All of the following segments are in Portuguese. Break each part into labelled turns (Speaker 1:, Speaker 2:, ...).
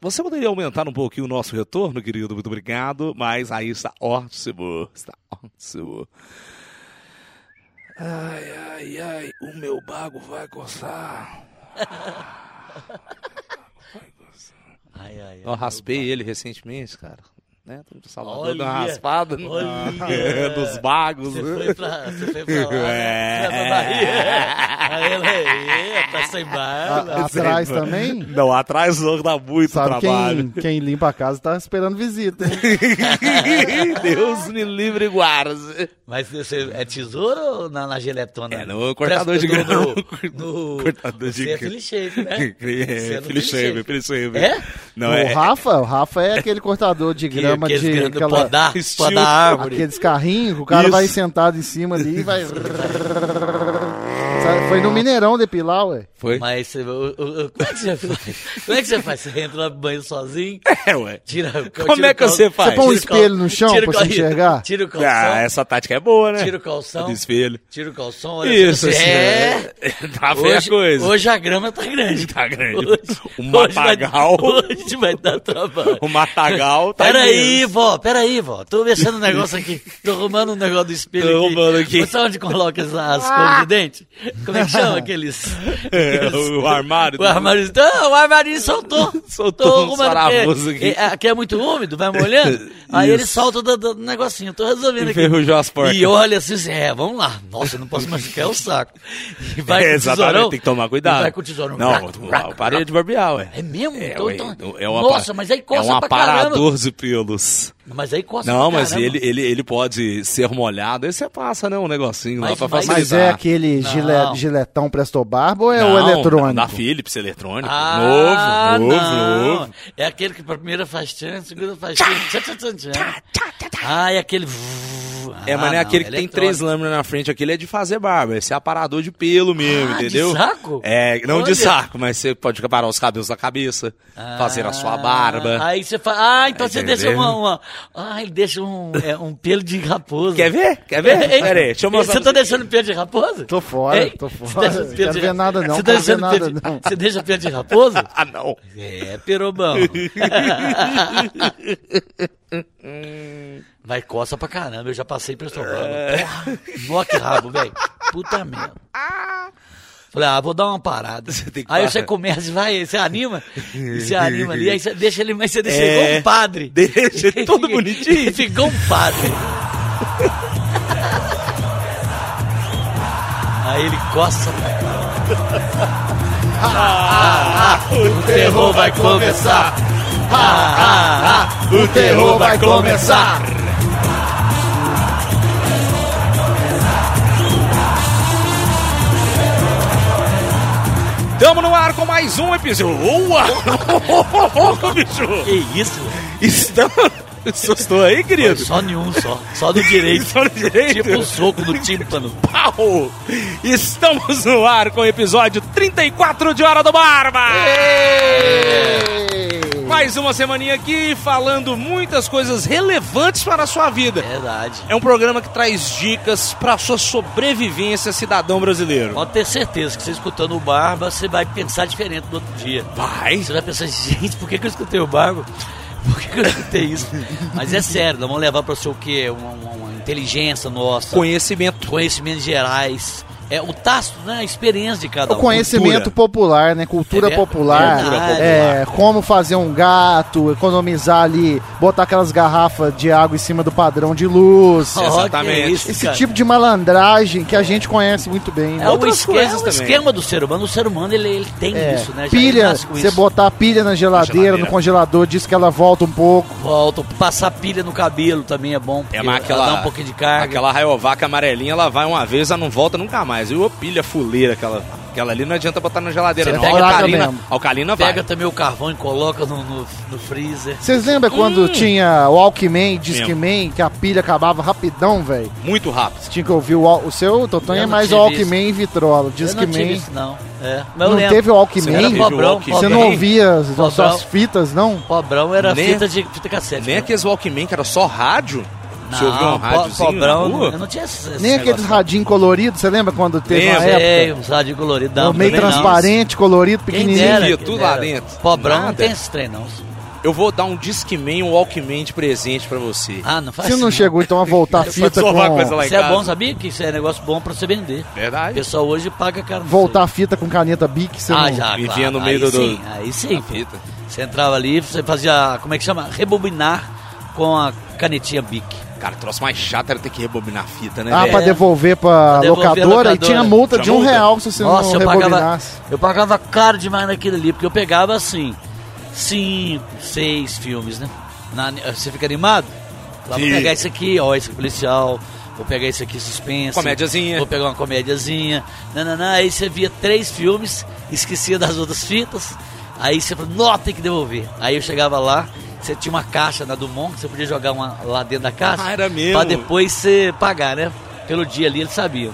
Speaker 1: você poderia aumentar um pouquinho o nosso retorno, querido? Muito obrigado, mas aí está ótimo. Está ótimo. Ai, ai, ai, o meu bago vai coçar. Vai coçar.
Speaker 2: Ai, ai,
Speaker 1: Eu raspei ele recentemente, cara. Né? Tô de Salvador,
Speaker 2: Olha,
Speaker 1: deu uma raspada no-
Speaker 2: olha.
Speaker 1: É, dos bagos. né?
Speaker 2: Você foi pra, você foi pra lá, né? Você é pra Bahia. Aí ela, eita, tá sem
Speaker 3: A-
Speaker 1: Ah,
Speaker 2: barba.
Speaker 3: atrás
Speaker 1: mano.
Speaker 3: também?
Speaker 1: Não, atrás não dá muito
Speaker 3: Sabe
Speaker 1: trabalho.
Speaker 3: quem, quem limpa a casa tá esperando visita. hein?
Speaker 1: Deus me livre e guarde.
Speaker 2: Mas você é tesouro ou na, na geletona?
Speaker 1: É, no cortador de
Speaker 2: Presta- no-
Speaker 1: grão.
Speaker 2: No, no,
Speaker 1: Cortador de
Speaker 2: você é
Speaker 1: grão.
Speaker 2: Philly Shape, né?
Speaker 1: É,
Speaker 2: Você é no
Speaker 1: Philly Shaver, Philly Shaver.
Speaker 2: É?
Speaker 1: Não,
Speaker 3: o
Speaker 1: é,
Speaker 3: Rafa, o Rafa é aquele cortador de grama
Speaker 2: Aqueles
Speaker 3: de
Speaker 2: grandes
Speaker 3: aquela-
Speaker 2: podar,
Speaker 1: Estilo-
Speaker 2: podar árvore.
Speaker 3: aqueles carrinhos, que o cara
Speaker 1: Isso.
Speaker 3: vai sentado em cima ali e vai. Sabe, Foi no Mineirão depilar, ué.
Speaker 1: foi?
Speaker 2: Mas você- o- o- o- como é que você faz? Como é que você faz? Você entra no banho sozinho,
Speaker 1: É, ué.
Speaker 2: tira o
Speaker 1: Como
Speaker 2: tira
Speaker 1: é
Speaker 2: o
Speaker 1: que você faz? Você
Speaker 3: põe um
Speaker 2: tira o cal-
Speaker 3: espelho no chão
Speaker 2: tira o
Speaker 3: pra
Speaker 2: cal-
Speaker 3: se enxergar?
Speaker 2: Tira o calção,
Speaker 1: Ah, essa tática é boa, né?
Speaker 2: tira o calção,
Speaker 1: Do espelho.
Speaker 2: tira o calção, olha
Speaker 1: Isso,
Speaker 2: assim,
Speaker 1: assim,
Speaker 2: é...
Speaker 1: Tá feia a
Speaker 2: Hoje,
Speaker 1: coisa.
Speaker 2: hoje a grama tá grande.
Speaker 1: Tá grande.
Speaker 2: Hoje-
Speaker 1: O
Speaker 2: hoje vai-
Speaker 1: matagal.
Speaker 2: Hoje vai dar trabalho.
Speaker 1: O matagal tá
Speaker 2: Peraí,
Speaker 1: imenso.
Speaker 2: vó, peraí, vó. Tô mexendo um negócio aqui. Tô arrumando um negócio do espelho
Speaker 1: Tô
Speaker 2: aqui.
Speaker 1: arrumando aqui. Ah.
Speaker 2: Você sabe onde coloca as, as escovas de dente? Como é que chama aqueles?
Speaker 1: É, o armário. tá
Speaker 2: O armário. Não, o armário soltou.
Speaker 1: Soltou
Speaker 2: Tô
Speaker 1: uns parafusos
Speaker 2: porque-
Speaker 1: aqui.
Speaker 2: é- Aqui é muito úmido, vai molhando. Aí
Speaker 1: Isso.
Speaker 2: ele solta do, do negocinho. Tô resolvendo aqui.
Speaker 1: Enferrujou as porcas.
Speaker 2: é, E olha assim, assim, é, vamos lá. Nossa, eu não posso machucar é o saco. E vai
Speaker 1: É,
Speaker 2: com o
Speaker 1: exatamente,
Speaker 2: tesourão.
Speaker 1: tem que tomar cuidado.
Speaker 2: E vai com o tesourão.
Speaker 1: Não,
Speaker 2: Crac,
Speaker 1: eu
Speaker 2: crac,
Speaker 1: parei de barbear, ué.
Speaker 2: É mesmo?
Speaker 1: É,
Speaker 2: Então-
Speaker 1: ué,
Speaker 2: então-
Speaker 1: é uma
Speaker 2: Nossa,
Speaker 1: pa-
Speaker 2: mas aí
Speaker 1: É
Speaker 2: coça
Speaker 1: um
Speaker 2: pra caramba.
Speaker 1: aparador de pelos.
Speaker 2: Mas aí coça
Speaker 1: Não,
Speaker 2: pra
Speaker 1: mas
Speaker 2: caramba.
Speaker 1: ele, ele, ele pode ser molhado. Aí você passa, né? Um negocinho lá
Speaker 2: Mas-
Speaker 1: pra
Speaker 2: mas-
Speaker 1: facilitar.
Speaker 3: Mas é aquele
Speaker 2: Ah. Não.
Speaker 3: gile, giletão Presto Barba ou é
Speaker 1: Não,
Speaker 3: o eletrônico?
Speaker 1: Da Philips, eletrônico.
Speaker 2: né, Ah,
Speaker 1: novo, novo,
Speaker 2: não.
Speaker 1: novo.
Speaker 2: É aquele que pra primeira faz tchan, segunda faz tchan, tchan, tchan, tchan, tchan. Ah, é aquele...
Speaker 1: É,
Speaker 2: Ah,
Speaker 1: mas não é aquele que tem três lâminas na frente, aquele é de fazer barba. Esse é aparador de pelo mesmo,
Speaker 2: Ah, de
Speaker 1: entendeu?
Speaker 2: saco?
Speaker 1: É, não
Speaker 2: Olha. Ah,
Speaker 1: de saco, mas você pode aparar os cabelos da cabeça, fazer a sua barba.
Speaker 2: Aí você faz... Ah, então você
Speaker 1: Entendeu?
Speaker 2: deixa uma... uma- Ah, ele deixa um, é, um pelo de raposa.
Speaker 1: Quer ver? Quer ver?
Speaker 2: Ei,
Speaker 1: É Pera aí, deixa eu mostrar.
Speaker 2: Você tá
Speaker 1: pra
Speaker 2: deixando pelo de raposa?
Speaker 3: Tô fora,
Speaker 2: Ei,
Speaker 3: tô
Speaker 2: você
Speaker 3: fora.
Speaker 2: deixa pelo
Speaker 3: Quero
Speaker 2: de-
Speaker 3: ver nada não,
Speaker 2: Você
Speaker 3: quero
Speaker 2: tá
Speaker 3: ver
Speaker 2: deixando
Speaker 3: nada
Speaker 2: pelo de-
Speaker 3: não.
Speaker 2: Você deixa pelo de raposa?
Speaker 1: Ah, não.
Speaker 2: É, perobão. Vai coça pra caramba, eu já passei pra Sorvana.
Speaker 1: É.
Speaker 2: Porra, nó que rabo, velho. Puta merda. Falei, ah, vou dar uma parada.
Speaker 1: tem que
Speaker 2: Aí
Speaker 1: parar.
Speaker 2: você começa e vai, você anima, e você anima ali, aí você deixa ele, mas você deixa
Speaker 1: É.
Speaker 2: igual um padre.
Speaker 1: Deixa ele é todo
Speaker 2: Fica-
Speaker 1: bonitinho.
Speaker 2: Fica igual um padre. Aí ele coça né? pra
Speaker 1: Ah,
Speaker 2: O terror vai começar.
Speaker 1: ah,
Speaker 3: O terror vai começar.
Speaker 1: Tamo no ar com mais um episódio. Boa! Louco, bicho!
Speaker 2: Que isso?
Speaker 1: Estamos... Assustou aí,
Speaker 2: Foi
Speaker 1: querido?
Speaker 2: só nenhum só. Só do direito.
Speaker 1: Só no direito?
Speaker 2: tipo um soco no tímpano.
Speaker 1: Pau! Estamos no ar com o episódio 34 de Hora do Barba! Mais uma semaninha aqui falando muitas coisas relevantes para a sua vida.
Speaker 2: Verdade.
Speaker 1: É um programa que traz dicas para a sua sobrevivência, cidadão brasileiro.
Speaker 2: Pode ter certeza que você escutando o Barba, você vai pensar diferente no outro dia.
Speaker 1: Vai!
Speaker 2: Você vai pensar, gente, por que, que eu escutei o Barba? Por que, que eu escutei isso? Mas é sério, nós vamos levar pra você o quê? Uma, uma- uma inteligência nossa.
Speaker 1: Conhecimento.
Speaker 2: Conhecimentos gerais. É o tasto, né? A experiência de cada
Speaker 3: É O
Speaker 2: um.
Speaker 3: conhecimento popular, né? Cultura
Speaker 2: É ver-
Speaker 3: popular.
Speaker 2: cultura popular.
Speaker 3: É, como fazer um gato, economizar ali, botar aquelas garrafas de água em cima do padrão de luz.
Speaker 2: Ó, que
Speaker 1: Exatamente.
Speaker 2: isso,
Speaker 3: Esse
Speaker 2: cara.
Speaker 3: tipo de malandragem que a gente conhece muito bem.
Speaker 2: É
Speaker 3: Né?
Speaker 2: o,
Speaker 1: Outras
Speaker 2: esquema, é
Speaker 1: coisas
Speaker 2: o
Speaker 1: também.
Speaker 2: esquema do ser humano. O ser humano, ele, ele tem
Speaker 3: É,
Speaker 2: isso, né? Já ele
Speaker 3: pilha,
Speaker 2: nasce com
Speaker 3: você
Speaker 2: isso.
Speaker 3: botar pilha na geladeira,
Speaker 1: geladeira.
Speaker 3: no congelador, diz que ela volta um pouco.
Speaker 2: Volta, passar pilha no cabelo também é bom. porque
Speaker 1: É mas
Speaker 2: ela
Speaker 1: aquela,
Speaker 2: Dá um pouquinho de carga.
Speaker 1: aquela raiovaca amarelinha, ela vai uma vez, ela não volta nunca mais. E o pilha fuleira, aquela, aquela ali não adianta botar na geladeira,
Speaker 3: Você
Speaker 1: não.
Speaker 3: pega
Speaker 1: A
Speaker 3: lá
Speaker 1: alcalina,
Speaker 3: também.
Speaker 1: alcalina vai.
Speaker 2: Pega também o carvão e coloca no, no, no freezer.
Speaker 3: Vocês lembram
Speaker 2: Hum.
Speaker 3: quando tinha Walkman,
Speaker 1: Lembro.
Speaker 3: Discman, que a pilha acabava rapidão, velho?
Speaker 1: Muito rápido.
Speaker 3: Você tinha que ouvir o, Wal- o seu, Totonho,
Speaker 2: Eu
Speaker 3: é
Speaker 2: não
Speaker 3: mais
Speaker 2: tive
Speaker 3: Walkman e Vitrola.
Speaker 2: eu não tive
Speaker 3: Discman.
Speaker 2: isso, não. É, mas eu
Speaker 3: Não
Speaker 2: lembro.
Speaker 3: teve
Speaker 1: Você era
Speaker 3: Walkman?
Speaker 1: pobre,
Speaker 2: pobrão,
Speaker 1: Walkman.
Speaker 3: Você
Speaker 2: pobrão.
Speaker 3: não ouvia as
Speaker 2: Pobrão.
Speaker 3: as suas fitas, não?
Speaker 2: Pobrão era
Speaker 1: Nem-
Speaker 2: fita de fita cassete.
Speaker 1: Nem
Speaker 2: né?
Speaker 1: aqueles Walkman que era só rádio. Você ouviu um
Speaker 2: po-
Speaker 1: rádiozinho
Speaker 2: pobrão, né?
Speaker 1: na rua?
Speaker 2: eu não tinha esse, esse
Speaker 3: Nem aqueles
Speaker 2: negócio.
Speaker 3: radinho colorido, você lembra quando teve uma
Speaker 1: Lembro.
Speaker 3: época?
Speaker 2: Sei, uns rádio colorido. não, também
Speaker 3: meio
Speaker 2: não.
Speaker 3: transparente, colorido,
Speaker 2: Quem
Speaker 3: pequenininho.
Speaker 2: dera,
Speaker 1: Via
Speaker 2: quem
Speaker 1: tudo
Speaker 2: dera.
Speaker 1: lá dentro.
Speaker 2: Pobrão não
Speaker 1: Nada.
Speaker 2: tem esse trem, não.
Speaker 1: Eu vou dar um Discman, um Walkman de presente pra você.
Speaker 2: Ah, não faz
Speaker 3: Você não
Speaker 2: isso,
Speaker 3: chegou então a voltar a fita
Speaker 1: Pode salvar coisa
Speaker 3: com...
Speaker 1: lá em
Speaker 2: Isso é
Speaker 1: casa.
Speaker 2: bom, sabia? Que isso é negócio bom pra você vender. O
Speaker 1: Verdade.
Speaker 2: pessoal hoje paga caro. nisso
Speaker 3: Voltar a fita com caneta Bic, você
Speaker 2: aí. Ah,
Speaker 3: não...
Speaker 2: já,
Speaker 1: E
Speaker 2: claro.
Speaker 1: vinha no meio do-
Speaker 2: aí sim, aí sim.
Speaker 1: da fita.
Speaker 2: Você entrava ali, você fazia, como é que chama? Rebobinar com a canetinha Bic.
Speaker 1: Cara, o troço mais chato era ter que rebobinar a fita, né?
Speaker 3: Ah,
Speaker 1: velho?
Speaker 3: pra devolver pra
Speaker 2: É. Pra devolver a
Speaker 3: locadora, e
Speaker 2: locadora.
Speaker 3: tinha multa de
Speaker 1: Tinha
Speaker 3: um
Speaker 1: multa?
Speaker 3: real se você
Speaker 2: Nossa,
Speaker 3: não
Speaker 2: eu pagava,
Speaker 3: rebobinasse.
Speaker 2: eu pagava caro demais naquilo ali, porque eu pegava assim, cinco, seis filmes, né? Na- você fica animado? Lá, vou
Speaker 1: Sim.
Speaker 2: pegar isso aqui, ó, esse policial, vou pegar isso aqui, suspense.
Speaker 1: Comediazinha.
Speaker 2: Vou pegar uma comédiazinha. Nananã, aí você via três filmes, esquecia das outras fitas, aí você falou, não, tem que devolver. Aí eu chegava lá, você tinha uma caixa na Dumont, que você podia jogar uma lá dentro da caixa.
Speaker 1: Ah, era mesmo?
Speaker 2: Pra depois você pagar, né? Pelo dia ali, eles sabiam.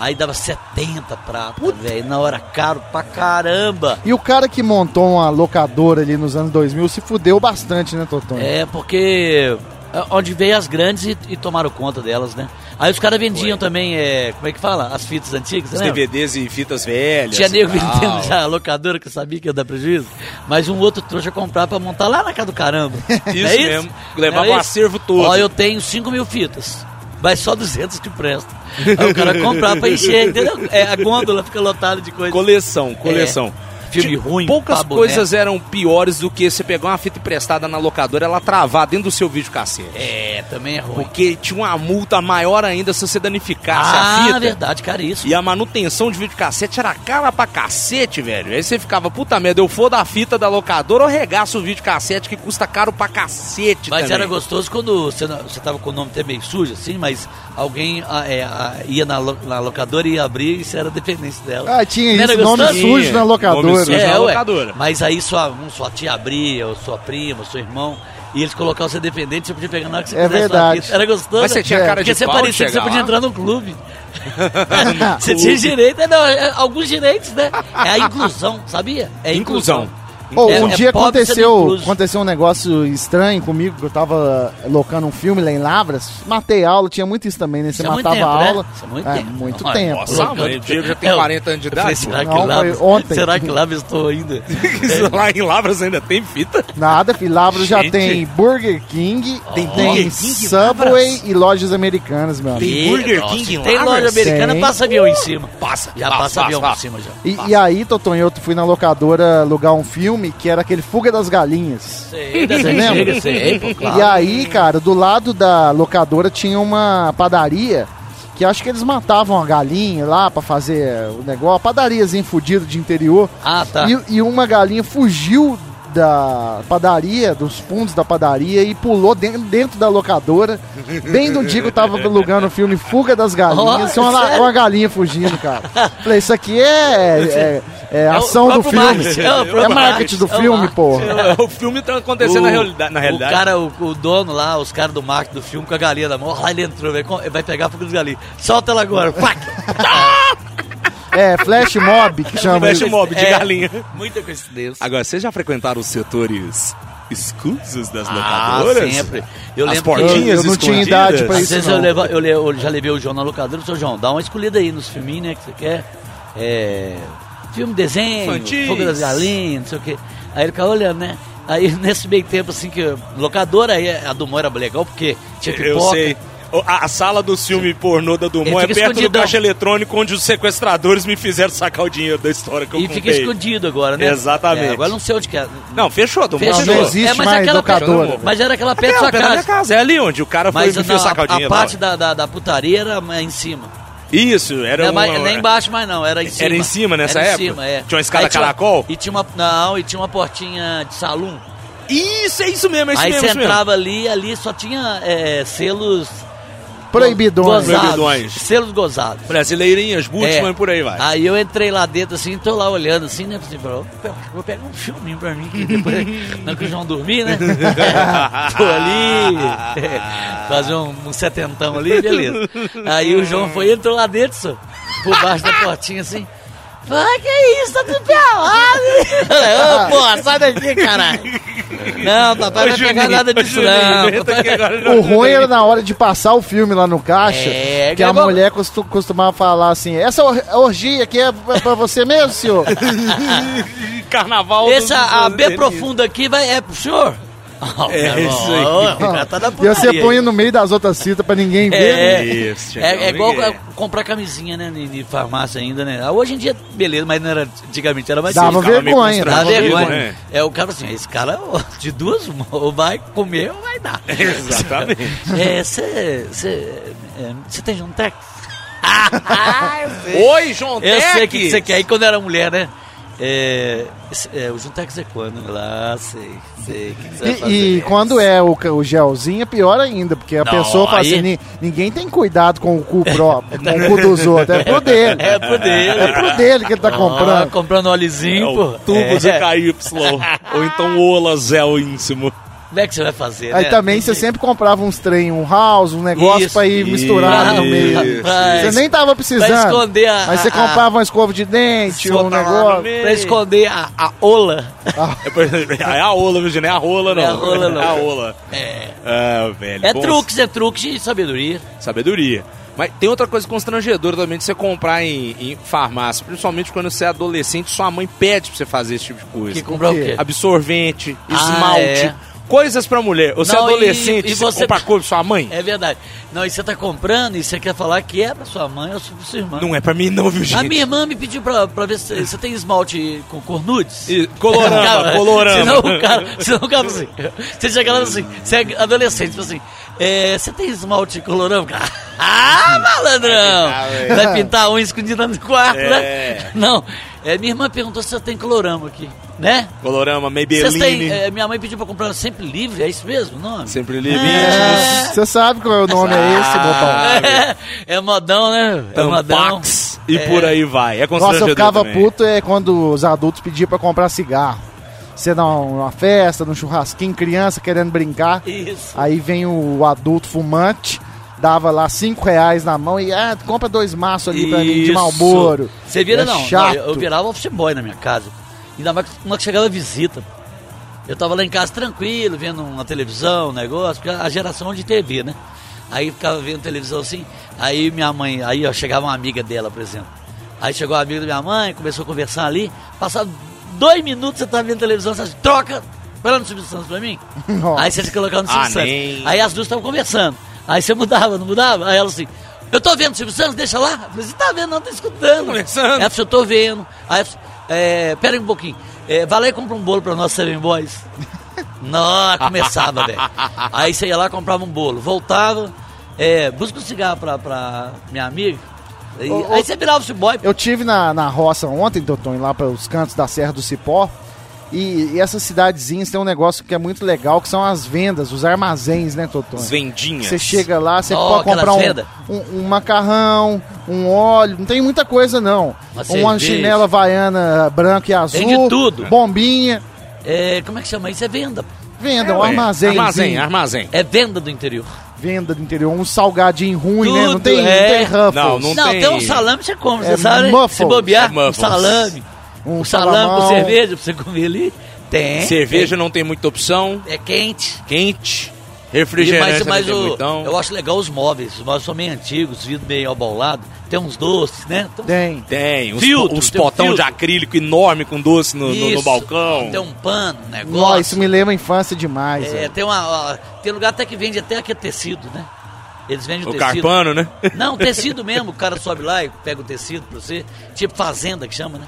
Speaker 2: Aí dava 70 pratos, velho. Na hora, caro pra caramba.
Speaker 3: E o cara que montou uma locadora ali nos anos 2000 se fudeu bastante, né, Totônio?
Speaker 2: É, porque... é Onde veio as grandes e, e tomaram conta delas, né? Aí os caras vendiam também, é, como é que fala? As fitas antigas,
Speaker 1: Os
Speaker 2: né?
Speaker 1: DVDs e fitas velhas.
Speaker 2: Tinha
Speaker 1: e
Speaker 2: nego
Speaker 1: tal.
Speaker 2: vendendo já a locadora que sabia que ia dar prejuízo, mas um outro trouxa comprar pra montar lá na casa do caramba. Não é
Speaker 1: Isso mesmo. Levava
Speaker 2: Não é
Speaker 1: o
Speaker 2: isso?
Speaker 1: acervo todo.
Speaker 2: Ó, eu tenho 5 mil fitas, mas só 200 que presta. Aí o cara comprar pra encher, entendeu? É, a gôndola fica lotada de coisa.
Speaker 1: Coleção, coleção.
Speaker 2: É.
Speaker 1: Tipo,
Speaker 2: Filme ruim,
Speaker 1: Poucas
Speaker 2: pá, boneco.
Speaker 1: coisas eram piores do que você pegar uma fita emprestada na locadora e ela travar dentro do seu vídeo cassete.
Speaker 2: É, também é ruim.
Speaker 1: Porque tinha uma multa maior ainda se você danificasse a
Speaker 2: Ah,
Speaker 1: fita.
Speaker 2: verdade, caríssimo.
Speaker 1: E a manutenção de videocassete era cara pra cacete, velho. Aí você ficava, puta merda, eu for da fita da locadora ou regaço o videocassete que custa caro pra cacete
Speaker 2: Mas
Speaker 1: também.
Speaker 2: era gostoso quando você, não- você tava com o nome até meio sujo, assim, mas alguém ah, é, ah, ia na, lo- na locadora e ia abrir e isso era dependência dela.
Speaker 3: Ah, tinha
Speaker 2: Não era
Speaker 3: isso, nome
Speaker 2: gostoso?
Speaker 3: sujo
Speaker 1: Sim,
Speaker 3: na
Speaker 1: nome
Speaker 3: locadora. né?
Speaker 1: sujo.
Speaker 2: É,
Speaker 1: na
Speaker 2: ué,
Speaker 1: locadora.
Speaker 2: mas aí sua, um, sua tia abria, ou sua prima, ou seu irmão, e eles colocavam você dependente, você podia pegar na hora que você
Speaker 3: É
Speaker 2: quisesse sua
Speaker 3: verdade. É.
Speaker 2: fita. Era gostoso.
Speaker 1: Mas você tinha
Speaker 2: né?
Speaker 1: cara
Speaker 2: Porque
Speaker 1: de
Speaker 2: você
Speaker 1: pau de
Speaker 2: parecia que você
Speaker 1: chegar
Speaker 2: podia
Speaker 1: lá?
Speaker 2: entrar no clube. você tinha direito, é, não, é, alguns direitos, né? É a inclusão, sabia? É a
Speaker 1: Inclusão.
Speaker 3: Pô,
Speaker 2: É-
Speaker 3: um
Speaker 2: é
Speaker 3: dia
Speaker 2: pobre sendo
Speaker 3: aconteceu,
Speaker 2: incluso.
Speaker 3: aconteceu um negócio estranho comigo, que eu tava locando um filme lá em Lavras, matei aula, tinha muito isso também, né? Você
Speaker 2: Isso é muito
Speaker 3: matava
Speaker 2: tempo,
Speaker 3: a
Speaker 2: né?
Speaker 3: aula.
Speaker 2: Isso é muito
Speaker 3: É,
Speaker 2: tempo.
Speaker 3: muito
Speaker 2: Olha,
Speaker 3: tempo.
Speaker 1: Nossa, mãe, o Diego já tem
Speaker 2: Eu-
Speaker 1: 40 anos de
Speaker 2: É, eu falei, assim,
Speaker 1: idade.
Speaker 2: será que
Speaker 3: Não,
Speaker 2: lá,
Speaker 3: foi ontem.
Speaker 2: Será que lá eu estou ainda? É.
Speaker 1: pô. Lá em Lavras ainda tem fita?
Speaker 3: Nada, filho. Lavras já
Speaker 1: Gente.
Speaker 3: tem Burger King, tem,
Speaker 1: Burger King em
Speaker 3: Subway e lojas americanas, meu amigo.
Speaker 1: Tem Burger King em
Speaker 2: É, Tem loja
Speaker 1: Lavras?
Speaker 2: americana,
Speaker 3: Tem.
Speaker 2: passa avião em cima.
Speaker 1: Passa.
Speaker 2: Já
Speaker 1: passa,
Speaker 2: passa,
Speaker 1: passa,
Speaker 2: avião
Speaker 1: passa.
Speaker 2: em cima já.
Speaker 3: E, e aí, Totonho, eu fui na locadora alugar um filme que era aquele Fuga das Galinhas.
Speaker 2: Sei,
Speaker 3: lembra?
Speaker 2: chega, sei, pô, claro.
Speaker 3: E aí, cara, do lado da locadora tinha uma padaria que acho que eles matavam a galinha lá pra fazer o negócio. Padariazinha fudida de interior.
Speaker 2: Ah, tá.
Speaker 3: E, e uma galinha fugiu da padaria, dos fundos da padaria e pulou dentro, dentro da locadora. Bem no dia que eu tava alugando o filme Fuga das Galinhas,
Speaker 2: Oh,
Speaker 3: uma, la-
Speaker 2: sério?
Speaker 3: uma galinha fugindo, cara. Falei, isso aqui é, é- é
Speaker 2: o
Speaker 3: ação do
Speaker 2: próprio
Speaker 3: filme.
Speaker 2: marketing, é o próprio
Speaker 3: É marketing do
Speaker 2: marketing, é o
Speaker 3: filme,
Speaker 2: marketing.
Speaker 3: porra.
Speaker 1: o filme tá acontecendo na, realida- na realidade.
Speaker 2: O cara, o, o dono lá, os caras do marketing do filme com a galinha na mão, lá ele entrou, velho, com- vai pegar a fuga dos galinhas. Solta ela agora, pac!
Speaker 3: É, Flash Mob que chama
Speaker 1: Flash
Speaker 3: isso.
Speaker 1: mob de galinha.
Speaker 2: É, Muita coincidência.
Speaker 1: Agora, vocês já frequentaram os setores escusos das
Speaker 2: Ah,
Speaker 1: locadoras?
Speaker 2: sempre. Eu
Speaker 1: As
Speaker 2: lembro
Speaker 1: portinhas
Speaker 2: que...
Speaker 3: Eu- eu não tinha
Speaker 1: escondidas?
Speaker 3: idade pra
Speaker 2: Às
Speaker 3: isso,
Speaker 2: vezes
Speaker 3: não.
Speaker 2: eu, levo, eu, le- eu já levei o João na locadora, seu João, dá uma escolhida aí nos filminhos, né, que você quer. É, filme, desenho,
Speaker 1: Infantis.
Speaker 2: Fogo das Galinhas, não sei o quê. Aí ele ficava olhando, né? Aí nesse meio tempo, assim, que eu- locadora aí, a do Mó era legal, porque tinha pipoca.
Speaker 1: Eu sei. O- A, a sala do filme pornô da Dumont
Speaker 2: Ele
Speaker 1: é
Speaker 2: fica
Speaker 1: perto do
Speaker 2: escondidão.
Speaker 1: caixa eletrônico onde os sequestradores me fizeram sacar o dinheiro da história que eu
Speaker 2: E
Speaker 1: contei.
Speaker 2: fica escondido agora, né?
Speaker 1: Exatamente.
Speaker 2: É, agora não sei onde que é.
Speaker 1: Não, fechou, Dumont.
Speaker 2: Fechou. É,
Speaker 3: não existe
Speaker 2: mas
Speaker 3: mais
Speaker 2: aquela perto-
Speaker 3: locadora.
Speaker 2: Mas era aquela
Speaker 1: É,
Speaker 2: perto da sua
Speaker 1: perto da minha
Speaker 2: casa.
Speaker 1: casa. É ali onde o cara foi
Speaker 2: Mas
Speaker 1: me
Speaker 2: na,
Speaker 1: fez sacar o
Speaker 2: a
Speaker 1: dinheiro.
Speaker 2: parte
Speaker 1: lá.
Speaker 2: da, da, da putaria era mais em cima.
Speaker 1: Isso, era
Speaker 2: Não,
Speaker 1: um...
Speaker 2: mas, nem embaixo mais não, era em cima.
Speaker 1: Era em cima nessa
Speaker 2: Era em
Speaker 1: época?
Speaker 2: cima, é.
Speaker 1: Tinha uma escada
Speaker 2: Aí tinha-
Speaker 1: caracol?
Speaker 2: e tinha uma, não, e tinha uma portinha de salão.
Speaker 1: Isso, é isso mesmo, é isso
Speaker 2: Aí
Speaker 1: mesmo.
Speaker 2: você
Speaker 1: isso mesmo.
Speaker 2: entrava ali, ali só tinha é, selos
Speaker 3: Proibidões.
Speaker 2: gozados.
Speaker 1: Proibidões.
Speaker 2: Selos gozados.
Speaker 1: Brasileirinhas, Butchman,
Speaker 2: É.
Speaker 1: por aí vai.
Speaker 2: Aí eu entrei lá dentro assim, tô lá olhando assim, né? Assim, vou pe- vou pegar um filminho pra mim, que depois não que o João dormir, né? Tô ali, fazer um, um setentão ali, beleza. Aí o João foi e entrou lá dentro, só, por baixo da portinha assim. Ah, que isso, tá tudo pelado. Ô, pô, sai daqui, caralho. Não, papai não vai pegar nada disso, não.
Speaker 3: O
Speaker 1: tá
Speaker 3: ruim era na hora de passar o filme lá no caixa,
Speaker 2: É,
Speaker 3: que a
Speaker 2: acabou.
Speaker 3: mulher costu- costumava falar assim, essa or- orgia aqui é pra pra você mesmo, senhor?
Speaker 1: Carnaval.
Speaker 2: Essa a
Speaker 1: dos-
Speaker 2: B profunda aqui vai, é pro senhor?
Speaker 1: É, isso aí.
Speaker 2: O cara tá na
Speaker 3: e você
Speaker 2: putaria.
Speaker 3: põe no meio das outras fitas pra ninguém ver. né?
Speaker 2: É,
Speaker 1: Isso,
Speaker 2: é, é igual
Speaker 1: ninguém.
Speaker 2: a- comprar camisinha, né? De, de farmácia ainda, né? Ah, Hoje em dia, beleza, mas não era, antigamente era mais
Speaker 3: Dava
Speaker 2: difícil.
Speaker 1: ficava meio
Speaker 3: vergonha.
Speaker 2: Dá
Speaker 1: Dava
Speaker 2: vergonha.
Speaker 1: vergonha.
Speaker 2: É, o cara assim, esse cara ó, de duas, uma, ou vai comer ou vai dar.
Speaker 1: Exatamente.
Speaker 2: É, você. Você tem Jontex?
Speaker 1: Oi, João
Speaker 2: Eu sei o que
Speaker 1: Tex.
Speaker 2: você quer. E quando era mulher, né? É, esse- é, o Juntex é quando? Lá, sei, sei. o que que você vai fazer?
Speaker 3: E, e quando é o, ca- o gelzinho, é pior ainda, porque a
Speaker 2: Não,
Speaker 3: pessoa fala
Speaker 2: aí-
Speaker 3: assim, "Ni- ninguém tem cuidado com o cu próprio, com o cu dos outros, é pro dele.
Speaker 2: É pro dele.
Speaker 3: É pro dele que ele tá
Speaker 2: Ó,
Speaker 3: comprando.
Speaker 2: comprando
Speaker 1: É
Speaker 2: óleozinho,
Speaker 1: o
Speaker 2: pô.
Speaker 1: tubo de
Speaker 2: é.
Speaker 1: KY. Ou então o Ola Zé o íntimo.
Speaker 2: Como é que você vai fazer,
Speaker 3: Aí
Speaker 2: né?
Speaker 3: também você sempre comprava uns trem, um house, um negócio
Speaker 2: Isso,
Speaker 3: pra ir
Speaker 1: isso,
Speaker 3: misturar no meio.
Speaker 1: isso.
Speaker 3: Você nem tava precisando.
Speaker 2: Pra esconder a-
Speaker 3: Mas você
Speaker 2: a-
Speaker 3: comprava uma escova de dente, um
Speaker 1: Soltar lá no
Speaker 3: negócio.
Speaker 1: meio.
Speaker 2: Pra esconder a, a ola.
Speaker 1: É, por exemplo, é a Ola, viu, gente? É a rola, não.
Speaker 2: É a rola, não.
Speaker 1: É a Ola.
Speaker 2: É,
Speaker 1: Ah, velho.
Speaker 2: é
Speaker 1: bom
Speaker 2: truques, é truques de sabedoria.
Speaker 1: Sabedoria. Mas tem outra coisa constrangedora também de você comprar em, em farmácia, principalmente quando você é adolescente, sua mãe pede pra você fazer esse tipo de coisa.
Speaker 2: Que comprar o quê?
Speaker 1: Absorvente,
Speaker 2: Ah,
Speaker 1: esmalte,
Speaker 2: é.
Speaker 1: coisas pra mulher. Você é
Speaker 2: Não, e-
Speaker 1: adolescente,
Speaker 2: e
Speaker 1: você
Speaker 2: você-
Speaker 1: compra coisa pra sua mãe?
Speaker 2: É verdade. Não, e você tá comprando e você quer falar que é pra sua mãe ou pra sua irmã.
Speaker 1: Não é pra mim não, viu, gente?
Speaker 2: A minha irmã me pediu pra, pra ver se você tem esmalte com cor nudes.
Speaker 1: E colorama,
Speaker 2: Cara,
Speaker 1: colorama.
Speaker 2: Senão o cara, senão o cara assim, você chega lá e fala assim, você é adolescente, fala assim, é, você tem esmalte colorama? Cara, ah, malandrão!
Speaker 1: Vai pintar, velho.
Speaker 2: Vai pintar um escondido no quarto,
Speaker 1: É.
Speaker 2: né? Não, é, minha irmã perguntou se eu tenho colorama aqui, né?
Speaker 1: Colorama,
Speaker 2: Vocês
Speaker 1: Maybelline.
Speaker 2: têm, é, minha mãe pediu pra comprar sempre livre, é isso mesmo o nome?
Speaker 1: Sempre livre.
Speaker 2: É.
Speaker 3: Você sabe qual é o nome é esse, bobão?
Speaker 2: É, é modão, né? É modão.
Speaker 1: Tampax e por aí vai. É
Speaker 3: Nossa,
Speaker 1: constrangedor
Speaker 3: eu ficava
Speaker 1: também.
Speaker 3: puto é quando os adultos pediam pra comprar cigarro. Você dá um, uma festa, num churrasquinho, criança querendo brincar.
Speaker 2: Isso.
Speaker 3: Aí vem o adulto fumante, dava lá cinco reais na mão e ah, compra dois maços ali pra mim de
Speaker 2: Isso.
Speaker 3: Malboro.
Speaker 2: Você vira,
Speaker 3: é
Speaker 2: não.
Speaker 3: Chato.
Speaker 2: Eu, eu virava office boy na minha casa. Ainda mais quando chegava visita. Eu tava lá em casa tranquilo, vendo uma televisão, um negócio, porque a geração de TV, né? Aí ficava vendo televisão assim, aí minha mãe, aí ó, chegava uma amiga dela, por exemplo. Aí chegou a amiga da minha mãe, começou a conversar ali, passado dois minutos você tava vendo televisão, você troca, vai lá no Silvio Santos pra mim.
Speaker 3: Nossa.
Speaker 2: Aí você se colocava no Silvio
Speaker 1: Ah,
Speaker 2: Santos.
Speaker 1: nem.
Speaker 2: Aí as duas estavam conversando. Aí você mudava, não mudava? Aí ela assim, eu tô vendo o Silvio Santos, deixa lá. Eu falei, você tá vendo, não, tá escutando.
Speaker 1: Conversando.
Speaker 2: Ela falou, eu tô vendo. Aí, eu falei, é, pera aí um pouquinho. É, vai lá e compra um bolo pra nós, Seven Boys. Nossa, começava, velho. Aí você ia lá, comprava um bolo. Voltava, é, busca um cigarro pra, pra minha amiga. E-
Speaker 3: Ô, ô.
Speaker 2: aí você virava o boy.
Speaker 3: Eu tive na, na roça ontem, Doutor, lá para os cantos da Serra do Cipó. E, e essas cidadezinhas tem um negócio que é muito legal, que são as vendas, os armazéns, né, Totonho?
Speaker 1: As vendinhas.
Speaker 3: Você chega lá, você
Speaker 2: Ó,
Speaker 3: pode comprar
Speaker 2: aquelas
Speaker 3: um,
Speaker 2: vendas.
Speaker 3: um, um macarrão, um óleo, não tem muita coisa não.
Speaker 2: Uma
Speaker 3: uma
Speaker 2: cerveja.
Speaker 3: chinela vaiana branca e azul.
Speaker 2: de tudo.
Speaker 3: Bombinha.
Speaker 2: É, como é que chama isso? É venda.
Speaker 3: Venda,
Speaker 1: É,
Speaker 3: um
Speaker 1: ué.
Speaker 3: armazém.
Speaker 1: Armazém, armazém.
Speaker 2: É venda do interior.
Speaker 3: Venda do interior, um salgadinho ruim, né? Não
Speaker 2: Tudo,
Speaker 3: tem,
Speaker 2: é.
Speaker 3: não tem Ruffles.
Speaker 1: Não, não-
Speaker 2: Não, tem, um
Speaker 1: tem-
Speaker 2: salame que você come,
Speaker 3: É
Speaker 2: você sabe? né?
Speaker 3: muffles.
Speaker 2: Se bobear,
Speaker 1: É muffles.
Speaker 2: um salame.
Speaker 3: Um
Speaker 2: Um salame
Speaker 3: salamão.
Speaker 2: com cerveja pra você comer ali. Tem.
Speaker 1: Cerveja não tem muita opção.
Speaker 2: É quente.
Speaker 1: Quente.
Speaker 2: E
Speaker 1: Refrigerante
Speaker 2: mais,
Speaker 1: não
Speaker 2: mais
Speaker 1: tem
Speaker 2: o,
Speaker 1: muitão.
Speaker 2: eu acho legal os móveis. Os móveis são meio antigos, vidro meio abaulado. Tem uns doces, né? Tem uns-
Speaker 3: Tem.
Speaker 1: Tem, uns,
Speaker 2: Filtro,
Speaker 1: uns
Speaker 2: tem um
Speaker 1: potão de
Speaker 2: filtro.
Speaker 1: acrílico enorme com doce no, no- no
Speaker 2: Isso.
Speaker 1: balcão. é
Speaker 2: Tem um pano, um negócio.
Speaker 3: Nossa, isso me lembra a infância demais.
Speaker 2: É,
Speaker 3: velho.
Speaker 2: tem, uma, ó, tem lugar até que vende até aquele tecido, né? Eles vendem o,
Speaker 1: o
Speaker 2: tecido.
Speaker 1: carpano, né?
Speaker 2: Não, tecido mesmo. O cara sobe lá e pega o tecido pra você. Tipo fazenda que chama, né?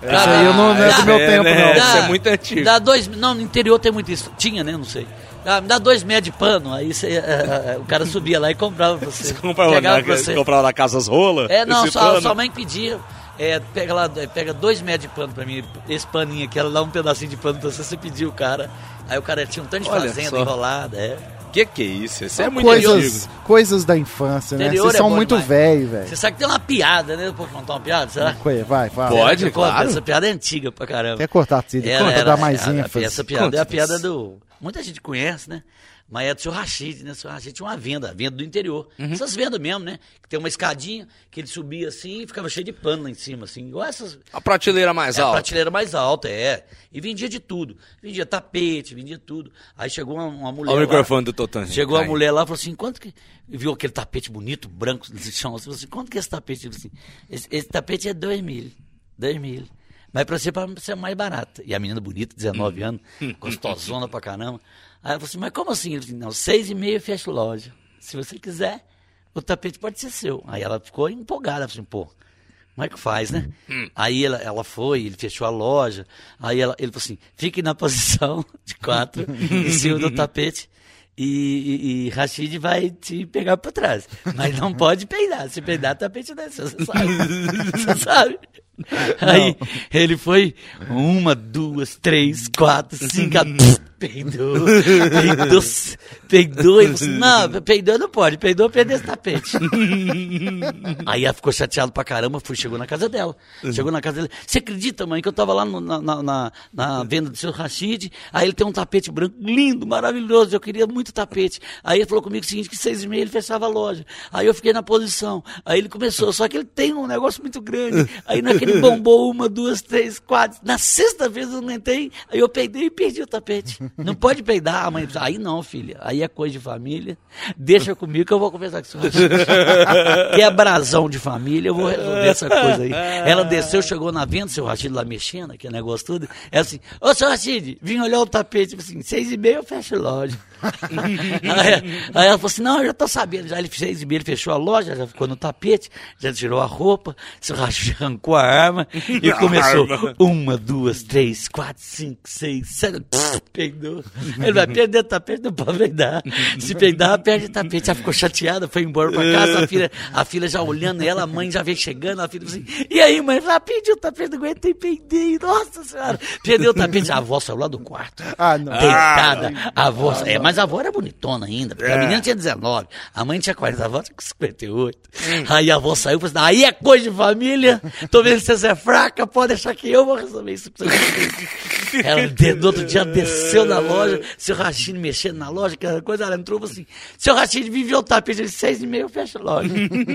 Speaker 3: Isso aí eu não, não é do
Speaker 2: Ah,
Speaker 3: meu
Speaker 1: é,
Speaker 3: tempo,
Speaker 1: né? Dá-
Speaker 3: não.
Speaker 1: Isso é muito antigo.
Speaker 2: Dá dois, não, no interior tem muito isso. Tinha, né? Não sei. Ah, me dá dois metros de pano, aí você, eh, eh, o cara subia lá e comprava pra você.
Speaker 1: Comprava
Speaker 2: pegava
Speaker 1: na,
Speaker 2: pra é você.
Speaker 1: comprava na Casas Rola.
Speaker 2: É, não,
Speaker 1: esse
Speaker 2: sua,
Speaker 1: pano.
Speaker 2: sua mãe pedia. eh, pega, lá, eh, pega dois metros de pano pra mim, esse paninho aqui, ela dá um pedacinho de pano pra você, você pediu o cara. Aí o cara tinha um tanto de
Speaker 1: Olha
Speaker 2: fazenda
Speaker 1: só.
Speaker 2: enrolada, é.
Speaker 1: Que que é isso? Isso é muito
Speaker 3: Coisas,
Speaker 1: antigo.
Speaker 3: coisas da infância, né?
Speaker 2: Interior
Speaker 3: Vocês
Speaker 2: é
Speaker 3: são
Speaker 2: bom
Speaker 3: muito
Speaker 2: demais. Você
Speaker 3: velho, velho.
Speaker 2: sabe que tem uma piada, né? Eu posso contar uma piada? Será?
Speaker 3: Ué, Vai, vai.
Speaker 1: Pode.
Speaker 2: Eu conto,
Speaker 1: claro.
Speaker 2: Essa piada é antiga pra caramba.
Speaker 3: Até cortar a trilha.
Speaker 2: Era,
Speaker 3: Conta,
Speaker 2: era,
Speaker 3: dá mais
Speaker 2: era,
Speaker 3: ênfase.
Speaker 2: Essa piada
Speaker 1: Conta
Speaker 2: é a piada
Speaker 1: isso.
Speaker 2: do. Muita gente conhece, né? Mas é do seu Rachid, né? O seu Rachid tinha uma venda, venda do interior.
Speaker 1: Uhum.
Speaker 2: Essas vendas mesmo, né? Que tem uma escadinha que ele subia assim e ficava cheio de pano lá em cima, assim. Igual essas.
Speaker 1: A prateleira mais
Speaker 2: É a
Speaker 1: alta.
Speaker 2: prateleira mais alta, é. E vendia de tudo. Vendia tapete, vendia tudo. Aí chegou uma, uma mulher.
Speaker 1: Olha o
Speaker 2: lá.
Speaker 1: microfone do Totan.
Speaker 2: Chegou a
Speaker 1: Cai.
Speaker 2: mulher lá e falou assim: quanto que. Viu aquele tapete bonito, branco, no chão? Assim, falou assim: quanto que é esse tapete? Ele falou assim: esse, esse tapete é dois mil. Dois mil. Mas pra você, pra você é mais barato. E a menina bonita, 19
Speaker 1: Hum.
Speaker 2: anos, gostosona pra caramba. Aí ela falou assim: mas como assim? Ele falou assim: não, seis e meia eu fecho loja. Se você quiser, o tapete pode ser seu. Aí ela ficou empolgada, ela falou assim: pô. Como é que faz, né? Aí ela, ela foi, ele fechou a loja. Aí ela- ele falou assim: fique na posição de quatro, em cima do tapete. E, e, e Rashid vai te pegar por trás. Mas não pode peidar. Se peidar, o tapete desce, você sabe. Você sabe? Aí ele foi uma, duas, três, quatro, cinco. ela, pss, Peidou, peidou, peidou, e falou assim, não, peidou não pode, peidou perdeu esse tapete. Aí ela ficou chateada pra caramba, fui, chegou na casa dela. Chegou na casa dela. Você acredita, mãe, que eu tava lá no- na, na- na- na venda do seu Rashid? Aí ele tem um tapete branco lindo, maravilhoso. Eu queria muito tapete. Aí ele falou comigo o seguinte: que seis e meia ele fechava a loja. Aí eu fiquei na posição. Aí ele começou, só que ele tem um negócio muito grande. Aí naquele bombou uma, duas, três, quatro. Na sexta vez eu não entrei, aí eu peidei e perdi o tapete. Não pode peidar, a mãe. Aí não, filha. Aí é coisa de família. Deixa comigo que eu vou conversar com o senhor. que é brasão de família, eu vou resolver essa coisa aí. Ela desceu, chegou na venda, seu Rachid lá mexendo, aquele negócio tudo. Ela assim, ô seu Rachid, vim olhar o tapete. Eu falei assim, seis e meia eu fecho a loja. aí, aí ela falou assim, não, eu já tô sabendo. Já ele seis e meia, ele fechou a loja, já ficou no tapete, já tirou a roupa, seu Rachid arrancou a arma e
Speaker 1: A
Speaker 2: começou.
Speaker 1: arma.
Speaker 2: Uma, duas, três, quatro, cinco, seis, sete. Pss, Peidou. Ele vai perder o tapete, não pode peidar. Se peidar, perde o tapete. Ela ficou chateada, foi embora pra casa. A filha, a filha já olhando ela, a mãe já veio chegando. A filha assim: E aí, mãe? Ela pediu o tapete, não aguentei, peidei. Nossa senhora. Perdeu o tapete. A avó saiu lá do quarto.
Speaker 3: Ah, não.
Speaker 2: Deitada. A avó. É, mas a avó era bonitona ainda. Porque a menina tinha 19, a mãe tinha 40, a avó tinha 58. Aí a avó saiu e falou assim: aí é coisa de família. Tô vendo que você é fraca, pode deixar que eu vou resolver isso. pra você." Ela de- no outro dia desceu na loja, seu Rachid mexendo na loja, aquela coisa, ela entrou e falou assim: seu Rachid viveu o tapete de seis e meio, eu fecho a loja.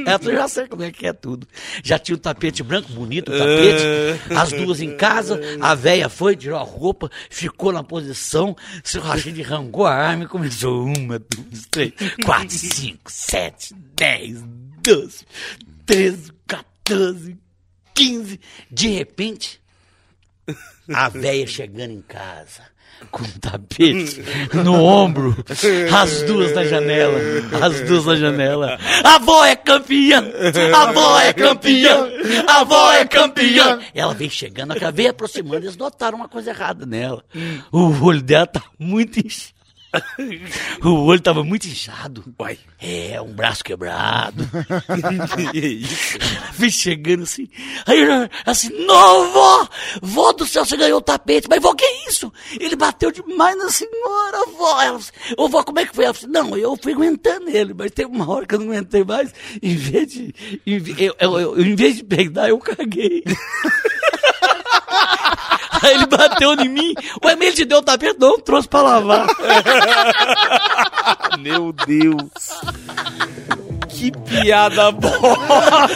Speaker 2: Ela falou, já sei como é que é tudo. Já tinha o tapete branco, bonito o tapete, as duas em casa, a véia foi, tirou a roupa, ficou na posição, seu Rachid arrancou a arma e começou uma, duas, três, quatro, cinco, sete, dez, doze, treze, quatorze, quinze. De repente, a véia chegando em casa, com um tapete no ombro, as duas na janela, as duas na janela. A avó é campeã! A avó é campeã! A avó é campeã! Ela vem chegando, ela veio aproximando, eles notaram uma coisa errada nela. O olho dela tá muito inchado. O olho tava muito inchado.
Speaker 1: Uai.
Speaker 2: É, um braço quebrado.
Speaker 1: Que isso?
Speaker 2: Vem chegando assim. Aí ela assim, não, vó! Vó do céu, você ganhou o tapete. Mas, vó, que é isso? Ele bateu demais na senhora, vó. Ela disse, ô, vó, como é que foi? Ela disse, não, eu fui aguentando ele, mas teve uma hora que eu não aguentei mais. Em vez de, em, ve- eu, eu- eu- em vez de peidar, eu caguei. Aí ele bateu em mim. Ué, mas ele te deu o tapete? tá Não, trouxe pra lavar.
Speaker 1: Meu Deus. Que piada boa.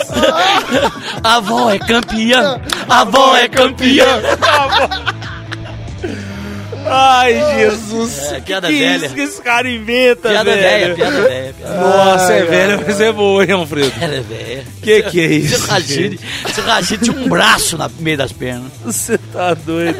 Speaker 2: A avó é campeã. A avó é campeã.
Speaker 1: Ai, Jesus.
Speaker 2: É, piada
Speaker 1: que
Speaker 2: velha.
Speaker 1: isso que esse cara inventa,
Speaker 2: Piada
Speaker 1: velho?
Speaker 2: velha, piada velha. piada
Speaker 1: Nossa, é
Speaker 3: Ai,
Speaker 1: velha, mas é boa, hein, Alfredo?
Speaker 2: Ela é velha.
Speaker 1: Que que é isso,
Speaker 2: Seu Rashid, seu Rashid tinha um braço na- no meio das pernas.
Speaker 1: Você tá doido.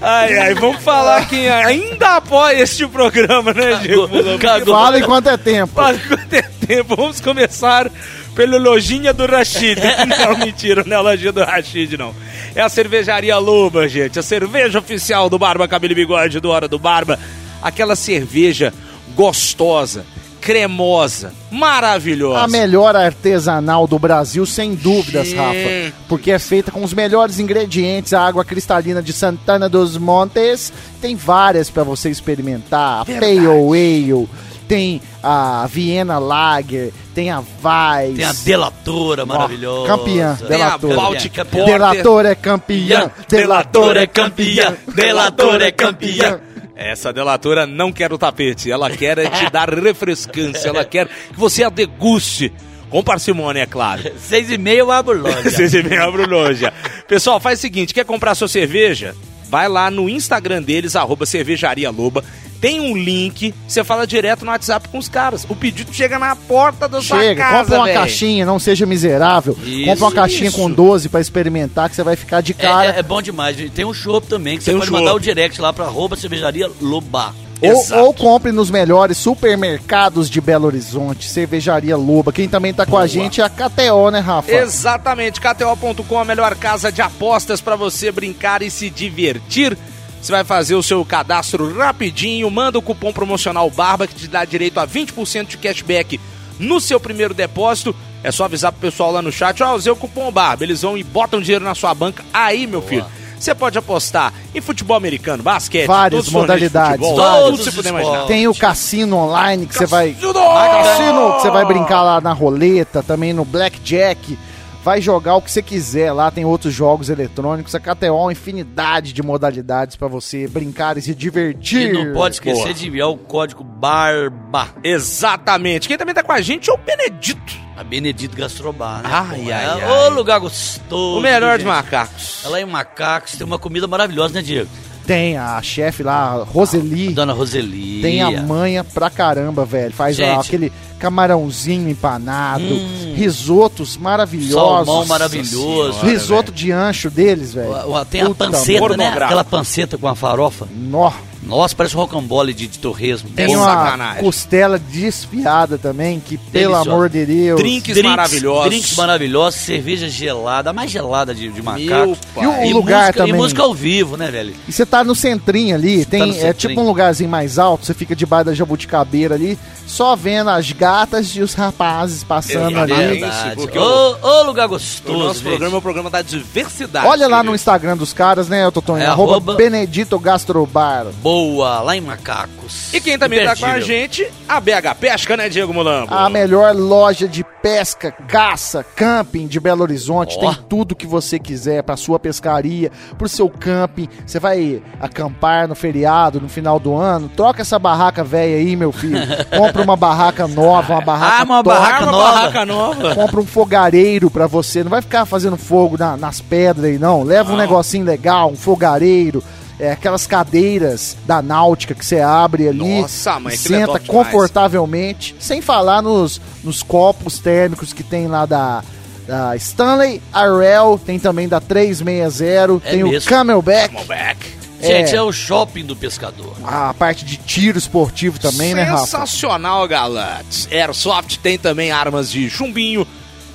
Speaker 1: Ai, ai, vamos falar quem ainda apoia este programa, né, Diego?
Speaker 2: Cagou.
Speaker 3: Fala enquanto é tempo.
Speaker 1: Fala quanto é tempo. Vamos começar pelo Lojinha do Rashid. Não, mentira, não é a Lojinha do Rashid, não. É a cervejaria Luba, gente. A cerveja oficial do Barba Cabelo e Bigode do Hora do Barba. Aquela cerveja gostosa, cremosa, maravilhosa.
Speaker 3: A melhor artesanal do Brasil, sem dúvidas,
Speaker 1: Gente.
Speaker 3: Rafa. Porque é feita com os melhores ingredientes. A água cristalina de Santana dos Montes tem várias para você experimentar. A
Speaker 1: Verdade.
Speaker 3: Pale Ale, tem a Viena Lager, tem a Weiss.
Speaker 2: Tem a delatora maravilhosa.
Speaker 3: campeã.
Speaker 1: Tem a
Speaker 3: Delator.
Speaker 1: Baltic
Speaker 2: Campeão.
Speaker 1: Porter.
Speaker 3: Delator é campeã.
Speaker 2: Delatora é campeã. Delatora é campeã.
Speaker 1: Essa delatora não quer o tapete, ela quer é te dar refrescância, ela quer que você a deguste. Com parcimônia, é claro.
Speaker 2: Seis e meia eu abro loja.
Speaker 1: Vocês se abro loja. Pessoal, faz o seguinte, quer comprar sua cerveja? Vai lá no Instagram deles, arroba cervejaria Loba. Tem um link, você fala direto no WhatsApp com os caras. O pedido chega na porta da sua
Speaker 3: Chega,
Speaker 1: casa,
Speaker 3: compra uma
Speaker 1: véi.
Speaker 3: caixinha, não seja miserável.
Speaker 2: Isso,
Speaker 3: compra uma caixinha
Speaker 1: isso.
Speaker 3: com 12 pra experimentar, que você vai ficar de
Speaker 2: É,
Speaker 3: cara.
Speaker 2: é- é bom demais. gente. Tem um show também que
Speaker 1: Tem
Speaker 2: você
Speaker 1: um
Speaker 2: pode
Speaker 1: chopp.
Speaker 2: mandar o direct lá pra arroba cervejaria Lobar.
Speaker 3: ou,
Speaker 1: Exato.
Speaker 3: ou compre nos melhores supermercados de Belo Horizonte, Cervejaria Loba. Quem também tá com a gente é a KTO, né, Rafa?
Speaker 1: Exatamente, KTO.com, a melhor casa de apostas para você brincar e se divertir. Você vai fazer o seu cadastro rapidinho, manda o cupom promocional BARBA que te dá direito a 20% de cashback no seu primeiro depósito. É só avisar pro pessoal lá no chat, ó, usei o cupom BARBA, eles vão e botam dinheiro na sua banca. Aí, meu filho, você pode apostar em futebol americano, basquete,
Speaker 3: Várias
Speaker 1: todos os torneios de
Speaker 3: modalidades,
Speaker 1: futebol,
Speaker 2: vários.
Speaker 1: tudo que você puder imaginar.
Speaker 3: Tem o cassino online que você vai.
Speaker 1: Cassino!
Speaker 3: Cassino que você vai brincar lá na roleta, também no blackjack. Vai jogar o que você quiser lá, tem outros jogos eletrônicos. A KTO é uma infinidade de modalidades pra você brincar e se divertir.
Speaker 2: E não pode esquecer
Speaker 1: Boa.
Speaker 2: de enviar o código BARBA.
Speaker 1: Exatamente. Quem também tá com a gente é o Benedito.
Speaker 2: A Benedito Gastrobar, né?
Speaker 1: Ai,
Speaker 2: pô?
Speaker 1: ai,
Speaker 2: É
Speaker 1: ai.
Speaker 2: O lugar gostoso.
Speaker 1: O melhor
Speaker 2: gente.
Speaker 1: de macacos.
Speaker 2: É lá em Macacos, tem uma comida maravilhosa, né, Diego?
Speaker 3: Tem a chefe lá, a Roseli.
Speaker 2: Dona Roseli.
Speaker 3: Tem a manha pra caramba, velho. Faz lá
Speaker 2: Gente.
Speaker 3: aquele camarãozinho empanado,
Speaker 2: Hum.
Speaker 3: risotos maravilhosos.
Speaker 2: Salmão maravilhoso.
Speaker 1: Senhora,
Speaker 3: Risoto de ancho deles, velho.
Speaker 2: O- o- Tem a
Speaker 3: Puta
Speaker 2: panceta, né?
Speaker 1: pornográfico.
Speaker 2: Aquela panceta com a farofa.
Speaker 3: Nó.
Speaker 2: Nossa, parece um rocambole de, de torresmo.
Speaker 3: Tem
Speaker 1: É
Speaker 3: uma
Speaker 1: sacanagem.
Speaker 3: costela desfiada também, que pelo
Speaker 2: Deliciosa.
Speaker 3: amor de Deus.
Speaker 1: Drink drinks maravilhosos.
Speaker 2: Drinks maravilhosos, cerveja gelada, a mais gelada de, de
Speaker 1: Meu
Speaker 2: Macacos.
Speaker 1: pai.
Speaker 3: E o- lugar
Speaker 2: música,
Speaker 3: também.
Speaker 2: E música ao vivo, né, velho?
Speaker 3: E você tá no centrinho ali, tem,
Speaker 2: no
Speaker 3: é
Speaker 2: centrinho.
Speaker 3: tipo um lugarzinho mais alto, você fica debaixo da jabuticabeira ali, só vendo as gatas e os rapazes passando
Speaker 1: Exatamente.
Speaker 3: ali.
Speaker 1: isso, porque
Speaker 2: Ô, ô lugar gostoso,
Speaker 1: O nosso
Speaker 2: gente.
Speaker 1: programa é o programa da diversidade.
Speaker 3: Olha lá no
Speaker 1: querido.
Speaker 3: Instagram dos caras, né, Totonho?
Speaker 2: É
Speaker 3: arroba,
Speaker 2: arroba-
Speaker 3: Benedito Gastrobar.
Speaker 2: Boa, lá em Macacos.
Speaker 1: E quem também tá com a
Speaker 2: Imperdível.
Speaker 1: gente, a BH Pesca, né, Diego Mulambo?
Speaker 3: A melhor loja de pesca, caça, camping de Belo Horizonte.
Speaker 2: Ó.
Speaker 3: Tem tudo que você quiser pra sua pescaria, pro seu camping. Você vai acampar no feriado, no final do ano. Troca essa barraca velha aí, meu filho. Compra uma barraca nova, uma barraca
Speaker 2: Arma Ah, uma
Speaker 3: top.
Speaker 2: barraca
Speaker 1: Arma
Speaker 2: nova.
Speaker 1: barraca nova.
Speaker 3: Compra um fogareiro pra você. Não vai ficar fazendo fogo na- nas pedras aí, não. Leva um negocinho legal, um fogareiro. É, aquelas cadeiras da náutica que você abre ali.
Speaker 1: Nossa, mãe, aquilo é
Speaker 3: Senta
Speaker 1: top demais.
Speaker 3: confortavelmente. Sem falar nos, nos copos térmicos que tem lá da, da Stanley, Arel, tem também da 360,
Speaker 2: É
Speaker 3: tem o
Speaker 2: mesmo.
Speaker 3: Camelback.
Speaker 1: Camelback.
Speaker 2: Gente,
Speaker 3: É.
Speaker 2: é. o shopping do pescador.
Speaker 3: A parte de tiro esportivo também, né, Rafa?
Speaker 1: Sensacional, galantes. Airsoft tem também armas de chumbinho.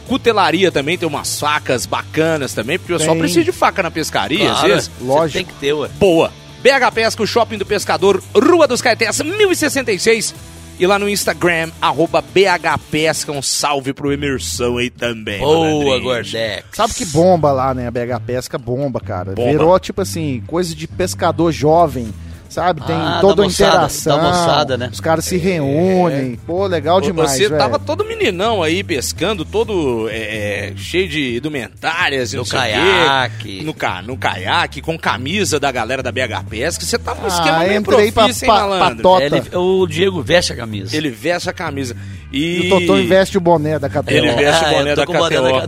Speaker 1: Cutelaria também tem umas facas bacanas também, porque o pessoal
Speaker 3: Tem.
Speaker 1: precisa de faca na pescaria, às
Speaker 2: Claro,
Speaker 1: vezes.
Speaker 2: você
Speaker 3: lógico.
Speaker 2: Tem que ter, ué.
Speaker 1: Boa. BH Pesca, o Shopping do Pescador, Rua dos Caetés, 1066. E lá no Instagram, arroba BH Pesca, um salve pro Emerson aí também.
Speaker 2: Boa,
Speaker 1: malandrinho.
Speaker 2: Gordex.
Speaker 3: Sabe que bomba lá, né? A BH Pesca bomba, cara.
Speaker 1: Bomba.
Speaker 3: Virou, tipo assim, coisa de pescador jovem, sabe? Tem
Speaker 2: Ah,
Speaker 3: toda
Speaker 2: da
Speaker 3: a
Speaker 2: moçada,
Speaker 3: interação.
Speaker 2: da moçada, né?
Speaker 3: Os caras se reúnem. Pô, legal demais,
Speaker 1: Você
Speaker 3: velho.
Speaker 1: tava todo meninão aí pescando, todo é, é, cheio de indumentárias, e
Speaker 2: No
Speaker 1: não sei o quê.
Speaker 2: caiaque.
Speaker 1: no, ca, no caiaque, com camisa da galera da BH Pesca. Você tá num
Speaker 3: Ah,
Speaker 1: esquema meio
Speaker 3: entrei pra-
Speaker 1: propício,
Speaker 3: pra-
Speaker 1: hein, malandro?
Speaker 3: pra top.
Speaker 2: É, ele- o Diego veste a camisa.
Speaker 1: Ele veste a camisa. E...
Speaker 3: E o Totó investe o boné da KTO.
Speaker 1: Ele veste o
Speaker 2: Ah, eu
Speaker 1: boné
Speaker 2: tô
Speaker 1: da
Speaker 2: com o boné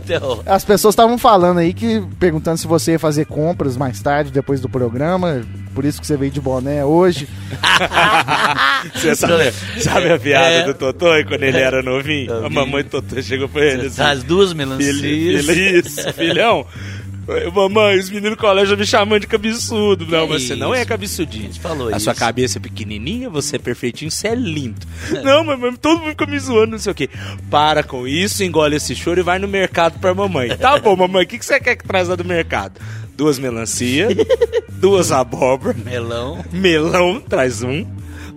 Speaker 1: KTO.
Speaker 2: KTO.
Speaker 3: As pessoas estavam falando aí que perguntando se você ia fazer compras mais tarde, depois do programa. Por isso que você veio de boné hoje.
Speaker 1: Você sabe, sabe a piada
Speaker 2: É.
Speaker 1: do Totô quando ele era novinho? A
Speaker 2: Novinho.
Speaker 1: mamãe do Totô chegou pra ele assim.
Speaker 2: As duas melancias.
Speaker 1: Filho, filho, isso, filhão. Eh, Mamãe, os meninos do colégio me chamam de cabeçudo. Não,
Speaker 2: Que
Speaker 1: mas você não é
Speaker 2: isso.
Speaker 1: cabeçudinho.
Speaker 2: A gente falou
Speaker 1: A
Speaker 2: isso.
Speaker 1: sua cabeça é pequenininha, você é perfeitinho, você é lindo. não, mamãe, todo mundo fica me zoando, não sei o quê. Para com isso, engole esse choro e vai no mercado pra mamãe. Tá bom, mamãe, o que, que você quer que traz lá do mercado? Duas melancia, duas abóbora,
Speaker 2: Melão.
Speaker 1: melão, traz um.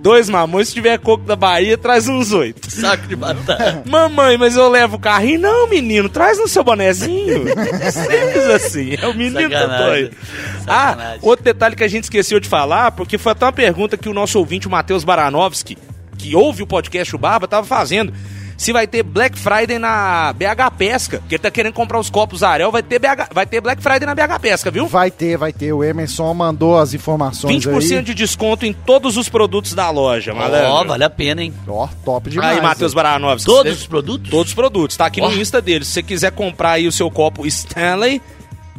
Speaker 1: Dois mamões, se tiver coco da Bahia, traz uns oito.
Speaker 2: Saco de batata.
Speaker 1: Mamãe, mas eu levo o carrinho? Não, menino, traz no seu bonezinho. Simples assim, é o menino
Speaker 2: Sacanagem.
Speaker 1: doido. Ah,
Speaker 2: Sacanagem.
Speaker 1: outro detalhe que a gente esqueceu de falar, porque foi até uma pergunta que o nosso ouvinte, o Matheus Baranovski, que ouve o podcast O Barba, estava fazendo. se vai ter Black Friday na BH Pesca. Porque ele tá querendo comprar os copos Arel, vai ter, BH, vai ter Black Friday na BH Pesca, viu?
Speaker 3: Vai ter, vai ter. O Emerson mandou as informações
Speaker 1: 20%
Speaker 3: Então, aí.
Speaker 1: de desconto em todos os produtos da loja, malandro.
Speaker 2: Ó, vale a pena, hein?
Speaker 3: Ó, top demais.
Speaker 1: aí, Matheus Baranovski.
Speaker 2: Todos
Speaker 1: você-
Speaker 2: os produtos?
Speaker 1: Todos os produtos. Tá aqui
Speaker 2: Ó.
Speaker 1: no Insta deles. Se você quiser comprar aí o seu copo Stanley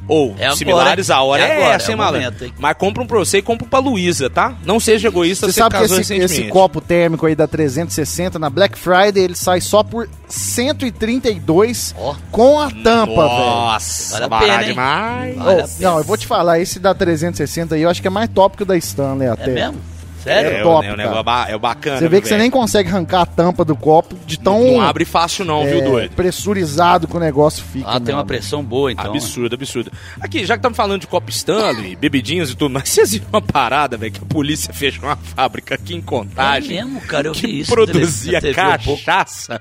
Speaker 1: ou
Speaker 2: É agora.
Speaker 1: similares, a hora
Speaker 2: É
Speaker 1: é,
Speaker 2: agora,
Speaker 1: essa,
Speaker 2: é
Speaker 1: hein,
Speaker 2: o
Speaker 1: malandro?
Speaker 2: momento, hein?
Speaker 1: Mas compra um pra você e compra um pra Luísa, tá? Não seja egoísta,
Speaker 3: Você
Speaker 1: você,
Speaker 3: sabe que
Speaker 1: casou
Speaker 3: esse, esse
Speaker 1: recentemente.
Speaker 3: copo térmico aí da 360 na Black Friday ele sai só por 132
Speaker 2: Ó.
Speaker 3: com a tampa, velho.
Speaker 1: Nossa,
Speaker 2: Vale a
Speaker 1: barato
Speaker 2: pena, hein?
Speaker 1: demais.
Speaker 2: Vale a
Speaker 3: Ô,
Speaker 2: pena.
Speaker 3: não, eu vou te falar, esse da 360 aí eu acho que é mais top que o da Stanley
Speaker 2: É
Speaker 3: até.
Speaker 2: mesmo? Sério?
Speaker 1: É,
Speaker 3: top,
Speaker 1: o, é, o
Speaker 3: cara.
Speaker 1: negócio ba- é o bacana.
Speaker 3: Você vê que você
Speaker 1: velho.
Speaker 3: nem consegue arrancar a tampa do copo de tão
Speaker 1: Não abre fácil não,
Speaker 3: é,
Speaker 1: viu, doido?
Speaker 3: pressurizado que o negócio fica.
Speaker 2: Ah, tem
Speaker 3: mesmo.
Speaker 2: uma pressão boa, então.
Speaker 1: Absurdo, absurdo. Aqui, já que estamos falando de Copa Stanley, bebidinhas e tudo, mas vocês viram uma parada, velho, que a polícia fechou uma fábrica aqui em
Speaker 2: É
Speaker 1: Contagem.
Speaker 2: mesmo, cara, eu vi
Speaker 1: que
Speaker 2: isso. na tele-
Speaker 1: produzia
Speaker 2: na TV um pouco.
Speaker 1: cachaça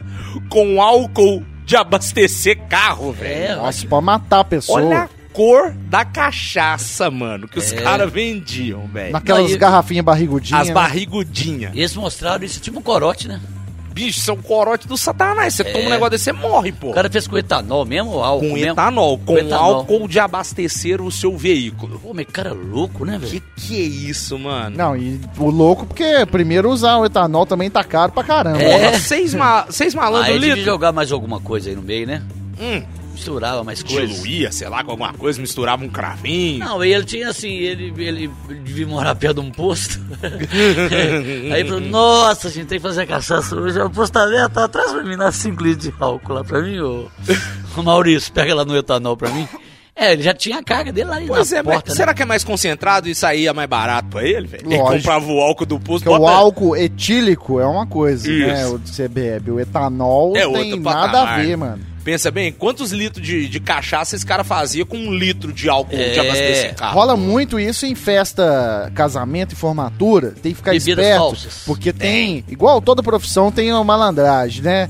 Speaker 1: com álcool de abastecer carro,
Speaker 2: É,
Speaker 1: velho.
Speaker 3: Nossa, pra matar a pessoa.
Speaker 1: Olha a cor da cachaça, mano, que os
Speaker 2: É.
Speaker 1: caras vendiam, velho.
Speaker 3: Naquelas
Speaker 2: Aí-
Speaker 3: garrafinhas barrigudinhas.
Speaker 1: As
Speaker 3: né?
Speaker 1: barrigudinhas.
Speaker 2: Eles mostraram isso tipo um corote, né?
Speaker 1: Bicho, são corote do satanás. Você toma um negócio desse, você morre, pô.
Speaker 2: O É. cara fez com etanol mesmo ou álcool
Speaker 1: com
Speaker 2: mesmo?
Speaker 1: etanol, com,
Speaker 2: etanol.
Speaker 1: álcool de abastecer o seu veículo.
Speaker 2: Pô, mas cara é louco, né, velho?
Speaker 1: Que que é isso, mano?
Speaker 3: né? Não, e o louco, porque primeiro usar o etanol também tá caro pra caramba.
Speaker 2: É.
Speaker 1: Porra, seis, ma seis malandros
Speaker 2: Ah, Aí
Speaker 1: ali.
Speaker 2: tinha que jogar mais alguma coisa aí no meio, né?
Speaker 1: Hum,
Speaker 2: Misturava mais coisas.
Speaker 1: diluía, sei lá, com alguma coisa, misturava um cravinho.
Speaker 2: Não, e ele tinha assim, ele, ele devia morar perto de um posto. Aí ele falou, nossa, a gente tem que fazer a cachaça hoje. O posto tá aberto, tá atrás pra mim, dá 5 litros de álcool lá pra mim, ô. ô Maurício, pega lá no etanol pra mim. É, ele já tinha a carga dele lá
Speaker 1: Pois
Speaker 2: na
Speaker 1: é, mas
Speaker 2: porta, né?
Speaker 1: será que é mais concentrado e saía mais barato pra ele, velho? Ele
Speaker 3: Lógico.
Speaker 1: comprava o álcool do posto.
Speaker 3: Porque o
Speaker 1: bota-
Speaker 3: álcool etílico é uma coisa, né?
Speaker 1: Isso.
Speaker 3: O que você bebe. O etanol
Speaker 1: É outro
Speaker 3: tem nada a
Speaker 1: patamar.
Speaker 3: ver, mano.
Speaker 1: Pensa bem, quantos litros de, de cachaça esse cara fazia com um litro de álcool
Speaker 2: É.
Speaker 1: de abastecer carro?
Speaker 3: Rola muito isso em festa, casamento e formatura. Tem que ficar
Speaker 2: Bebidas
Speaker 3: esperto.
Speaker 2: falsas.
Speaker 1: É.
Speaker 3: Porque tem, igual toda profissão, tem uma malandragem, né?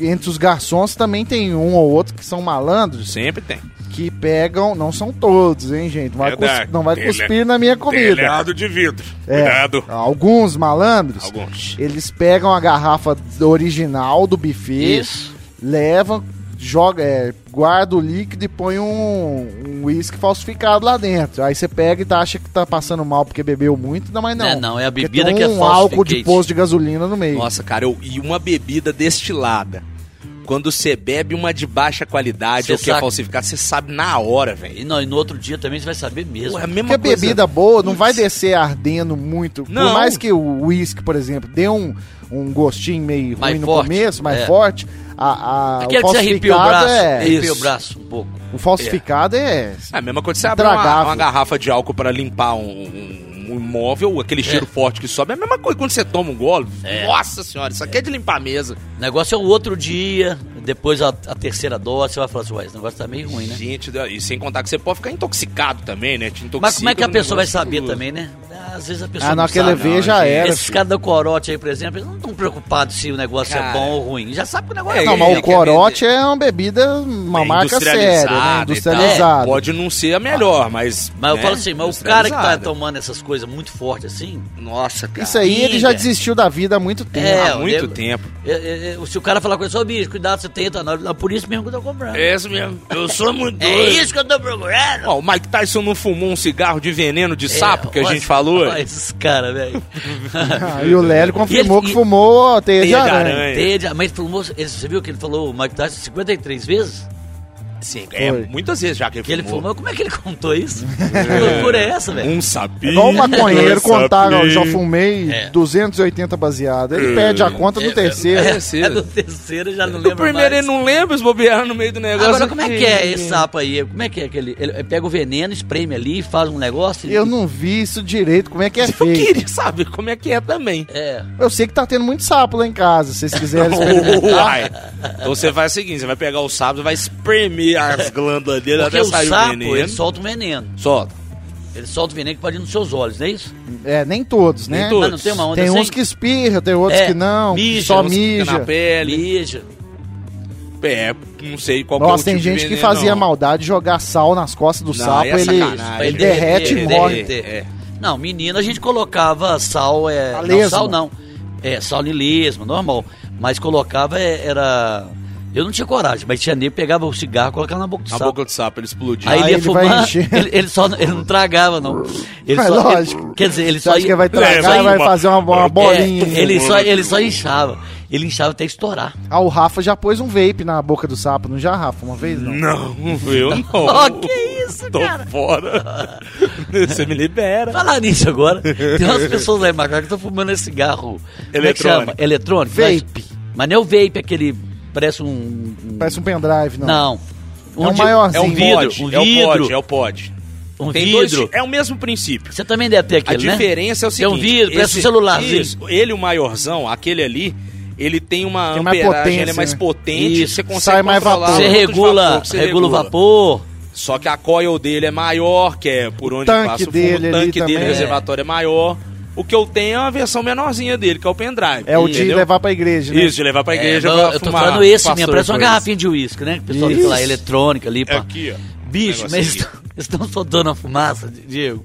Speaker 3: E Entre os garçons também tem um ou outro que são malandros,
Speaker 1: Sempre tem.
Speaker 3: que pegam, não são todos, hein, gente? Não vai,
Speaker 1: Verdade.
Speaker 3: cus- não vai
Speaker 1: Tele-
Speaker 3: cuspir na minha comida.
Speaker 1: Telhado de vidro.
Speaker 3: É,
Speaker 1: Cuidado.
Speaker 3: Alguns malandros,
Speaker 1: Alguns.
Speaker 3: eles pegam a garrafa original do buffet,
Speaker 2: Isso.
Speaker 3: leva, joga, é, guarda o líquido e põe um um uísque falsificado lá dentro. Aí você pega e tá- acha que tá passando mal porque bebeu muito, não, mas não.
Speaker 2: Não é não, é a
Speaker 3: Porque
Speaker 2: bebida
Speaker 3: tem
Speaker 2: que é
Speaker 3: um álcool de
Speaker 2: falsificate.
Speaker 3: posto de gasolina no meio.
Speaker 1: Nossa, cara, eu- e uma bebida destilada. Quando você bebe uma de baixa qualidade
Speaker 2: Cê
Speaker 1: ou que é
Speaker 2: saca.
Speaker 1: falsificada, você sabe na hora, velho.
Speaker 2: E, não, e no outro dia também você vai saber mesmo.
Speaker 1: Pô, é a mesma
Speaker 3: Porque a
Speaker 1: coisa.
Speaker 3: bebida boa não vai descer ardendo muito. Por
Speaker 1: Não.
Speaker 3: mais que o uísque, por exemplo, dê um, um gostinho meio ruim
Speaker 2: Mais
Speaker 3: no
Speaker 2: forte,
Speaker 3: começo, mais
Speaker 2: é.
Speaker 3: forte, a, a,
Speaker 2: Aquele
Speaker 3: o
Speaker 2: é que você arrepia o
Speaker 3: falsificado
Speaker 2: braço,
Speaker 3: é...
Speaker 2: arrepia o
Speaker 1: Isso.
Speaker 2: braço um pouco.
Speaker 3: O falsificado é...
Speaker 1: É a mesma coisa que você abre uma,
Speaker 3: Intragável.
Speaker 1: uma garrafa de álcool pra limpar um, um- um imóvel, aquele cheiro forte que sobe. É a mesma coisa quando você toma um gole. Nossa senhora, isso aqui é de limpar a mesa.
Speaker 2: O negócio é o outro dia, depois a, a terceira dose, você vai falar assim, ué, esse negócio tá meio ruim, né?
Speaker 1: Gente, e sem contar que você pode ficar intoxicado também, né? Te intoxica
Speaker 2: Mas como é que a
Speaker 1: do
Speaker 2: pessoa vai
Speaker 1: negócio
Speaker 2: saber
Speaker 1: todo.
Speaker 2: também, né? Às vezes a pessoa
Speaker 3: Ah,
Speaker 2: não
Speaker 3: na hora que
Speaker 2: sabe.
Speaker 3: ele vê,
Speaker 1: não,
Speaker 3: já
Speaker 1: gente.
Speaker 3: era.
Speaker 2: Esses
Speaker 3: filho.
Speaker 2: caras da corote aí, por exemplo, eles não estão preocupados se o negócio
Speaker 1: Cara.
Speaker 2: é bom ou ruim. Já sabe que o negócio
Speaker 1: É,
Speaker 2: é,
Speaker 3: Não,
Speaker 2: ruim.
Speaker 3: mas
Speaker 1: Ele
Speaker 3: o
Speaker 1: quer
Speaker 3: Corote é uma bebida, uma
Speaker 1: É
Speaker 3: marca
Speaker 1: industrializada
Speaker 3: séria, né?
Speaker 1: e tal.
Speaker 3: Industrializada.
Speaker 1: Pode não ser a melhor, mas.
Speaker 2: Mas eu
Speaker 3: É,
Speaker 1: né,
Speaker 2: falo assim, mas o cara que tá
Speaker 1: industrializada.
Speaker 2: tomando essas coisas muito forte assim,
Speaker 1: Nossa, cara.
Speaker 3: Isso aí ele já
Speaker 2: Amiga.
Speaker 3: desistiu da vida há muito tempo.
Speaker 2: É,
Speaker 1: Há
Speaker 2: eu
Speaker 1: muito
Speaker 2: lembro.
Speaker 1: tempo.
Speaker 2: é, é, é, se o cara falar com ele, só bicho, cuidado, você tem tá etanol, Não, por isso mesmo que eu tô comprando. É,
Speaker 1: isso mesmo. Eu sou muito
Speaker 2: isso que eu tô procurando.
Speaker 1: Ó, o Mike Tyson não fumou um cigarro de veneno de sapo que a
Speaker 2: É, olha-
Speaker 1: gente falou?
Speaker 2: olha esses caras, velho.
Speaker 3: Ah, E o Lélio confirmou
Speaker 2: E ele-
Speaker 3: que fumou a teia de
Speaker 1: Teia de
Speaker 3: aranha.
Speaker 1: aranha. É.
Speaker 2: Entende? Mas ele falou, ele- você viu que ele falou o Mike Tyson 53 vezes?
Speaker 1: Sim, é,
Speaker 3: Foi.
Speaker 1: muitas vezes já que ele
Speaker 2: Que ele
Speaker 1: fumou.
Speaker 2: fumou, como é que ele contou isso? Que loucura é essa, velho?
Speaker 1: Um
Speaker 3: É
Speaker 1: sapinho.
Speaker 3: Igual o maconheiro
Speaker 1: dois
Speaker 3: contar, ó,
Speaker 1: sapinhos.
Speaker 3: já fumei
Speaker 2: É.
Speaker 3: 280 baseado. Ele pede a conta do terceiro.
Speaker 1: É,
Speaker 2: É
Speaker 1: cedo.
Speaker 2: do terceiro, eu já não
Speaker 1: No
Speaker 2: lembro
Speaker 1: primeiro
Speaker 2: mais.
Speaker 1: ele não lembra, os bobearam no meio do negócio.
Speaker 2: Agora, como é que é esse sapo aí? Como é que é aquele? Ele ele pega o veneno, espreme ali, faz um negócio. e-
Speaker 3: Eu não vi isso direito, como é que é
Speaker 1: Eu
Speaker 3: feito.
Speaker 1: queria saber como é que é também.
Speaker 2: É.
Speaker 3: Eu sei que tá tendo muito sapo lá em casa, se vocês quiserem experimentar.
Speaker 1: Uai. Então você faz o seguinte, você vai pegar o sapo, vai espremer as glândulas dele
Speaker 2: Porque
Speaker 1: até
Speaker 2: o
Speaker 1: sair o
Speaker 2: sapo, ele
Speaker 1: veneno.
Speaker 2: solta o veneno.
Speaker 1: Solta.
Speaker 2: Ele solta o veneno que pode ir nos seus olhos, não é isso?
Speaker 3: É, nem todos, né?
Speaker 1: Nem todos.
Speaker 2: Mas não tem uma onda
Speaker 3: Tem
Speaker 2: assim?
Speaker 3: uns que espirra, tem outros
Speaker 2: É,
Speaker 3: que não, que
Speaker 2: mija,
Speaker 3: só
Speaker 1: uns que fica
Speaker 3: mija.
Speaker 1: na pele.
Speaker 2: Mija.
Speaker 1: É, não sei qual
Speaker 3: Nossa,
Speaker 1: que é o
Speaker 3: tem
Speaker 1: tipo de
Speaker 3: gente que
Speaker 1: veneno,
Speaker 3: fazia
Speaker 1: não.
Speaker 3: maldade de jogar sal nas costas do
Speaker 1: Não,
Speaker 3: sapo,
Speaker 1: aí é
Speaker 3: ele,
Speaker 1: sacanagem.
Speaker 3: ele
Speaker 1: Ele
Speaker 3: derrete e
Speaker 1: derrete,
Speaker 3: morre.
Speaker 1: é.
Speaker 2: Não, menina, a gente colocava sal, é.
Speaker 3: Sal lesma.
Speaker 2: Não, sal não. É, sal nilismo, normal. Mas colocava, é, era. Eu não tinha coragem, mas tinha nego que pegava o cigarro e colocava na boca do
Speaker 1: A
Speaker 2: sapo.
Speaker 1: boca do sapo, ele explodiu.
Speaker 2: Aí ele ia
Speaker 3: Aí ele vai
Speaker 2: fumar,
Speaker 3: encher.
Speaker 2: ele, ele só ele não tragava, não. Ele
Speaker 3: Mas
Speaker 2: só, ele-
Speaker 3: lógico.
Speaker 2: quer dizer, ele
Speaker 3: Você
Speaker 2: só
Speaker 3: acha
Speaker 2: ia-
Speaker 3: que vai
Speaker 1: É,
Speaker 3: tragar
Speaker 1: vai
Speaker 3: e vai
Speaker 1: uma-
Speaker 3: fazer uma, uma bolinha?
Speaker 2: É, ele, só, ele só inchava. Ele inchava até estourar.
Speaker 3: Ah, o Rafa já pôs um vape na boca do sapo, não já, Rafa? Uma vez não.
Speaker 1: Não, eu não.
Speaker 2: Oh, que isso,
Speaker 1: Tô
Speaker 2: cara?
Speaker 1: fora. Você me libera.
Speaker 2: Falar nisso agora, tem umas pessoas lá em Macau que estão fumando esse cigarro. como é que
Speaker 1: Eletrônico.
Speaker 2: chama? Eletrônico?
Speaker 3: Vape.
Speaker 2: Mas, mas não é o vape, aquele. Parece um. um-
Speaker 3: Parece um pendrive, não.
Speaker 2: não.
Speaker 3: um
Speaker 2: de-
Speaker 3: maiorzinho.
Speaker 2: É um vidro.
Speaker 1: pod,
Speaker 2: um
Speaker 1: é o pod,
Speaker 2: vidro.
Speaker 1: é o pod.
Speaker 2: um
Speaker 1: Tem dois-
Speaker 2: vidro.
Speaker 1: é o mesmo princípio.
Speaker 2: Você também deve ter
Speaker 1: A
Speaker 2: aquele, né?
Speaker 1: diferença é o
Speaker 2: Tem
Speaker 1: seguinte.
Speaker 2: um vidro, parece um
Speaker 1: esse-
Speaker 2: celularzinho.
Speaker 1: isso, ele, o maiorzão, aquele ali, ele tem uma
Speaker 3: Tem mais
Speaker 1: amperagem, ele é
Speaker 3: potência,
Speaker 1: mais
Speaker 3: né?
Speaker 1: potente,
Speaker 2: Isso,
Speaker 1: você consegue
Speaker 3: sai mais
Speaker 1: controlar
Speaker 3: vapor.
Speaker 1: o
Speaker 2: Você
Speaker 1: quanto de
Speaker 2: regula,
Speaker 1: vapor que você
Speaker 2: regula o vapor.
Speaker 1: Só que a coil dele é maior, que é por onde
Speaker 3: tanque
Speaker 1: passa o fumo.
Speaker 3: dele
Speaker 1: o
Speaker 3: ali
Speaker 1: tanque dele,
Speaker 3: também.
Speaker 1: o reservatório é maior. O que eu tenho é uma versão menorzinha dele, que é o pendrive.
Speaker 3: É o de
Speaker 1: entendeu?
Speaker 3: levar pra igreja, né?
Speaker 1: Isso, de levar pra igreja
Speaker 2: É,
Speaker 1: pra
Speaker 2: eu tô
Speaker 1: fumar
Speaker 2: falando esse
Speaker 1: pastor
Speaker 2: mesmo, parece uma
Speaker 1: depois. É
Speaker 2: garrafinha de uísque, né? Que o pessoal fica lá,
Speaker 3: Isso.
Speaker 2: eletrônica
Speaker 3: É
Speaker 2: ali, pá.
Speaker 1: Aqui, É assim. ó.
Speaker 2: Bicho,
Speaker 1: Negócio
Speaker 2: mas eles
Speaker 1: aqui.
Speaker 2: estão- eles estão soltando a fumaça, Diego.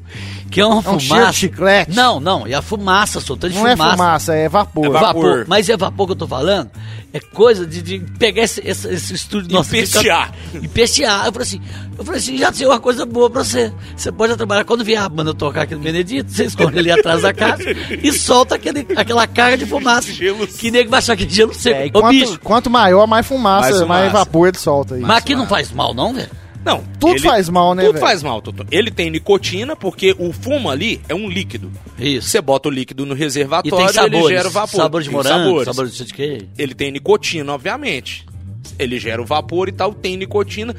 Speaker 2: Que é uma
Speaker 3: um cheiro de
Speaker 2: fumaça.
Speaker 3: chiclete.
Speaker 2: Não, não, é a fumaça soltando de
Speaker 3: Não é fumaça, é vapor.
Speaker 1: É
Speaker 2: Vapor.
Speaker 1: Vapor.
Speaker 2: Mas é vapor que eu tô falando? É coisa de, de pegar esse, esse, esse estúdio
Speaker 1: E
Speaker 2: nosso. aqui,
Speaker 1: pestear.
Speaker 2: ficar- E pestear. Eu falei assim, eu falei assim, já tem uma coisa boa pra você. Você pode trabalhar quando vier a banda tocar aqui no Benedito, você esconde ali atrás da casa e solta aquele, aquela carga de fumaça.
Speaker 1: Gelo.
Speaker 2: Que nego vai achar que é gelo seco.
Speaker 3: É, e
Speaker 2: Ô,
Speaker 3: quanto,
Speaker 2: bicho,
Speaker 3: quanto maior, mais fumaça,
Speaker 1: Mais
Speaker 3: mais,
Speaker 1: fumaça.
Speaker 3: vapor ele solta aí.
Speaker 2: mas aqui não faz mal, não, velho?
Speaker 1: Não,
Speaker 3: Tudo faz mal, né,
Speaker 1: Tudo
Speaker 3: velho?
Speaker 1: faz mal, Totô. Ele tem nicotina, porque o fumo ali é um líquido.
Speaker 2: Isso.
Speaker 1: Você bota o líquido no
Speaker 2: E
Speaker 1: reservatório,
Speaker 2: tem
Speaker 1: ele
Speaker 2: sabores.
Speaker 1: gera o vapor.
Speaker 2: Sabor de
Speaker 1: Tem
Speaker 2: morango,
Speaker 1: sabores.
Speaker 2: sabor de de quê?
Speaker 1: Ele tem nicotina, obviamente. Ele gera o vapor e tal, tem nicotina.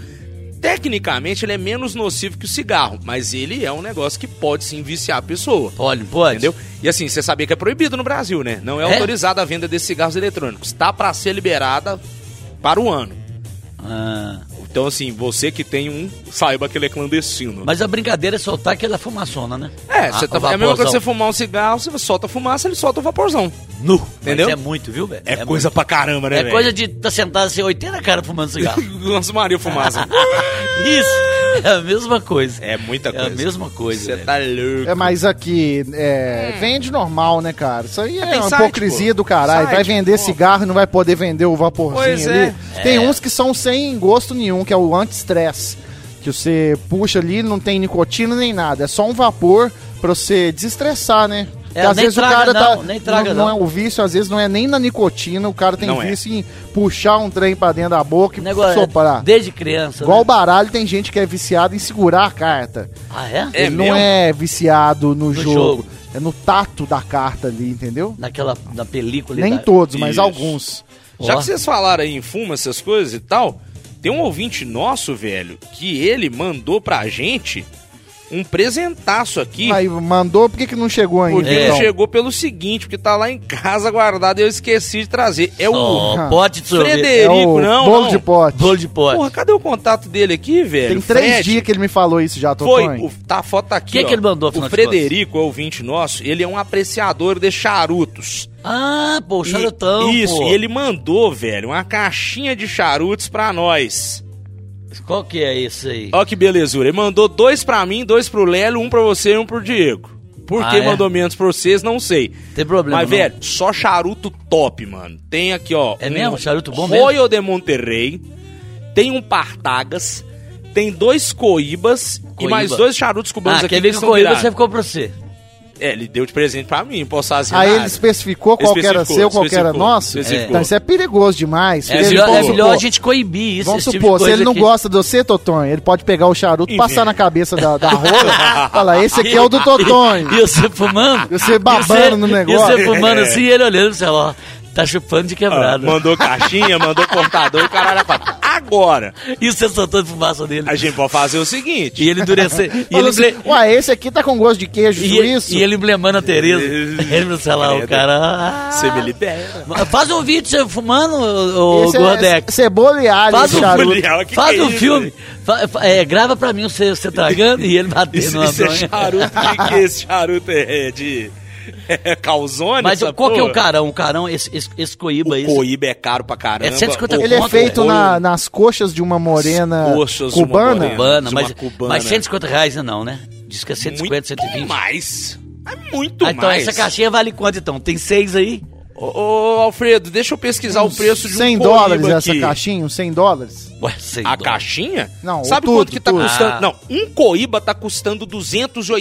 Speaker 1: Tecnicamente, ele é menos nocivo que o cigarro, mas ele é um negócio que pode sim viciar a pessoa.
Speaker 2: Olha, pode.
Speaker 1: Entendeu? E assim, você sabia que é proibido no Brasil, né? Não é,
Speaker 2: É?
Speaker 1: autorizada a venda desses cigarros eletrônicos. Está para ser liberada para o ano.
Speaker 2: Ah,
Speaker 1: Então, assim, você que tem um, saiba que ele é clandestino.
Speaker 2: mas a brincadeira é soltar aquela fumaçona, né?
Speaker 1: É, você
Speaker 2: Ah,
Speaker 1: tá,
Speaker 2: o
Speaker 1: é a mesma coisa que você
Speaker 2: vaporzão.
Speaker 1: fumar um cigarro, você solta a fumaça, ele solta o vaporzão.
Speaker 2: Nu.
Speaker 1: Entendeu?
Speaker 2: Mas é muito, viu, velho?
Speaker 1: É, coisa pra caramba, né,
Speaker 2: É
Speaker 1: velho?
Speaker 2: coisa de estar tá sentado assim, 80 cara fumando cigarro.
Speaker 1: Lança Maria fumaça.
Speaker 2: Isso! É a mesma coisa.
Speaker 1: é muita
Speaker 2: É a
Speaker 1: coisa.
Speaker 2: mesma coisa.
Speaker 1: Você
Speaker 2: velho.
Speaker 1: tá louco.
Speaker 3: É, mas aqui, é, vende normal, né, cara? Isso aí é
Speaker 1: tem
Speaker 3: uma
Speaker 1: site,
Speaker 3: hipocrisia
Speaker 1: pô.
Speaker 3: do caralho.
Speaker 1: Site,
Speaker 3: Vai
Speaker 1: pô.
Speaker 3: vender cigarro e não vai poder vender o vaporzinho
Speaker 1: Pois é.
Speaker 3: ali. Tem uns que são sem gosto nenhum, que é o anti-stress. Que você puxa ali, não tem nicotina nem nada. É só um vapor pra você desestressar, né?
Speaker 2: É,
Speaker 3: Porque às
Speaker 2: nem
Speaker 3: vezes
Speaker 2: traga
Speaker 3: o cara
Speaker 2: não,
Speaker 3: tá.
Speaker 2: nem traga
Speaker 3: não,
Speaker 2: não.
Speaker 3: é o vício, às vezes não é nem na nicotina, o cara tem
Speaker 1: Não é.
Speaker 3: vício em puxar um trem pra dentro da boca
Speaker 2: O
Speaker 3: e
Speaker 2: negócio é
Speaker 3: soprar.
Speaker 2: desde criança.
Speaker 3: Igual o
Speaker 2: né?
Speaker 3: baralho, tem gente que é viciada em segurar a carta.
Speaker 2: Ah, é?
Speaker 1: É
Speaker 3: ele
Speaker 1: mesmo?
Speaker 3: não é viciado no, jogo.
Speaker 2: jogo.
Speaker 3: É no tato da carta ali, entendeu?
Speaker 2: Naquela da película.
Speaker 3: Nem
Speaker 2: da...
Speaker 3: todos, mas
Speaker 1: Isso.
Speaker 3: alguns.
Speaker 1: Já
Speaker 2: Ó.
Speaker 1: que vocês falaram aí em fumo, essas coisas e tal, tem um ouvinte nosso, velho, que ele mandou pra gente um presentaço aqui.
Speaker 3: Aí mandou, por que, que não chegou ainda? então?
Speaker 1: Porque
Speaker 2: É.
Speaker 1: ele chegou pelo seguinte, porque tá lá em casa guardado e eu esqueci de trazer. É o
Speaker 2: Ó, pote de sorvete.
Speaker 1: Frederico,
Speaker 3: É o
Speaker 1: não,
Speaker 3: bolo
Speaker 1: não.
Speaker 3: de pote.
Speaker 2: Bolo de pote.
Speaker 1: Porra, cadê o contato dele aqui, velho?
Speaker 3: Tem três
Speaker 1: Fred.
Speaker 3: dias que ele me falou isso já, Totó.
Speaker 1: Foi,
Speaker 3: hein?
Speaker 1: o, tá, a foto tá aqui.
Speaker 2: Quem é
Speaker 1: ó.
Speaker 2: que ele mandou, afinal
Speaker 1: O
Speaker 2: de
Speaker 1: Frederico, é ouvinte nosso, ele é um apreciador de charutos.
Speaker 2: Ah, pô, o charutão.
Speaker 1: E- Isso,
Speaker 2: pô.
Speaker 1: e ele mandou, velho, uma caixinha de charutos pra nós.
Speaker 2: Qual que é esse aí?
Speaker 1: Ó que belezura. Ele mandou dois pra mim, dois pro Lélio, um pra você e um pro Diego. Por
Speaker 2: Ah,
Speaker 1: que
Speaker 2: é?
Speaker 1: mandou menos pra vocês, não sei.
Speaker 2: Tem problema.
Speaker 1: Mas,
Speaker 2: não?
Speaker 1: velho, só charuto top, mano. Tem aqui, ó. um
Speaker 2: É mesmo? Charuto bom
Speaker 1: Royal de Monterrey. Tem um Partagas. Tem dois Coibas. E
Speaker 2: Coíba.
Speaker 1: mais dois charutos cubanos
Speaker 2: ah,
Speaker 1: aqui.
Speaker 2: quer ver que o
Speaker 1: estão
Speaker 2: corrida
Speaker 1: virados.
Speaker 2: você ficou pra você.
Speaker 1: É, ele deu de presente pra mim, posso fazer
Speaker 3: Aí
Speaker 1: nada.
Speaker 3: ele especificou qual que era
Speaker 1: Especificou,
Speaker 3: seu, qual que era
Speaker 1: especificou,
Speaker 3: nosso.
Speaker 1: especificou.
Speaker 3: Então isso é perigoso demais.
Speaker 2: É
Speaker 1: Ele
Speaker 3: Porque
Speaker 2: melhor, é
Speaker 1: colocou.
Speaker 3: vamos
Speaker 2: melhor a
Speaker 3: supor-
Speaker 2: gente coibir isso.
Speaker 3: Vamos
Speaker 2: esse tipo de
Speaker 3: supor, se
Speaker 2: coisa
Speaker 3: ele não
Speaker 2: que-
Speaker 3: gosta de você, Totonho, ele pode pegar o charuto,
Speaker 1: E
Speaker 3: passar
Speaker 1: vem.
Speaker 3: na cabeça da, da rola e falar, esse aqui é o do Totonho.
Speaker 2: Ah. E você fumando?
Speaker 3: E você babando
Speaker 2: E você-
Speaker 3: no
Speaker 2: E você
Speaker 3: negócio.
Speaker 2: fumando assim e ele olhando pro celular. Tá chupando de
Speaker 1: Ah,
Speaker 2: quebrado.
Speaker 1: mandou caixinha, mandou cortador, caralho. a quatro. Agora,
Speaker 2: E você soltando fumaça dele.
Speaker 1: a gente pode fazer o seguinte.
Speaker 2: E ele endurecer. E ele,
Speaker 3: Falou assim,
Speaker 2: emble-
Speaker 3: Ué, esse aqui tá com gosto de queijo
Speaker 2: e-
Speaker 3: suíço.
Speaker 2: e ele emblemando a Tereza. Ele no celular,
Speaker 1: É,
Speaker 2: o cara. ah,
Speaker 1: Você me libera.
Speaker 2: Faz um vídeo você fumando, ô, ô
Speaker 3: Esse é
Speaker 2: Gordex.
Speaker 3: cebola e alho,
Speaker 2: Faz
Speaker 3: esse
Speaker 2: um
Speaker 3: charuto.
Speaker 1: é Olha, que
Speaker 2: Faz
Speaker 1: que é
Speaker 2: um
Speaker 1: isso,
Speaker 2: filme.
Speaker 1: velho?
Speaker 2: Fa- fa- é, grava pra mim você, você tragando e ele batendo
Speaker 1: Isso,
Speaker 2: na
Speaker 1: isso é
Speaker 2: bronha.
Speaker 1: charuto. que, que esse charuto é de. É calzone?
Speaker 2: Mas
Speaker 1: essa
Speaker 2: qual que é o
Speaker 1: porra?
Speaker 2: carão? O carão, esse, esse, esse coíba aí.
Speaker 1: O coíba é caro pra caramba.
Speaker 2: É 150
Speaker 1: O
Speaker 3: Ele é
Speaker 2: Conta,
Speaker 3: feito
Speaker 1: velho.
Speaker 3: na- nas coxas de uma morena
Speaker 1: Coxas de uma
Speaker 3: cubana.
Speaker 1: morena.
Speaker 2: cubana,
Speaker 1: de uma
Speaker 2: mas,
Speaker 1: cubana.
Speaker 2: mas 150 reais não, né? Diz que é 150,
Speaker 1: muito
Speaker 2: 120.
Speaker 1: mais. É muito
Speaker 2: Ah, então
Speaker 1: mais.
Speaker 2: essa caixinha vale quanto então? Tem seis aí?
Speaker 1: Ô, ô, Alfredo, deixa eu pesquisar o preço de um
Speaker 3: 100
Speaker 1: Coriba
Speaker 3: dólares essa
Speaker 1: aqui.
Speaker 3: caixinha, uns 100 dólares.
Speaker 2: Ué, sei
Speaker 1: A
Speaker 2: lá.
Speaker 1: caixinha?
Speaker 3: Não, o
Speaker 1: Sabe
Speaker 3: tudo,
Speaker 1: quanto que tá
Speaker 3: tudo.
Speaker 1: custando?
Speaker 2: Ah.
Speaker 1: Não, um coíba tá custando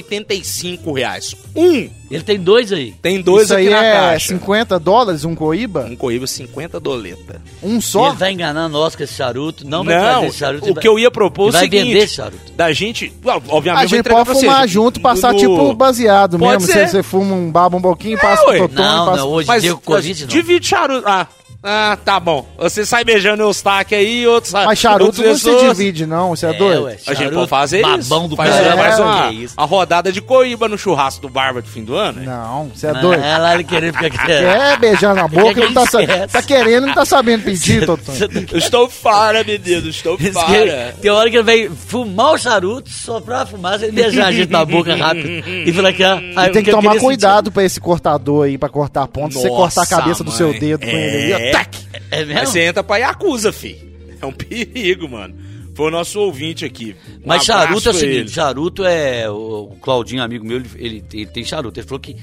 Speaker 1: 285 reais. Um!
Speaker 2: Ele tem dois aí.
Speaker 1: Tem dois
Speaker 3: Isso
Speaker 1: aqui
Speaker 3: aí
Speaker 1: na
Speaker 3: é
Speaker 1: caixa.
Speaker 3: 50 dólares um coíba?
Speaker 1: Um coíba, 50 doleta.
Speaker 3: Um
Speaker 2: Ele
Speaker 3: só?
Speaker 2: Ele tá enganando nós com esse charuto. Não
Speaker 1: Não,
Speaker 2: vai trazer esse charuto.
Speaker 1: o que eu ia propor é o
Speaker 2: vai
Speaker 1: seguinte.
Speaker 2: vender esse charuto.
Speaker 1: Da gente, ó, obviamente,
Speaker 3: A
Speaker 1: eu vou
Speaker 3: gente
Speaker 1: entregar
Speaker 3: pode
Speaker 1: pra você.
Speaker 3: fumar junto, passar
Speaker 1: No-
Speaker 3: tipo baseado
Speaker 1: Pode
Speaker 3: mesmo.
Speaker 1: ser. É,
Speaker 3: Você, você fuma um baba um pouquinho, passa
Speaker 1: ué.
Speaker 3: pro totone,
Speaker 2: Não,
Speaker 3: passa...
Speaker 2: não, hoje
Speaker 1: Mas
Speaker 2: deu Covid não.
Speaker 1: divide charuto. Ah, ah, tá bom. Você sai beijando os taques aí, outros...
Speaker 3: Mas charuto
Speaker 1: outras
Speaker 3: não se
Speaker 1: pessoas.
Speaker 3: divide não, você é,
Speaker 2: É,
Speaker 3: doido?
Speaker 2: ué.
Speaker 1: A gente
Speaker 2: Charuto,
Speaker 1: pode fazer
Speaker 2: babão
Speaker 1: isso.
Speaker 2: do
Speaker 1: faz
Speaker 3: cara.
Speaker 1: faz
Speaker 3: É,
Speaker 1: uma,
Speaker 2: que isso.
Speaker 1: a rodada de coíba no churrasco do Barba de fim do ano. né?
Speaker 3: Não, você é doido.
Speaker 2: É lá ele querendo ficar querendo.
Speaker 3: É, beijar na boca,
Speaker 2: que
Speaker 3: não tá,
Speaker 2: ele
Speaker 3: sa-
Speaker 2: esquece?
Speaker 3: tá querendo, não tá sabendo pedir, Totônio.
Speaker 1: Eu estou fora, menino, estou fora.
Speaker 2: Tem hora que ele vai fumar o charuto, soprar a fumaça e beijar a gente na boca rápido. E falar que... ah, ah,
Speaker 3: E tem que
Speaker 2: eu
Speaker 3: tomar
Speaker 2: queria
Speaker 3: cuidado pra esse cortador aí, pra cortar a ponta, se você
Speaker 1: Nossa,
Speaker 3: cortar a cabeça do
Speaker 1: mãe.
Speaker 3: seu dedo com ele aí,
Speaker 1: É.
Speaker 3: ó, tac!
Speaker 2: sentir. É
Speaker 1: Aí
Speaker 2: mesmo?
Speaker 1: você entra pra Yakuza, fi. É um perigo, mano. Foi o nosso ouvinte aqui. Um
Speaker 2: Mas
Speaker 1: abraço
Speaker 2: charuto é o
Speaker 1: pra
Speaker 2: seguinte,
Speaker 1: ele.
Speaker 2: charuto é. O o Claudinho, amigo meu, ele, ele- ele tem charuto. Ele falou que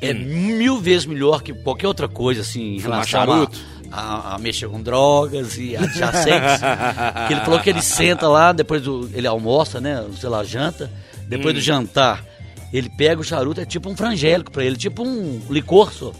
Speaker 2: é mil vezes melhor que qualquer outra coisa, assim, em
Speaker 1: Hum. Fumar
Speaker 2: relação a-
Speaker 1: charuto?
Speaker 2: A, a mexer com drogas e adjacentes. que ele falou que ele senta lá, depois do. Ele almoça, né? Sei lá, janta. Depois
Speaker 1: Hum.
Speaker 2: do jantar, ele pega o charuto, é tipo um frangélico pra ele, tipo um licor só.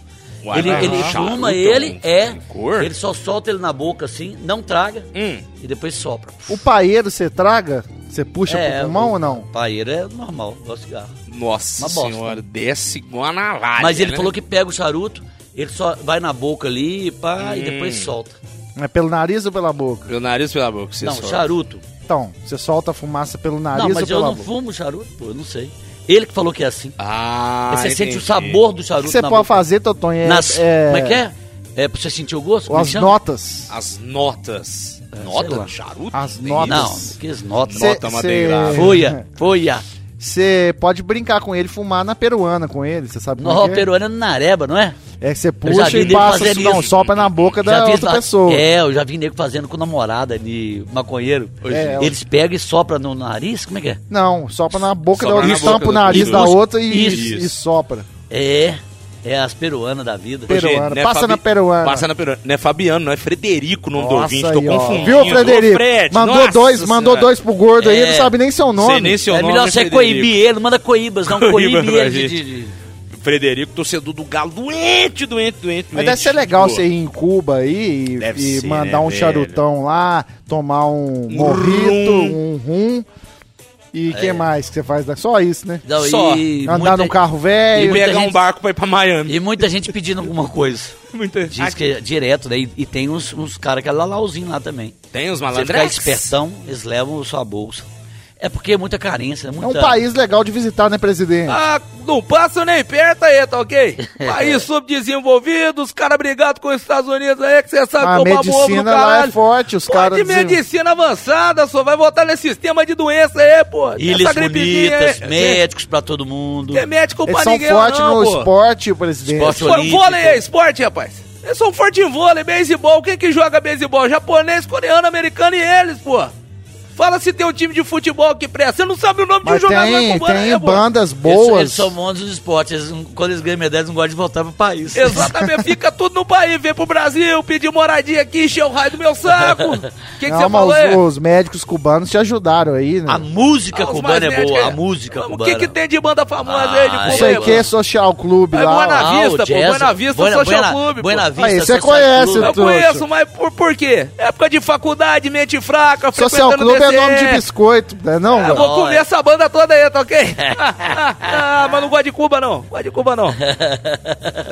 Speaker 1: Uai,
Speaker 2: ele
Speaker 1: mas
Speaker 2: ele
Speaker 1: um
Speaker 2: fuma,
Speaker 1: charuto,
Speaker 2: ele
Speaker 1: um
Speaker 2: é.
Speaker 1: licor?
Speaker 2: Ele só solta ele na boca assim, não traga
Speaker 1: Hum.
Speaker 2: e depois sopra.
Speaker 3: O paeiro você traga? Você puxa pro pulmão
Speaker 2: o-
Speaker 3: ou não?
Speaker 2: Paeiro é normal, igual cigarro.
Speaker 1: Nossa
Speaker 2: Uma bosta. né?
Speaker 1: senhora, desce igual na laje.
Speaker 2: Mas ele
Speaker 1: né?
Speaker 2: falou que pega o charuto, ele só vai na boca ali pá,
Speaker 1: Hum,
Speaker 2: e depois solta.
Speaker 3: É pelo nariz ou pela boca?
Speaker 1: Meu nariz pela boca, você
Speaker 2: não,
Speaker 1: solta.
Speaker 2: charuto.
Speaker 3: Então, você solta a fumaça pelo nariz
Speaker 2: Não,
Speaker 3: ou
Speaker 2: mas eu
Speaker 3: pela
Speaker 2: não
Speaker 3: boca?
Speaker 2: fumo charuto, pô, eu não sei. Ele que falou que é assim.
Speaker 1: Ah,
Speaker 2: Aí você sente o
Speaker 1: entendi.
Speaker 2: sabor do
Speaker 3: O
Speaker 2: charuto
Speaker 3: que você
Speaker 2: na
Speaker 3: pode
Speaker 2: boca.
Speaker 3: fazer, Totonho? É,
Speaker 2: Nas,
Speaker 3: é,
Speaker 2: Como é que é? É pra você sentir o gosto? Como é que
Speaker 3: As
Speaker 2: chama?
Speaker 3: notas.
Speaker 1: As notas.
Speaker 2: É, sei
Speaker 1: Nota
Speaker 2: lá.
Speaker 1: do charuto?
Speaker 3: As
Speaker 1: Tem
Speaker 3: notas. É.
Speaker 2: Não, aqueles notas.
Speaker 1: Cê- Nota é madeirada.
Speaker 2: Folha, folha.
Speaker 3: Você pode brincar com ele, fumar na peruana com ele, você sabe como
Speaker 2: No
Speaker 3: é que é?
Speaker 2: peruano é nareba, não é?
Speaker 3: É que
Speaker 2: já
Speaker 3: você
Speaker 2: vi
Speaker 3: puxa e
Speaker 2: ele
Speaker 3: passa,
Speaker 2: fazer
Speaker 3: não,
Speaker 2: isso.
Speaker 3: sopra na boca da
Speaker 2: vi
Speaker 3: outra
Speaker 2: lá-
Speaker 3: pessoa.
Speaker 2: É, eu já vi nego fazendo com namorada de maconheiro.
Speaker 3: É,
Speaker 2: Eles pegam e sopram no nariz, como é que é?
Speaker 3: Não, sopra na boca da
Speaker 1: Sopra
Speaker 3: outra,
Speaker 1: na
Speaker 3: estampa
Speaker 1: boca
Speaker 3: o
Speaker 1: da-
Speaker 3: nariz
Speaker 1: isso.
Speaker 3: da outra e,
Speaker 1: Isso.
Speaker 3: e sopra.
Speaker 2: É, é as peruanas da vida.
Speaker 3: Peru- peruana. Passa na peruana.
Speaker 1: é Passa na peruana. Não é Fabiano, não é Frederico o nome do
Speaker 3: Nossa
Speaker 1: ouvinte. Tô
Speaker 3: aí, ó.
Speaker 1: confundindo.
Speaker 3: Viu, Frederico?
Speaker 1: Ô, Fred,
Speaker 3: mandou
Speaker 1: nossa
Speaker 3: dois, mandou
Speaker 1: senhora.
Speaker 3: dois pro gordo aí,
Speaker 2: É.
Speaker 3: ele não sabe nem seu nome.
Speaker 1: Sei nem seu
Speaker 2: é
Speaker 1: nome,
Speaker 2: melhor você
Speaker 1: Frederico.
Speaker 2: coibir ele, não manda coibas, não.
Speaker 1: Coíba
Speaker 2: Coíbe
Speaker 1: pra
Speaker 2: ele de,
Speaker 1: gente.
Speaker 2: de- de-
Speaker 1: Frederico, torcedor do Galo, doente, doente, doente.
Speaker 3: Mas
Speaker 1: doente.
Speaker 3: deve ser legal
Speaker 1: Pô.
Speaker 3: você ir em Cuba aí e,
Speaker 1: Deve
Speaker 3: e
Speaker 1: ser,
Speaker 3: mandar
Speaker 1: né,
Speaker 3: um
Speaker 1: velho?
Speaker 3: charutão lá, tomar um morrito, um rum.
Speaker 1: É.
Speaker 3: E o que mais que você faz? da- Só isso, né?
Speaker 2: Não,
Speaker 1: Só.
Speaker 2: E
Speaker 3: Andar
Speaker 2: muita,
Speaker 3: num carro
Speaker 1: E
Speaker 3: velho. é
Speaker 2: muita
Speaker 1: pegar um
Speaker 2: gente-
Speaker 1: barco pra ir pra Miami.
Speaker 2: E muita gente pedindo alguma coisa.
Speaker 1: Muita
Speaker 2: Diz que é direto, né? E, e tem uns, uns caras que é lalauzinho lá também.
Speaker 1: Ah, Tem os
Speaker 2: Você ficar
Speaker 1: malandrex?
Speaker 2: espertão, eles levam a sua bolsa. É porque é muita carência, né?
Speaker 3: É um
Speaker 2: muita-
Speaker 3: país legal de visitar, né, presidente?
Speaker 1: Ah, não passa nem perto aí, tá ok? País subdesenvolvido, os caras brigados com os Estados Unidos aí, que você sabe
Speaker 3: A
Speaker 1: que é o babo ovo do
Speaker 3: medicina lá é
Speaker 1: caralho.
Speaker 3: forte, os
Speaker 1: Pô, de
Speaker 3: caras... dizem-
Speaker 1: medicina avançada, só vai voltar nesse sistema de doença aí, pô.
Speaker 2: Ilhas
Speaker 1: Essa gripezinha
Speaker 2: bonitas,
Speaker 1: aí.
Speaker 2: médicos pra todo mundo.
Speaker 1: Não é médico
Speaker 3: Eles
Speaker 1: pra
Speaker 3: são
Speaker 1: ninguém,
Speaker 3: fortes
Speaker 1: não,
Speaker 3: no
Speaker 1: pô.
Speaker 3: esporte, presidente.
Speaker 2: Esporte
Speaker 1: Pô,
Speaker 2: olímpico.
Speaker 1: vôlei é esporte, rapaz. Eles são fortes em vôlei, beisebol. Quem que joga beisebol? Japonês, coreano, americano e eles, pô. Fala se tem um time de futebol que presta. Você não sabe o nome
Speaker 3: Mas
Speaker 1: de um jogador
Speaker 3: tem,
Speaker 1: cubano
Speaker 3: tem
Speaker 1: aí, pô.
Speaker 2: Eles
Speaker 3: bandas
Speaker 2: são-
Speaker 3: boas.
Speaker 2: Eles são bons nos esportes. eles não- quando eles ganham medalha, eles não gostam de voltar pro país.
Speaker 1: Exatamente, fica tudo no país, vem pro Brasil, pedir moradia aqui, encher o raio do meu saco. O que que
Speaker 3: Não, é
Speaker 1: você
Speaker 3: mas
Speaker 1: falou é? aí?
Speaker 3: os, os médicos cubanos te ajudaram aí, né?
Speaker 2: A música
Speaker 1: Ah, os mais
Speaker 2: cubana é
Speaker 1: médicos
Speaker 2: boa.
Speaker 1: aí.
Speaker 2: a música
Speaker 1: Vamos, O
Speaker 2: cubana.
Speaker 1: que, que tem de banda famosa
Speaker 2: Ah,
Speaker 1: aí de Cuba?
Speaker 3: Não sei
Speaker 1: aí,
Speaker 3: o que,
Speaker 1: mano?
Speaker 3: Social Clube
Speaker 1: É
Speaker 3: lá.
Speaker 1: Buena-
Speaker 2: o
Speaker 1: Vista, pô,
Speaker 2: jazz,
Speaker 1: Buena Vista Social Clube, pô. Ah,
Speaker 2: Buena Vista
Speaker 3: Aí, você
Speaker 2: Social
Speaker 3: conhece,
Speaker 2: Clube.
Speaker 1: Eu
Speaker 3: trouxa.
Speaker 1: conheço, mas por, por quê? Época de faculdade, mente fraca,
Speaker 3: Social
Speaker 1: frequentando
Speaker 3: Clube é
Speaker 1: DCE.
Speaker 3: nome de biscoito, não é não,
Speaker 1: Eu
Speaker 3: velho?
Speaker 1: Ah, vou comer essa banda toda aí, tá ok? ah, mas não gosto de Cuba, não. Gosto de Cuba, não.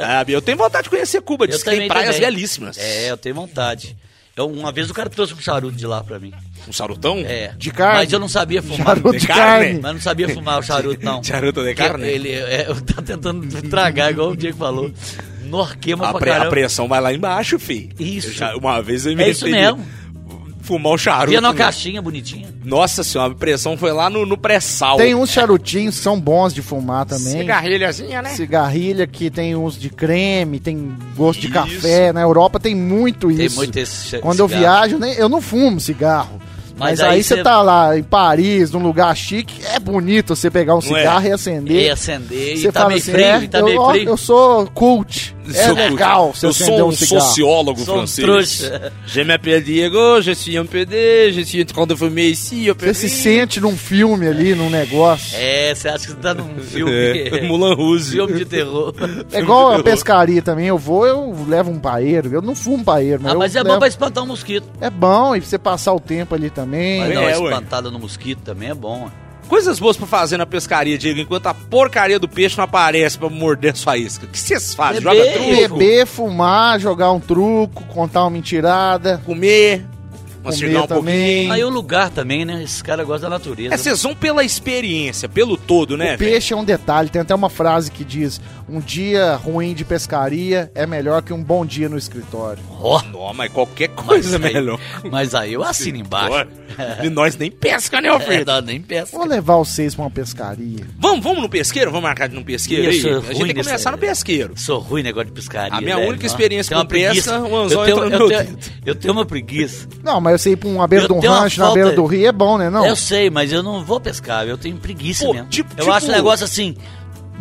Speaker 1: Ah, eu tenho vontade de conhecer Cuba. Diz que tem
Speaker 2: também,
Speaker 1: praias
Speaker 2: também.
Speaker 1: belíssimas.
Speaker 2: É, eu tenho vontade. Eu, uma vez o cara trouxe um charuto de lá pra mim.
Speaker 1: Um sarutão?
Speaker 2: É.
Speaker 3: De carne?
Speaker 2: Mas eu não sabia fumar. né?
Speaker 3: Charuto de
Speaker 1: De carne.
Speaker 3: carne.
Speaker 2: Mas eu não sabia fumar o charuto, não.
Speaker 1: Charuto de
Speaker 2: Porque
Speaker 1: carne?
Speaker 2: Ele, é, eu tá tentando tragar, igual o Diego falou. Norquema
Speaker 1: A,
Speaker 2: pra
Speaker 1: pre- a
Speaker 2: caramba.
Speaker 1: pressão vai lá embaixo, fi.
Speaker 2: Isso.
Speaker 1: Eu já- uma vez eu
Speaker 2: É isso
Speaker 1: inventei de
Speaker 2: mesmo.
Speaker 1: Fumar um charuto.
Speaker 2: Vinha numa
Speaker 1: né?
Speaker 2: caixinha bonitinha.
Speaker 1: Nossa senhora, a pressão foi lá no, no pré-sal.
Speaker 3: Tem uns charutinhos que são bons de fumar também.
Speaker 1: Cigarrilhazinha, né?
Speaker 3: Cigarrilha que tem uns de creme, tem gosto de
Speaker 1: Isso.
Speaker 3: café. Na Europa tem muito isso.
Speaker 2: Tem muito esse
Speaker 3: Quando eu
Speaker 2: cigarro.
Speaker 3: viajo, nem, eu não fumo cigarro.
Speaker 2: Mas
Speaker 3: Mas, aí
Speaker 2: aí
Speaker 3: você
Speaker 2: cê-
Speaker 3: tá lá em Paris, num lugar chique, é bonito você pegar um
Speaker 1: Não é?
Speaker 3: cigarro e acender.
Speaker 2: E acender,
Speaker 3: Você
Speaker 2: e tá
Speaker 3: fala
Speaker 2: meio
Speaker 3: assim,
Speaker 2: frio,
Speaker 3: né?
Speaker 2: e tá
Speaker 3: eu,
Speaker 2: meio
Speaker 3: ó,
Speaker 2: frio.
Speaker 3: eu sou cult. É
Speaker 1: seu-
Speaker 3: legal se
Speaker 1: Eu
Speaker 3: acender
Speaker 1: sou um,
Speaker 3: um cigarro.
Speaker 1: sociólogo
Speaker 2: Sou um
Speaker 1: francês.
Speaker 2: trouxa.
Speaker 1: Je m'appelle Diego, je suis un PD, je suis en train de fumer ici. au
Speaker 3: Você
Speaker 1: PD.
Speaker 3: se sente num filme ali, num negócio.
Speaker 2: É, você acha que tá num filme.
Speaker 1: É, Mulan Rouge.
Speaker 2: filme de terror.
Speaker 3: É igual a
Speaker 1: filme de
Speaker 3: pescaria também. Eu vou, eu levo um paeiro. Eu não fumo paeiro, mas,
Speaker 2: Ah, mas
Speaker 3: eu
Speaker 2: é bom
Speaker 3: levo-
Speaker 2: pra espantar um mosquito.
Speaker 3: É bom, e você passar o tempo ali também.
Speaker 2: Mas não,
Speaker 1: É, ué.
Speaker 2: espantada no mosquito também é bom. ué.
Speaker 1: Coisas boas pra fazer na pescaria, Diego, enquanto a porcaria do peixe não aparece pra morder sua isca. O que vocês fazem?
Speaker 2: Beber.
Speaker 1: Joga truco?
Speaker 3: Beber, fumar, jogar um truco, contar uma mentirada,
Speaker 1: Comer? Mastigar
Speaker 3: comer
Speaker 1: um pouquinho?
Speaker 3: também.
Speaker 2: Aí o lugar também, né? Esses caras gostam da natureza. né?
Speaker 1: É, vocês vão pela experiência, pelo todo, né?
Speaker 3: o
Speaker 1: velho?
Speaker 3: peixe é um detalhe. Tem até uma frase que diz: um dia ruim de pescaria é melhor que um bom dia no escritório.
Speaker 2: Ó,
Speaker 1: Não, mas qualquer
Speaker 2: mas
Speaker 1: coisa é
Speaker 2: aí-
Speaker 1: melhor.
Speaker 2: Mas aí eu assino embaixo.
Speaker 1: E nós nem pesca, né,
Speaker 2: É,
Speaker 1: Alfredo?
Speaker 2: dá nem peça.
Speaker 3: Vou levar vocês pra uma pescaria.
Speaker 1: Vamos, vamos no pesqueiro? Vamos marcar de ir no pesqueiro
Speaker 2: Isso,
Speaker 1: aí?
Speaker 2: é
Speaker 1: A
Speaker 2: ruim
Speaker 1: gente tem que
Speaker 2: nisso
Speaker 1: começar
Speaker 2: aí,
Speaker 1: no
Speaker 2: né?
Speaker 1: pesqueiro.
Speaker 2: Sou ruim negócio de pescaria.
Speaker 1: A minha
Speaker 2: velho,
Speaker 1: única
Speaker 2: ó.
Speaker 1: experiência
Speaker 2: Tenho
Speaker 1: com pesca, um anzol
Speaker 2: eu tenho,
Speaker 1: entra no
Speaker 2: eu
Speaker 1: meu
Speaker 2: tenho, eu tenho uma preguiça.
Speaker 3: Não, mas você ir pra uma beira
Speaker 2: Eu
Speaker 3: de um
Speaker 2: tenho uma
Speaker 3: rancho, na
Speaker 2: falta-
Speaker 3: beira do rio, é bom, né? Não?
Speaker 2: Eu sei, mas eu não vou pescar. Eu tenho preguiça
Speaker 1: Pô,
Speaker 2: mesmo.
Speaker 1: tipo-
Speaker 2: eu
Speaker 1: tipo-
Speaker 2: acho um negócio assim,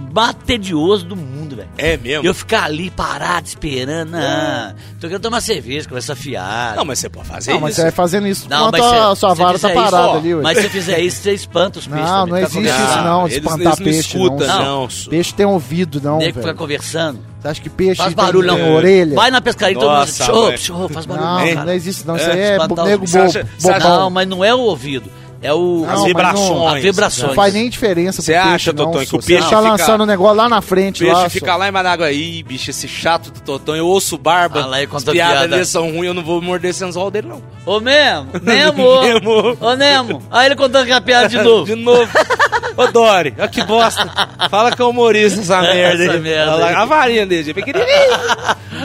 Speaker 2: batedioso do mundo, velho.
Speaker 1: É mesmo?
Speaker 2: Eu ficar ali parado, esperando. Não.
Speaker 3: É.
Speaker 2: Tô querendo tomar cerveja, conversa fiada.
Speaker 1: Não, mas você pode fazer
Speaker 3: Não, mas é-
Speaker 1: isso.
Speaker 3: você vai fazendo isso
Speaker 2: Não,
Speaker 3: enquanto
Speaker 2: mas
Speaker 3: a
Speaker 2: cê-
Speaker 3: sua
Speaker 2: cê
Speaker 3: vara
Speaker 2: fizer
Speaker 3: tá
Speaker 2: isso,
Speaker 3: parada
Speaker 1: é, ó,
Speaker 3: ali, ué.
Speaker 2: Mas se fizer isso, você espanta os peixes.
Speaker 3: Não,
Speaker 2: também, tá
Speaker 3: não
Speaker 2: fica
Speaker 3: existe
Speaker 2: conversando.
Speaker 3: isso não, de
Speaker 1: tá eles-
Speaker 3: espantar
Speaker 1: eles não
Speaker 3: peixe
Speaker 1: escutam,
Speaker 3: não.
Speaker 1: não.
Speaker 3: Peixe tem ouvido, não,
Speaker 2: Nego fica
Speaker 3: velho.
Speaker 2: conversando.
Speaker 3: Você acha que peixe
Speaker 2: Faz
Speaker 3: tem,
Speaker 2: barulho,
Speaker 1: né?
Speaker 3: tem
Speaker 2: não.
Speaker 3: orelha?
Speaker 2: Vai na pescaria e todo mundo.
Speaker 1: Nossa,
Speaker 2: Show,
Speaker 1: velho.
Speaker 2: show, faz barulho, não,
Speaker 3: Não,
Speaker 2: cara.
Speaker 3: não existe não. Isso aí é
Speaker 2: espantar
Speaker 3: bo-
Speaker 2: os-
Speaker 3: nego
Speaker 1: Você
Speaker 3: bobo,
Speaker 1: acha- você acha-
Speaker 3: bobão.
Speaker 2: Não, mas não é o ouvido. É o.
Speaker 1: As
Speaker 3: Não,
Speaker 2: a
Speaker 1: vibrações.
Speaker 2: vibrações.
Speaker 3: Não faz nem diferença
Speaker 1: Você
Speaker 3: pro peixe,
Speaker 1: acha,
Speaker 3: não,
Speaker 1: Totão, que
Speaker 3: só.
Speaker 1: o peixe
Speaker 3: Você tá
Speaker 1: fica-
Speaker 3: lançando o negócio lá na frente,
Speaker 1: O peixe
Speaker 3: lá,
Speaker 1: fica lá embaixo d'água. Ih, bicho, esse chato do Totão. Eu ouço barba.
Speaker 2: Ah, lá, e
Speaker 1: As
Speaker 2: conta
Speaker 1: piadas
Speaker 2: piada.
Speaker 1: dele são ruins, eu não vou morder esse anzol dele, não.
Speaker 2: Ô Nemo, Nemo!
Speaker 1: Nemo.
Speaker 2: Ô Nemo! Aí ele contando aquela piada de novo.
Speaker 1: De novo. Ô, Dori, ó que bosta. Fala com o humorista essa merda.
Speaker 2: Essa
Speaker 1: aí.
Speaker 2: merda
Speaker 1: Olha lá,
Speaker 2: aí.
Speaker 1: a varinha dele, gente. pequenininha.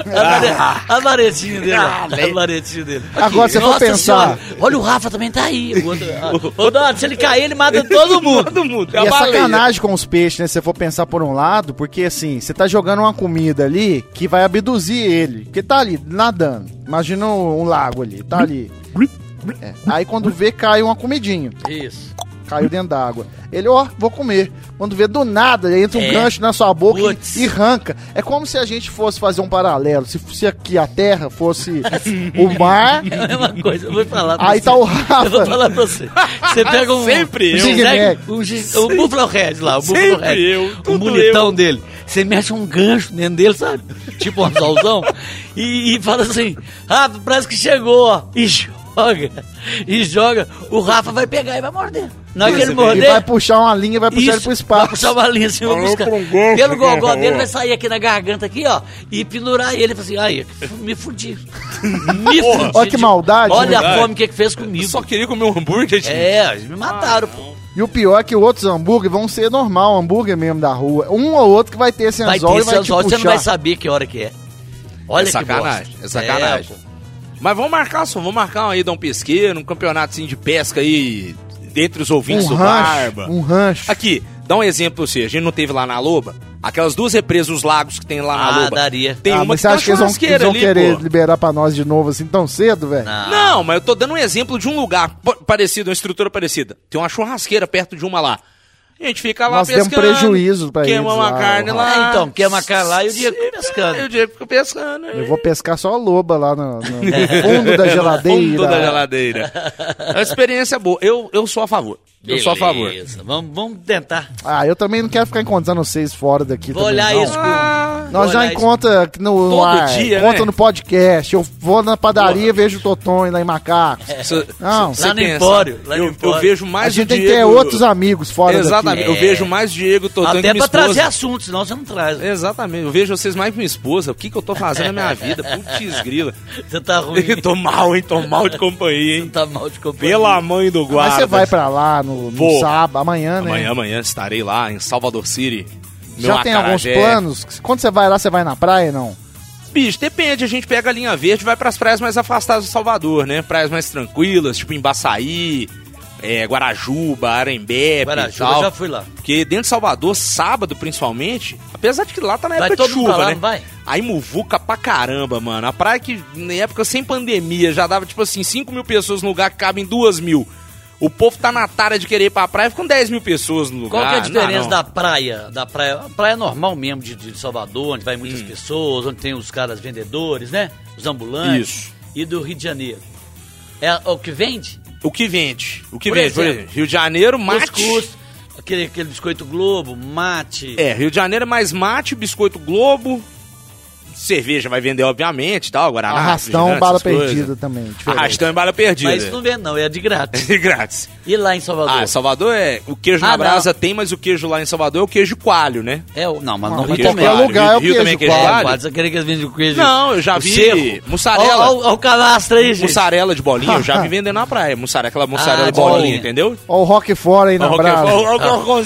Speaker 2: É A, vare... a varetinha dele.
Speaker 1: Ah,
Speaker 2: ó. É a varetinha dele.
Speaker 3: Agora você for
Speaker 2: Nossa
Speaker 3: pensar.
Speaker 2: Senhora, olha, o Rafa também tá aí. O outro, ó. Ô Dado, se ele cair, ele mata todo mundo.
Speaker 1: Todo mundo.
Speaker 3: E
Speaker 1: a
Speaker 3: é
Speaker 1: baleia.
Speaker 3: sacanagem com os peixes, né? Se você for pensar por um lado, porque assim, você tá jogando uma comida ali que vai abduzir ele. Porque tá ali, nadando. Imagina um, um lago ali, tá ali. É. Aí quando vê, cai uma comidinha.
Speaker 2: Isso.
Speaker 3: Caiu dentro d'água. Ele, ó, vou comer. Quando vê, do nada, entra um
Speaker 2: É.
Speaker 3: gancho na sua boca
Speaker 2: Puts.
Speaker 3: e, e arranca. É como se a gente fosse fazer um paralelo. Se, se aqui a terra fosse o mar,
Speaker 2: É a mesma coisa, eu vou falar pra
Speaker 3: aí
Speaker 2: você.
Speaker 3: tá o
Speaker 2: Eu vou
Speaker 3: Rafa.
Speaker 2: falar pra você. Você pega um.
Speaker 1: Sempre
Speaker 2: um
Speaker 1: eu.
Speaker 2: Zig
Speaker 3: Zig
Speaker 2: Zag, um Zig- O Buffalo Red lá, o Buffalo
Speaker 1: Sempre
Speaker 2: Red.
Speaker 1: eu,
Speaker 2: Um
Speaker 1: tudo
Speaker 2: bonitão dele. Você mexe um gancho dentro dele, sabe? Tipo um anzolzão. e, e fala assim: Rafa, parece que chegou, ó. E joga. E joga. O Rafa vai pegar e vai morder. Na hora que ele
Speaker 1: Isso, ele
Speaker 3: Ele
Speaker 2: morder.
Speaker 3: vai puxar uma linha é, e vai puxar ele pro
Speaker 2: Vai puxar
Speaker 3: espaço.
Speaker 2: uma linha assim, vai
Speaker 1: Falou
Speaker 2: buscar.
Speaker 1: por um gancho,
Speaker 2: Pelo gogó
Speaker 1: cara,
Speaker 2: dele
Speaker 1: ó.
Speaker 2: vai sair aqui na garganta aqui, ó, e pendurar ele. Fala assim, ai, me fudi. me fudi.
Speaker 3: Olha que maldade,
Speaker 2: Olha
Speaker 1: né?
Speaker 2: a fome que é que fez
Speaker 1: Eu
Speaker 2: comigo.
Speaker 1: só queria comer um hambúrguer, gente.
Speaker 2: É, eles me mataram, pô.
Speaker 3: E o pior é que outros hambúrguer vão ser normal, hambúrguer mesmo da rua. Um ou outro que vai ter esse
Speaker 2: Vai
Speaker 3: anzol
Speaker 2: ter
Speaker 3: e vai
Speaker 2: esse anzol,
Speaker 3: te
Speaker 2: você
Speaker 3: puxar.
Speaker 2: não vai saber que hora que é. Olha
Speaker 1: É
Speaker 2: que
Speaker 1: sacanagem,
Speaker 2: bosta.
Speaker 1: é sacanagem.
Speaker 2: É, pô.
Speaker 1: Mas vamos marcar, só vamos marcar um aí, dar um pesqueiro, um campeonato assim, de pesca aí, dentre os ouvintes
Speaker 3: um
Speaker 1: do
Speaker 3: rancho,
Speaker 1: Barba.
Speaker 3: um rancho.
Speaker 1: Aqui, dá um exemplo pra você. A gente não teve lá na Loba? Aquelas duas represas, os lagos que tem lá na
Speaker 2: Ah,
Speaker 1: Loba.
Speaker 2: daria.
Speaker 1: Tem
Speaker 3: ah,
Speaker 1: uma que
Speaker 3: mas você
Speaker 1: tá
Speaker 3: acha que eles vão,
Speaker 1: churrasqueira
Speaker 3: eles vão
Speaker 1: ali,
Speaker 3: querer
Speaker 1: pô.
Speaker 3: liberar pra nós de novo assim tão cedo, velho?
Speaker 2: Não.
Speaker 1: Não, mas eu tô dando um exemplo de um lugar pa- parecido, uma estrutura parecida. Tem uma churrasqueira perto de uma lá. A gente fica lá
Speaker 3: Nós demos
Speaker 1: pescando.
Speaker 3: prejuízo pra
Speaker 1: Queima
Speaker 3: eles
Speaker 1: uma
Speaker 3: lá,
Speaker 1: carne
Speaker 3: ó.
Speaker 1: lá.
Speaker 2: É, então, queima a carne lá e o Diego fica pescando.
Speaker 1: E o Diego fica pescando. né?
Speaker 3: Eu vou pescar só a loba lá no, no- no fundo da geladeira.
Speaker 1: É, Fundo da geladeira. É uma experiência boa. Eu, eu sou a favor. Eu sou a favor.
Speaker 2: Beleza, Vamos, vamos tentar.
Speaker 3: Ah, eu também não quero ficar encontrando vocês fora daqui
Speaker 2: Vou
Speaker 3: também,
Speaker 2: olhar
Speaker 3: não.
Speaker 2: isso. com-
Speaker 1: Ah,
Speaker 3: Nós
Speaker 2: vou
Speaker 3: já
Speaker 2: olhar isso.
Speaker 3: encontra no, no
Speaker 1: Todo
Speaker 3: ar,
Speaker 1: dia,
Speaker 3: encontra
Speaker 1: né?
Speaker 3: no podcast. Eu vou na padaria, vejo o Toton lá em Macacos.
Speaker 1: Cê-
Speaker 3: Não,
Speaker 1: cê
Speaker 2: Lá no
Speaker 1: pensa,
Speaker 2: Empório, lá no
Speaker 1: eu, eu
Speaker 2: Empório.
Speaker 1: vejo
Speaker 3: a
Speaker 1: É. mais
Speaker 3: gente
Speaker 1: o
Speaker 3: tem que
Speaker 1: Diego.
Speaker 3: ter outros amigos fora
Speaker 1: Exatamente.
Speaker 3: daqui.
Speaker 1: Eu vejo mais Diego Totão que
Speaker 2: É. Até
Speaker 1: minha
Speaker 2: pra
Speaker 1: esposa.
Speaker 2: trazer assunto, senão você não traz.
Speaker 1: Exatamente. Eu vejo vocês mais que minha esposa. O que, que eu tô fazendo na minha vida? Putz grila.
Speaker 2: Você tá ruim.
Speaker 1: tô mal, hein? Tô mal de companhia,
Speaker 2: Você
Speaker 1: hein?
Speaker 2: tá mal de companhia.
Speaker 1: Pela mãe do
Speaker 3: Mas
Speaker 1: guarda.
Speaker 3: você vai pra lá no, no
Speaker 1: Vou.
Speaker 3: sábado, amanhã, né?
Speaker 1: Amanhã, amanhã estarei lá em Salvador City. Meu
Speaker 3: Já tem alguns
Speaker 1: acarajé.
Speaker 3: planos? Quando você vai lá, você vai na praia, não?
Speaker 1: Bicho, depende. A gente pega a linha verde e vai pras praias mais afastadas do Salvador, né? Praias mais tranquilas, tipo Embaçaí, é, Guarajuba, Arembé,
Speaker 2: Guarajuba,
Speaker 1: tal.
Speaker 2: já fui lá.
Speaker 1: Porque dentro de Salvador, sábado principalmente, apesar de que lá tá na
Speaker 2: Vai
Speaker 1: época
Speaker 2: todo
Speaker 1: de
Speaker 2: mundo pra
Speaker 1: chuva,
Speaker 2: lá,
Speaker 1: né?
Speaker 2: não vai?
Speaker 1: Aí muvuca pra caramba, mano. A praia que na época sem pandemia já dava tipo assim 5 mil pessoas no lugar que cabem 2 mil. O povo tá na tara de querer ir pra praia, ficam 10 mil pessoas no lugar.
Speaker 2: Qual que é a diferença
Speaker 1: Ah, Não, não.
Speaker 2: da praia? Da praia, a praia é normal mesmo de, de Salvador, onde vai
Speaker 1: Hum.
Speaker 2: muitas pessoas, onde tem os caras vendedores, né? Os ambulantes.
Speaker 1: Isso.
Speaker 2: E do Rio de Janeiro. É o que vende?
Speaker 1: O que vende? O que
Speaker 2: Por
Speaker 1: vende?
Speaker 2: exemplo,
Speaker 1: Por exemplo, Rio de Janeiro, mate.
Speaker 2: Cuscuz, aquele, aquele biscoito Globo, mate.
Speaker 1: É, Rio de Janeiro é mais mate, biscoito Globo. Cerveja vai vender, obviamente, tal, Guaraná.
Speaker 3: Arrastão,
Speaker 1: refrigerante,
Speaker 3: bala
Speaker 1: Ah, essas coisas.
Speaker 3: perdida também. diferente.
Speaker 1: Arrastão e bala perdida.
Speaker 2: Mas isso não vende, não, é de grátis.
Speaker 1: De grátis.
Speaker 2: E lá em Salvador?
Speaker 1: Ah, Salvador é. O queijo na
Speaker 2: Ah, não.
Speaker 1: brasa tem, mas o queijo lá em Salvador é o queijo coalho, né?
Speaker 2: É, o- não, mas não
Speaker 3: Não, mas
Speaker 2: vem
Speaker 1: Queijo
Speaker 3: qualquer
Speaker 1: coalho.
Speaker 3: lugar é o
Speaker 1: Rio também
Speaker 3: queijo
Speaker 1: é queijo
Speaker 3: coalho.
Speaker 1: coalho.
Speaker 2: Quase aquele que eles vendem o queijo.
Speaker 1: Não, eu já
Speaker 2: o
Speaker 1: vi
Speaker 2: cerro.
Speaker 1: mussarela.
Speaker 2: Ó, ó, ó o cadastro aí, gente.
Speaker 1: Mussarela de bolinha, eu já vi vendendo na praia. Mussarela, aquela mussarela
Speaker 2: Ah,
Speaker 1: de bolinha,
Speaker 2: bolinha.
Speaker 1: entendeu?
Speaker 3: Ó o Rock fora aí na
Speaker 1: Ó, ó,
Speaker 3: brasa.
Speaker 1: ó, ó,
Speaker 2: Ah,
Speaker 1: ó, ó,
Speaker 2: o- como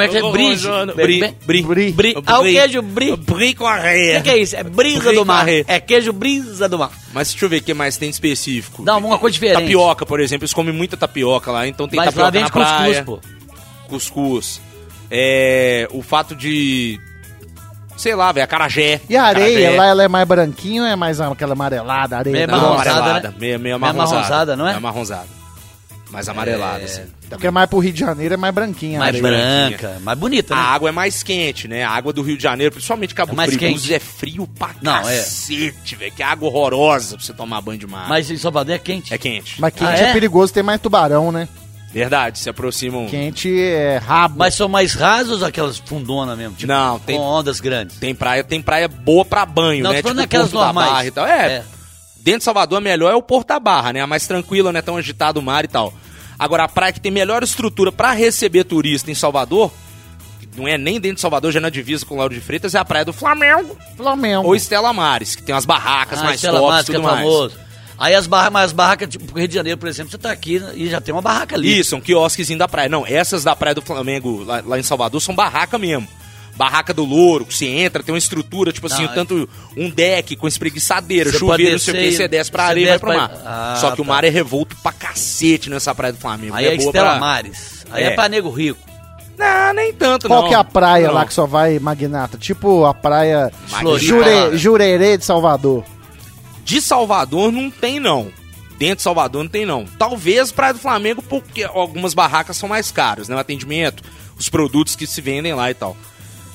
Speaker 2: é que é?
Speaker 1: ó,
Speaker 2: Brige.
Speaker 1: ó, ó, ó,
Speaker 2: Bri-
Speaker 1: Bri. Bri.
Speaker 3: Bri.
Speaker 2: Bri- Ah, o queijo bri. O
Speaker 1: Bri com a réia.
Speaker 2: que, que é isso? É brisa
Speaker 1: Bri
Speaker 2: do mar.
Speaker 1: carré.
Speaker 2: É queijo brisa do mar.
Speaker 1: Mas deixa eu ver o que mais tem de específico.
Speaker 2: Não, uma coisa diferente.
Speaker 1: Tapioca, por exemplo, eles comem muita tapioca lá, então tem
Speaker 2: Mas
Speaker 1: tapioca
Speaker 2: lá
Speaker 1: na
Speaker 2: vende
Speaker 1: praia.
Speaker 2: cuscuz, pô.
Speaker 1: cuscuz. É, o fato de. Sei lá, velho, acarajé.
Speaker 3: E a areia
Speaker 1: Acarajé.
Speaker 3: lá, ela é mais branquinha ou é mais aquela amarelada, areia?
Speaker 2: É
Speaker 1: Não,
Speaker 2: marronzada,
Speaker 1: amarelada.
Speaker 2: né?
Speaker 1: Meio, meio
Speaker 2: Meio
Speaker 1: amarronzada.
Speaker 2: amarronzada, não é?
Speaker 1: Meio amarronzada. Mais amarelada, assim.
Speaker 3: Porque mais pro Rio de Janeiro é mais branquinha. a
Speaker 2: Mais
Speaker 3: areia.
Speaker 2: branca, mais bonita,
Speaker 1: A
Speaker 2: né?
Speaker 1: água é mais quente, né? A água do Rio de Janeiro, principalmente Cabo
Speaker 2: É mais
Speaker 1: Frio.
Speaker 2: quente.
Speaker 1: Búzios é frio pra
Speaker 2: Não, é.
Speaker 1: cacete, velho. Que é água horrorosa pra você tomar banho de mar.
Speaker 2: Mas em Salvador é quente.
Speaker 1: É quente.
Speaker 3: Mas quente
Speaker 2: Ah,
Speaker 3: é?
Speaker 2: é?
Speaker 3: perigoso, tem mais tubarão, né?
Speaker 1: Verdade, se aproximam.
Speaker 3: Quente é rabo.
Speaker 2: Mas são mais rasos aquelas fundonas mesmo, tipo,
Speaker 1: Não, tem-
Speaker 2: com ondas grandes.
Speaker 1: Tem praia, tem praia boa pra banho,
Speaker 2: Não,
Speaker 1: né?
Speaker 2: tô falando daquelas
Speaker 1: Porto da
Speaker 2: normais.
Speaker 1: Barra e tal. É,
Speaker 2: É.
Speaker 1: dentro de Salvador, a melhor é o Porto da Barra, né? A mais tranquila, não é tão agitado o mar e tal. Agora, a praia que tem melhor estrutura pra receber turista em Salvador, que não é nem dentro de Salvador, já é na divisa com Lauro de Freitas, é a praia do Flamengo
Speaker 3: Flamengo.
Speaker 1: ou Estela Mares, que tem umas barracas
Speaker 2: Ah,
Speaker 1: mais
Speaker 2: Estela
Speaker 1: tops e
Speaker 2: Maris, que é
Speaker 1: tudo mais.
Speaker 2: famoso. Aí as barracas, mas as barracas, tipo, pro Rio de Janeiro, por exemplo, você tá aqui né, e já tem uma barraca ali.
Speaker 1: Isso, é um quiosquezinho da praia. Não, essas da praia do Flamengo, lá, lá em Salvador, são barraca mesmo. Barraca do louro, que você entra, tem uma estrutura, tipo assim,
Speaker 2: Não, é-
Speaker 1: tanto um deck com espreguiçadeira,
Speaker 2: Você pode
Speaker 1: chuveiro, não sei o que,
Speaker 2: descer,
Speaker 1: você desce pra
Speaker 2: você
Speaker 1: areia e vai
Speaker 2: desce
Speaker 1: pro mar.
Speaker 2: pra- Ah,
Speaker 1: Só que o
Speaker 2: tá.
Speaker 1: mar é revolto pra cacete nessa praia do Flamengo.
Speaker 2: Aí
Speaker 1: é
Speaker 2: é,
Speaker 1: boa
Speaker 2: Estela
Speaker 1: pra-
Speaker 2: Mares. Aí
Speaker 1: É.
Speaker 2: é, pra Nego Rico.
Speaker 1: Não, nem tanto,
Speaker 3: Qual
Speaker 1: não.
Speaker 3: que é a praia
Speaker 1: Não.
Speaker 3: lá que só vai magnata? Tipo a praia
Speaker 1: Magnata.
Speaker 3: Jure, Jurerê de Salvador.
Speaker 1: De Salvador não tem, não. Dentro de Salvador não tem, não. Talvez Praia do Flamengo, porque algumas barracas são mais caras, né? O atendimento, os produtos que se vendem lá e tal.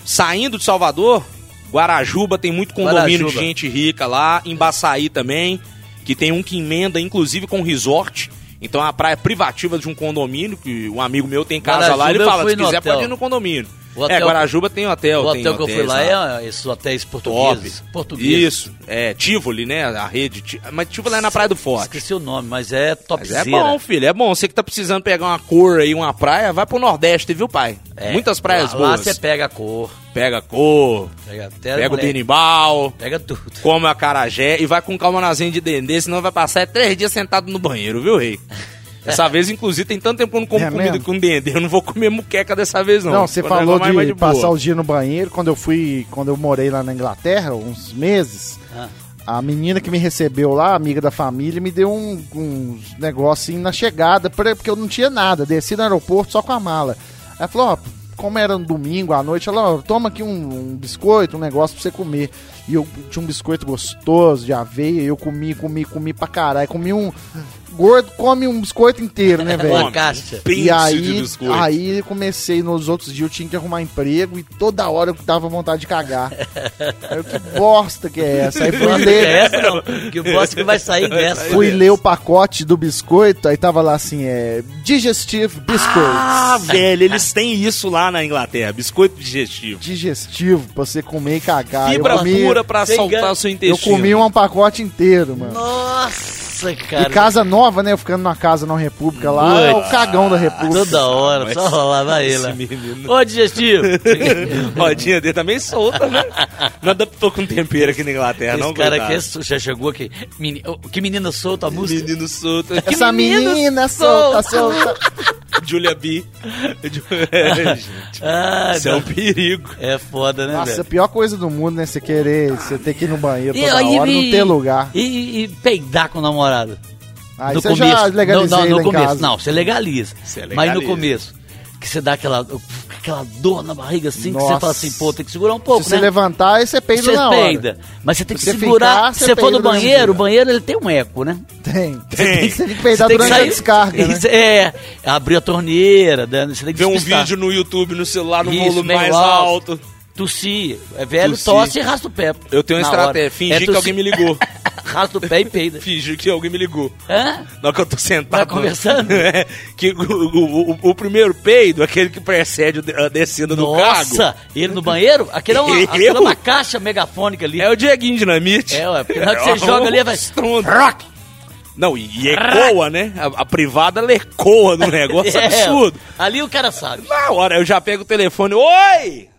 Speaker 1: Saindo de Salvador, Guarajuba tem muito condomínio
Speaker 2: Guarajuba.
Speaker 1: de gente rica lá, Embaçaí também, que tem um que emenda, inclusive, com resort. Então é uma praia privativa de um condomínio, que um amigo meu tem casa lá,
Speaker 2: Guarajuba
Speaker 1: ele
Speaker 2: eu
Speaker 1: fala,
Speaker 2: fui
Speaker 1: se
Speaker 2: no
Speaker 1: quiser
Speaker 2: hotel.
Speaker 1: pode ir no condomínio.
Speaker 2: O hotel-
Speaker 1: é, Guarajuba tem hotel,
Speaker 2: o
Speaker 1: tem
Speaker 2: hotel que eu fui
Speaker 1: hotéis
Speaker 2: lá é esses hotéis portugueses.
Speaker 1: Top.
Speaker 2: Portugueses.
Speaker 1: Isso. É, Tivoli, né? A rede. Ti- Mas Tivoli é na Praia do Forte.
Speaker 2: Esqueci o nome, mas é
Speaker 1: Mas é
Speaker 2: topzera.
Speaker 1: bom, filho. É bom. Você que tá precisando pegar uma cor aí, uma praia, vai pro Nordeste, viu, pai?
Speaker 2: É.
Speaker 1: Muitas praias
Speaker 2: lá, Lá
Speaker 1: boas.
Speaker 2: você É, pega a cor,
Speaker 1: Pega a cor,
Speaker 2: pega até a
Speaker 1: pega o
Speaker 2: mulher,
Speaker 1: berimbau,
Speaker 2: Pega tudo.
Speaker 1: come a carajé e vai com calma nazinha de dendê, senão vai passar é três dias sentado no banheiro, viu, rei? Dessa vez, inclusive, tem tanto tempo que eu não como
Speaker 3: É
Speaker 1: comida
Speaker 3: mesmo?
Speaker 1: com dendê. Eu não vou comer muqueca dessa vez, não.
Speaker 3: Não, você
Speaker 1: Quando eu
Speaker 3: falou
Speaker 1: vou, vai- vai
Speaker 3: de passar
Speaker 1: boa.
Speaker 3: os dias no banheiro. Quando eu fui, quando eu morei lá na Inglaterra, uns meses,
Speaker 2: Ah.
Speaker 3: a menina que me recebeu lá, amiga da família, me deu um, uns negocinho na chegada, pra- porque eu não tinha nada. Desci no aeroporto só com a mala. Ela falou, ó, como era um domingo à noite, ela, ó, toma aqui um, um biscoito, um negócio pra você comer. E eu tinha um biscoito gostoso de aveia, eu comi, comi, comi pra caralho. Comi um. Gordo come um biscoito inteiro, né, velho?
Speaker 2: Uma caixa.
Speaker 1: Príncipe
Speaker 3: e aí,
Speaker 1: de biscoito.
Speaker 3: aí comecei nos outros dias, eu tinha que arrumar emprego e toda hora eu dava vontade de cagar. aí, eu, que bosta que é essa? Aí fui
Speaker 2: Bosta que é
Speaker 3: ler,
Speaker 2: essa, não. Que bosta que vai sair dessa.
Speaker 3: fui ler o pacote do biscoito, aí tava lá assim, é. Digestive Biscoits.
Speaker 1: Ah, velho, eles têm isso lá na Inglaterra. Biscoito digestivo.
Speaker 3: Digestivo, pra você comer e cagar.
Speaker 1: Fibra
Speaker 3: Ah, eu comi,
Speaker 1: pura pra
Speaker 2: Sem
Speaker 1: soltar
Speaker 2: engano.
Speaker 1: o seu
Speaker 3: Eu
Speaker 1: intestino.
Speaker 3: comi um pacote inteiro, mano.
Speaker 2: Nossa, cara.
Speaker 3: E casa nova, né? Eu ficando na casa não república lá, é o cagão da república.
Speaker 2: Toda hora, só
Speaker 1: Mas-
Speaker 2: rolar, vai
Speaker 1: Esse
Speaker 2: lá.
Speaker 1: menino. É,
Speaker 2: Ô, digestivo.
Speaker 1: Rodinha dele também solta, né? Não adaptou com tempero aqui na Inglaterra,
Speaker 2: Esse
Speaker 1: não,
Speaker 2: cara
Speaker 1: coitado.
Speaker 2: aqui é su- já chegou aqui. Meni- ô, que menina solta a música.
Speaker 1: Menino solto.
Speaker 3: Essa menina solta, solta.
Speaker 1: Julia B. É, gente,
Speaker 2: Ah,
Speaker 1: Isso é
Speaker 2: não.
Speaker 1: um perigo.
Speaker 2: É foda, né,
Speaker 3: Nossa, a
Speaker 2: velho?
Speaker 3: pior coisa do mundo, né? Você querer, você ter que ir no banheiro
Speaker 2: E
Speaker 3: toda hora,
Speaker 2: aí,
Speaker 3: não
Speaker 2: e-
Speaker 3: ter lugar.
Speaker 2: E, e peidar com o namorado.
Speaker 3: Aí você já legalizei
Speaker 2: não, não, no
Speaker 3: lá em
Speaker 2: começo.
Speaker 3: casa.
Speaker 2: Não, você legaliza.
Speaker 1: Você
Speaker 2: Mas no
Speaker 1: legaliza.
Speaker 2: começo. Que você dá aquela. aquela dor na barriga assim, que
Speaker 3: Nossa.
Speaker 2: você fala assim, pô, tem que segurar um pouco,
Speaker 3: Se
Speaker 2: né?
Speaker 3: você levantar, aí você peida
Speaker 2: Você
Speaker 3: na hora.
Speaker 2: peida. Mas você tem que
Speaker 3: Você
Speaker 2: segurar.
Speaker 3: ficar,
Speaker 2: Se
Speaker 3: você
Speaker 2: você for no
Speaker 3: peida durante o
Speaker 2: banheiro, o
Speaker 3: dia.
Speaker 2: banheiro ele tem um eco, né?
Speaker 3: Tem.
Speaker 1: Tem.
Speaker 3: Você tem que
Speaker 2: Você tem
Speaker 3: peidar
Speaker 2: que
Speaker 3: durante a
Speaker 2: sair-
Speaker 3: descarga, né?
Speaker 2: Isso, É, abrir a torneira, né? você tem que
Speaker 1: Vê um
Speaker 2: despistar.
Speaker 1: vídeo no YouTube no celular no
Speaker 2: Isso,
Speaker 1: volume
Speaker 2: meio
Speaker 1: mais
Speaker 2: alto.
Speaker 1: alto.
Speaker 2: Tossir. É velho,
Speaker 1: Tossir.
Speaker 2: tosse e raspa o pé.
Speaker 1: Eu tenho uma
Speaker 2: na
Speaker 1: estratégia,
Speaker 2: hora.
Speaker 1: fingir
Speaker 2: É
Speaker 1: que
Speaker 2: tossir-
Speaker 1: alguém me ligou.
Speaker 2: Raspa o pé e peida.
Speaker 1: Fingir que alguém me ligou.
Speaker 2: Hã?
Speaker 1: Na hora que eu tô sentado.
Speaker 2: Tá conversando?
Speaker 1: É, que o, o- o- o primeiro peido, aquele que precede o de- a descida do cargo.
Speaker 2: Nossa, ele no banheiro? Aquilo é uma,
Speaker 1: Eu?
Speaker 2: aquilo é uma caixa megafônica ali.
Speaker 1: É o Dieguinho Dinamite.
Speaker 2: É, ué, porque na hora que você
Speaker 1: É
Speaker 2: joga ali,
Speaker 1: um
Speaker 2: vai-
Speaker 1: estrondo. Não, e e ecoa, né? A, a privada ela ecoa no negócio.
Speaker 2: É,
Speaker 1: absurdo.
Speaker 2: Ali o cara sabe.
Speaker 1: Na hora eu já pego o telefone. Oi!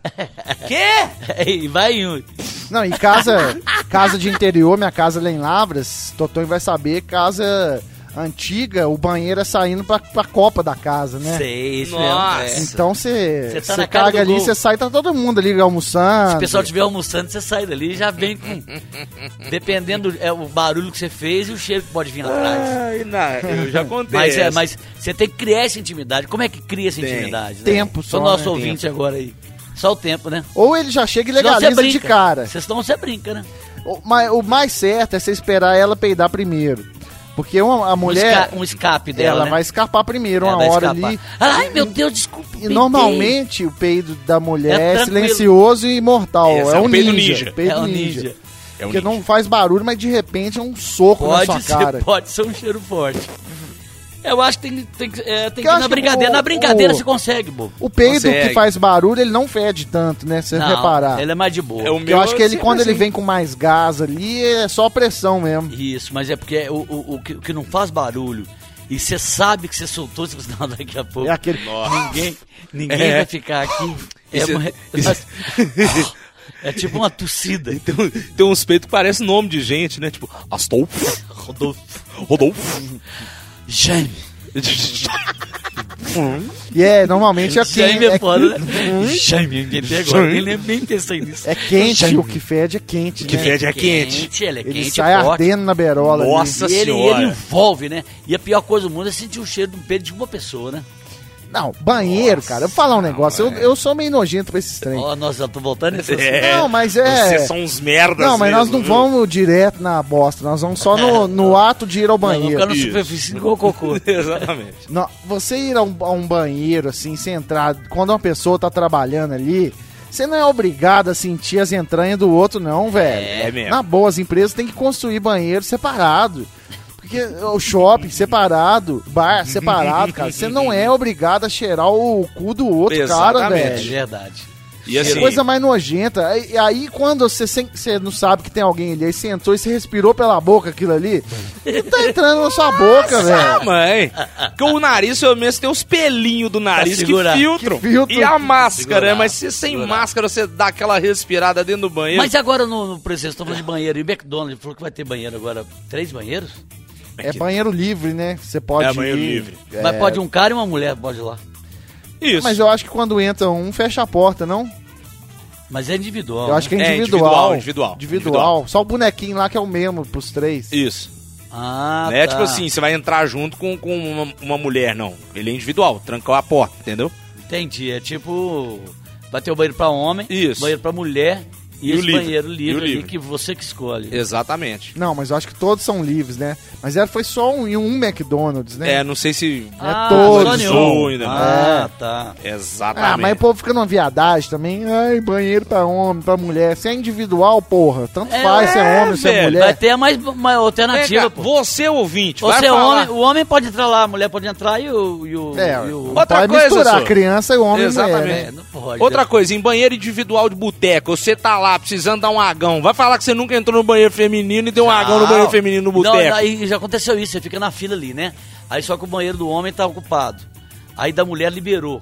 Speaker 1: Quê?
Speaker 2: E vai em um.
Speaker 3: Não, em casa, casa de interior, minha casa lá em Lavras, Totonho vai saber, casa antiga, o banheiro é saindo pra, pra copa da casa, né?
Speaker 2: Sei, isso
Speaker 1: Nossa.
Speaker 2: mesmo. É.
Speaker 3: Então você
Speaker 2: Você tá na cara
Speaker 3: caga
Speaker 2: do
Speaker 3: ali,
Speaker 2: gol.
Speaker 3: você sai, tá todo mundo ali
Speaker 2: É.
Speaker 3: almoçando.
Speaker 2: Se o pessoal estiver almoçando, você sai dali e já vem com. Dependendo do é, o barulho que você fez e o cheiro que pode vir lá
Speaker 3: Ah,
Speaker 2: atrás.
Speaker 1: Ai, na- eu já contei.
Speaker 2: Mas, é,
Speaker 1: essa.
Speaker 2: mas você tem que criar essa intimidade. Como é que cria essa
Speaker 1: Tem.
Speaker 2: intimidade? né?
Speaker 3: Tempo
Speaker 2: Sou
Speaker 3: só,
Speaker 2: nosso
Speaker 3: né?
Speaker 2: ouvinte agora aí. Só o tempo, né?
Speaker 3: Ou ele já chega e
Speaker 2: Senão você
Speaker 3: legaliza de
Speaker 2: brinca.
Speaker 3: cara.
Speaker 2: Cê- Senão você brinca, né?
Speaker 3: O, mas o mais certo é você esperar ela peidar primeiro. Porque uma, a
Speaker 2: um,
Speaker 3: mulher,
Speaker 2: esca- um escape dela.
Speaker 3: ela
Speaker 2: né?
Speaker 3: vai escapar primeiro,
Speaker 2: É,
Speaker 3: uma
Speaker 2: vai
Speaker 3: hora
Speaker 2: escapar.
Speaker 3: ali.
Speaker 2: Ai, meu Deus, desculpa.
Speaker 3: E
Speaker 2: peidei.
Speaker 3: normalmente o peido da mulher
Speaker 2: É
Speaker 3: é,
Speaker 2: tranquilo.
Speaker 3: silencioso e mortal.
Speaker 1: Esse
Speaker 3: É, um peido ninja.
Speaker 2: é
Speaker 3: Peido
Speaker 2: o
Speaker 3: ninja.
Speaker 2: ninja.
Speaker 1: É um
Speaker 3: Porque
Speaker 1: ninja.
Speaker 3: não faz barulho, mas de repente é um soco na
Speaker 2: Pode
Speaker 3: sua
Speaker 2: ser,
Speaker 3: cara.
Speaker 2: pode ser um cheiro forte. Eu acho que tem, que- tem, que- é, tem que
Speaker 3: Eu
Speaker 2: ir
Speaker 3: acho
Speaker 2: na
Speaker 3: que
Speaker 2: brincadeira.
Speaker 3: o-
Speaker 2: na brincadeira
Speaker 3: o-
Speaker 2: você consegue, bobo.
Speaker 3: O peido
Speaker 1: Consegue.
Speaker 3: que faz barulho, ele não fede tanto, né? Se você
Speaker 2: é- Não,
Speaker 3: reparar.
Speaker 2: Ele é mais de boa.
Speaker 1: É o
Speaker 3: Eu acho que ele,
Speaker 1: sempre
Speaker 3: quando ele
Speaker 1: assim.
Speaker 3: vem com mais gás ali, é só pressão mesmo.
Speaker 2: Isso, mas é porque o, o, o que, o que não faz barulho e você sabe que você soltou, você fala, não, daqui a pouco
Speaker 3: É aquele.
Speaker 2: ninguém, ninguém
Speaker 1: É.
Speaker 2: vai ficar aqui. É,
Speaker 1: Isso-
Speaker 2: uma-
Speaker 1: isso-
Speaker 2: é tipo uma tossida.
Speaker 1: Tem, um, tem uns peitos que parecem nome de gente, né? Tipo, Astolfo,
Speaker 2: Rodolfo.
Speaker 1: Rodolfo.
Speaker 2: Jaime.
Speaker 3: E é, normalmente é
Speaker 2: Jaime
Speaker 3: quente.
Speaker 2: é
Speaker 3: É,
Speaker 2: foda. né? Jaime, ninguém
Speaker 1: Hum?
Speaker 2: tem agora.
Speaker 1: Jaime.
Speaker 2: Nem, lembro- nem pensei nisso.
Speaker 3: é quente, o que fede é quente.
Speaker 1: que
Speaker 3: né?
Speaker 1: fede é quente.
Speaker 2: Ele é
Speaker 3: Ele
Speaker 2: quente,
Speaker 3: sai
Speaker 2: forte.
Speaker 3: ardendo na berola. ali.
Speaker 1: Nossa.
Speaker 2: E ele,
Speaker 1: senhora.
Speaker 2: ele envolve, né? E a pior coisa do mundo é sentir o cheiro do peito de uma pessoa, né?
Speaker 3: Não, banheiro, cara. Eu vou falar um negócio. Eu, eu sou meio nojento pra esses trem.
Speaker 2: Ó, nossa, eu tô voltando nesse assunto.
Speaker 1: É,
Speaker 3: assim, Não, mas é-
Speaker 1: Vocês são uns merdas.
Speaker 3: Não, mas nós
Speaker 1: mesmo,
Speaker 3: não
Speaker 1: viu? É.
Speaker 3: vamos direto na bosta. Nós vamos só no, no ato de ir ao
Speaker 2: Nós vamos ficar
Speaker 3: banheiro.
Speaker 2: no
Speaker 1: Isso.
Speaker 2: superfície com o cocô. É,
Speaker 1: Exatamente.
Speaker 3: Não, você ir a um, a um banheiro, assim, você entrar, quando uma pessoa tá trabalhando ali, você não é obrigado a sentir as entranhas do outro, não, velho.
Speaker 1: É mesmo.
Speaker 3: Na boa, as empresas têm que construir banheiro separado. Porque o shopping separado, bar separado, cara, você não é obrigado a cheirar o cu do outro cara,
Speaker 1: Exatamente.
Speaker 2: É
Speaker 3: velho.
Speaker 2: verdade.
Speaker 1: E assim,
Speaker 3: É Coisa mais nojenta. Aí, aí quando você, sem- você não sabe que tem alguém ali, aí você entrou e você respirou pela boca aquilo ali, tá entrando na sua boca, velho.
Speaker 1: Ah, mãe. Porque o nariz, pelo menos, tem os pelinhos do nariz que
Speaker 2: segurar.
Speaker 1: filtram.
Speaker 3: Que filtram.
Speaker 1: E a máscara,
Speaker 2: Segurar,
Speaker 1: né? Mas se sem
Speaker 2: segurar.
Speaker 1: máscara você dá aquela respirada dentro do banheiro.
Speaker 2: é. Mas agora no, no presença, estamos falando de banheiro. E o McDonald's falou que vai ter banheiro agora. Três banheiros?
Speaker 3: É banheiro livre, né? Você pode
Speaker 1: É banheiro
Speaker 3: ir.
Speaker 1: livre.
Speaker 3: É.
Speaker 2: Mas pode um cara e uma mulher, pode ir lá.
Speaker 1: Isso.
Speaker 3: Mas eu acho que quando entra um, fecha a porta, não?
Speaker 2: Mas é individual.
Speaker 3: Eu acho que é
Speaker 1: É, individual,
Speaker 3: individual.
Speaker 1: individual,
Speaker 3: Individual. Só o bonequinho lá que é o mesmo pros três.
Speaker 1: Isso.
Speaker 2: Ah,
Speaker 1: né?
Speaker 2: tá.
Speaker 1: Tipo assim, você vai entrar junto com, com uma, uma mulher, não. Ele é individual, trancou a porta, entendeu?
Speaker 2: Entendi. É tipo. Vai ter o banheiro pra homem,
Speaker 1: Isso.
Speaker 2: banheiro pra mulher e,
Speaker 1: E o
Speaker 2: esse
Speaker 1: livre.
Speaker 2: banheiro
Speaker 1: E o
Speaker 2: livre, ali
Speaker 1: livre. É
Speaker 2: que você que escolhe.
Speaker 1: Exatamente.
Speaker 3: Não, mas eu acho que todos são livres, né? Mas era, foi só um, em um McDonald's, né?
Speaker 1: É, não sei se.
Speaker 2: ah,
Speaker 3: todos.
Speaker 2: só
Speaker 1: Zoom,
Speaker 2: nenhum.
Speaker 1: né?
Speaker 2: Ah, tá.
Speaker 1: Exatamente.
Speaker 3: Ah, mas o povo fica numa viadagem também. Ai, banheiro pra homem, pra mulher. Se é individual, porra. Tanto
Speaker 2: É,
Speaker 3: faz se é homem, se é
Speaker 1: velho.
Speaker 2: Vai
Speaker 3: mulher.
Speaker 2: ter a mais, mais alternativa,
Speaker 1: Vem cá,
Speaker 2: pô.
Speaker 1: Você ouvinte,
Speaker 2: Ou
Speaker 1: vai
Speaker 2: se é
Speaker 1: falar.
Speaker 2: homem, o homem pode entrar lá, a mulher pode entrar e o. E o,
Speaker 3: É,
Speaker 2: e o-
Speaker 3: não
Speaker 1: Outra
Speaker 3: pode
Speaker 1: coisa,
Speaker 3: misturar
Speaker 1: senhor.
Speaker 3: criança e homem e mulher,
Speaker 1: Exatamente.
Speaker 3: né?
Speaker 2: É, não pode.
Speaker 1: Outra coisa, em banheiro individual de boteco, você tá lá precisando dar um agão. Vai falar que você nunca entrou no banheiro feminino e deu um agão no banheiro feminino no
Speaker 2: Não,
Speaker 1: boteco.
Speaker 2: aí já aconteceu isso, você fica na fila ali, né? Aí só que o banheiro do homem tá ocupado. Aí da mulher liberou.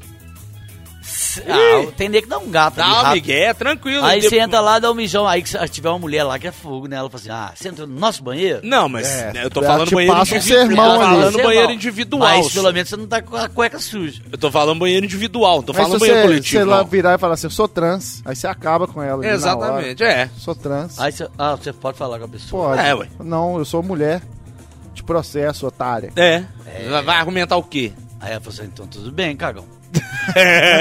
Speaker 2: Se- Ah, tem nem que dar um gato ali,
Speaker 1: Tá,
Speaker 2: rápido.
Speaker 1: Miguel, tranquilo.
Speaker 2: Aí
Speaker 1: De-
Speaker 2: você entra lá, dá um mijão. Aí que se tiver uma mulher lá que é fogo, né? Ela fala assim: ah, você entrou no nosso banheiro?
Speaker 1: Não, mas
Speaker 3: É,
Speaker 1: né, eu tô
Speaker 3: ela
Speaker 1: falando
Speaker 3: te
Speaker 1: banheiro
Speaker 3: passa um
Speaker 1: individual. Eu
Speaker 3: sermão
Speaker 1: tô
Speaker 3: ali.
Speaker 1: falando
Speaker 2: Você
Speaker 1: banheiro
Speaker 2: não.
Speaker 1: individual.
Speaker 2: Mas pelo menos você não tá com a cueca suja.
Speaker 1: Eu tô falando banheiro individual, não tô
Speaker 3: Mas se
Speaker 1: falando banheiro
Speaker 3: você,
Speaker 1: coletivo.
Speaker 3: sei lá,
Speaker 1: não.
Speaker 3: virar e falar assim, eu sou trans, aí você acaba com ela. ali na hora.
Speaker 1: Exatamente, é.
Speaker 3: Sou trans.
Speaker 2: Aí você. Ah, você pode falar com a pessoa.
Speaker 3: Pode.
Speaker 1: É, ué.
Speaker 3: Não, eu sou mulher. De processo, otária.
Speaker 1: É. Vai- Vai argumentar o quê?
Speaker 2: Aí ela falou assim: então tudo bem, cagão.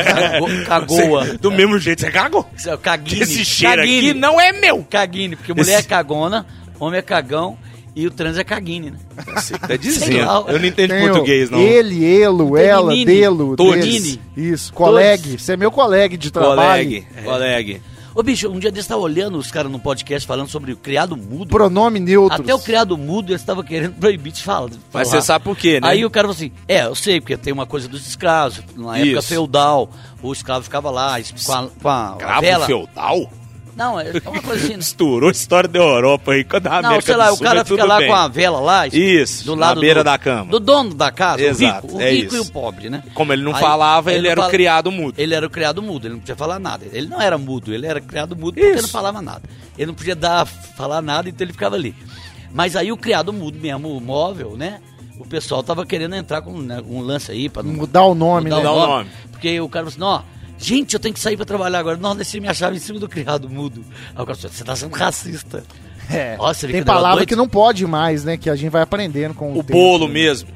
Speaker 2: Cago- Cagoa.
Speaker 1: Você- do mesmo jeito, você cagou.
Speaker 2: Isso é o Caguine.
Speaker 1: Esse cheiro
Speaker 2: Caguine.
Speaker 1: aqui não é meu.
Speaker 2: Caguine, porque mulher
Speaker 1: Esse-
Speaker 2: é cagona, homem é cagão e o trans é caguine, né?
Speaker 1: Você tá
Speaker 2: lá.
Speaker 1: dizendo. Eu não entendo
Speaker 3: Tem o
Speaker 1: português, não.
Speaker 3: Ele, elo,
Speaker 2: Tem
Speaker 3: ela,
Speaker 2: nini,
Speaker 3: delo,
Speaker 2: tonini.
Speaker 3: deles. Isso, colegue. Você é meu colegue de trabalho.
Speaker 1: Colegue, colegue.
Speaker 2: Ô, bicho, um dia desse tava olhando os caras no podcast falando sobre o criado mudo.
Speaker 3: Pronome neutro.
Speaker 2: Até o criado mudo eles estavam querendo proibir de falar. de
Speaker 1: Mas
Speaker 2: falar.
Speaker 1: você sabe por quê, né?
Speaker 2: Aí o cara falou assim: é, eu sei, porque tem uma coisa dos escravos. Na época
Speaker 1: Isso.
Speaker 2: feudal, o escravo ficava lá es- com a, com a- a
Speaker 1: Cravo
Speaker 2: vela.
Speaker 1: feudal?
Speaker 2: Não, é uma coisa assim. né?
Speaker 1: Misturou a história da Europa aí com a da América
Speaker 2: Não, sei lá,
Speaker 1: do
Speaker 2: o
Speaker 1: Sul,
Speaker 2: cara
Speaker 1: mas
Speaker 2: fica
Speaker 1: tudo
Speaker 2: lá
Speaker 1: bem.
Speaker 2: com a vela lá.
Speaker 1: Isso, na beira
Speaker 2: do-
Speaker 1: da cama.
Speaker 2: Do dono da casa,
Speaker 1: Exato,
Speaker 2: o rico, o
Speaker 1: é
Speaker 2: rico e o
Speaker 1: isso.
Speaker 2: pobre, né?
Speaker 1: Como ele não
Speaker 2: Aí,
Speaker 1: falava, ele,
Speaker 2: não
Speaker 1: era o
Speaker 2: fala-
Speaker 1: criado mudo.
Speaker 2: Ele era o criado mudo, ele não podia falar nada. Ele não era mudo, ele era criado mudo porque
Speaker 1: Isso.
Speaker 2: ele não falava nada. Ele não podia dar, falar nada, então ele ficava ali. Mas aí o criado mudo mesmo, o móvel, né? O pessoal tava querendo entrar com né, um lance aí pra não
Speaker 1: Hum.
Speaker 3: Mudar o nome,
Speaker 2: mudar
Speaker 3: né?
Speaker 1: Dá
Speaker 2: o
Speaker 1: o
Speaker 2: nome,
Speaker 1: nome.
Speaker 2: Porque o cara falou assim, ó, gente, eu tenho que sair pra trabalhar agora. Nossa, deixei minha chave em cima do criado mudo. Aí o cara falou, você tá sendo racista.
Speaker 3: É.
Speaker 2: Nossa, ele
Speaker 3: Tem
Speaker 2: que negócio
Speaker 3: palavra
Speaker 2: doido.
Speaker 3: que não pode mais, né? Que a gente vai aprendendo com o,
Speaker 1: O
Speaker 3: tempo,
Speaker 1: bolo
Speaker 3: né?
Speaker 1: mesmo.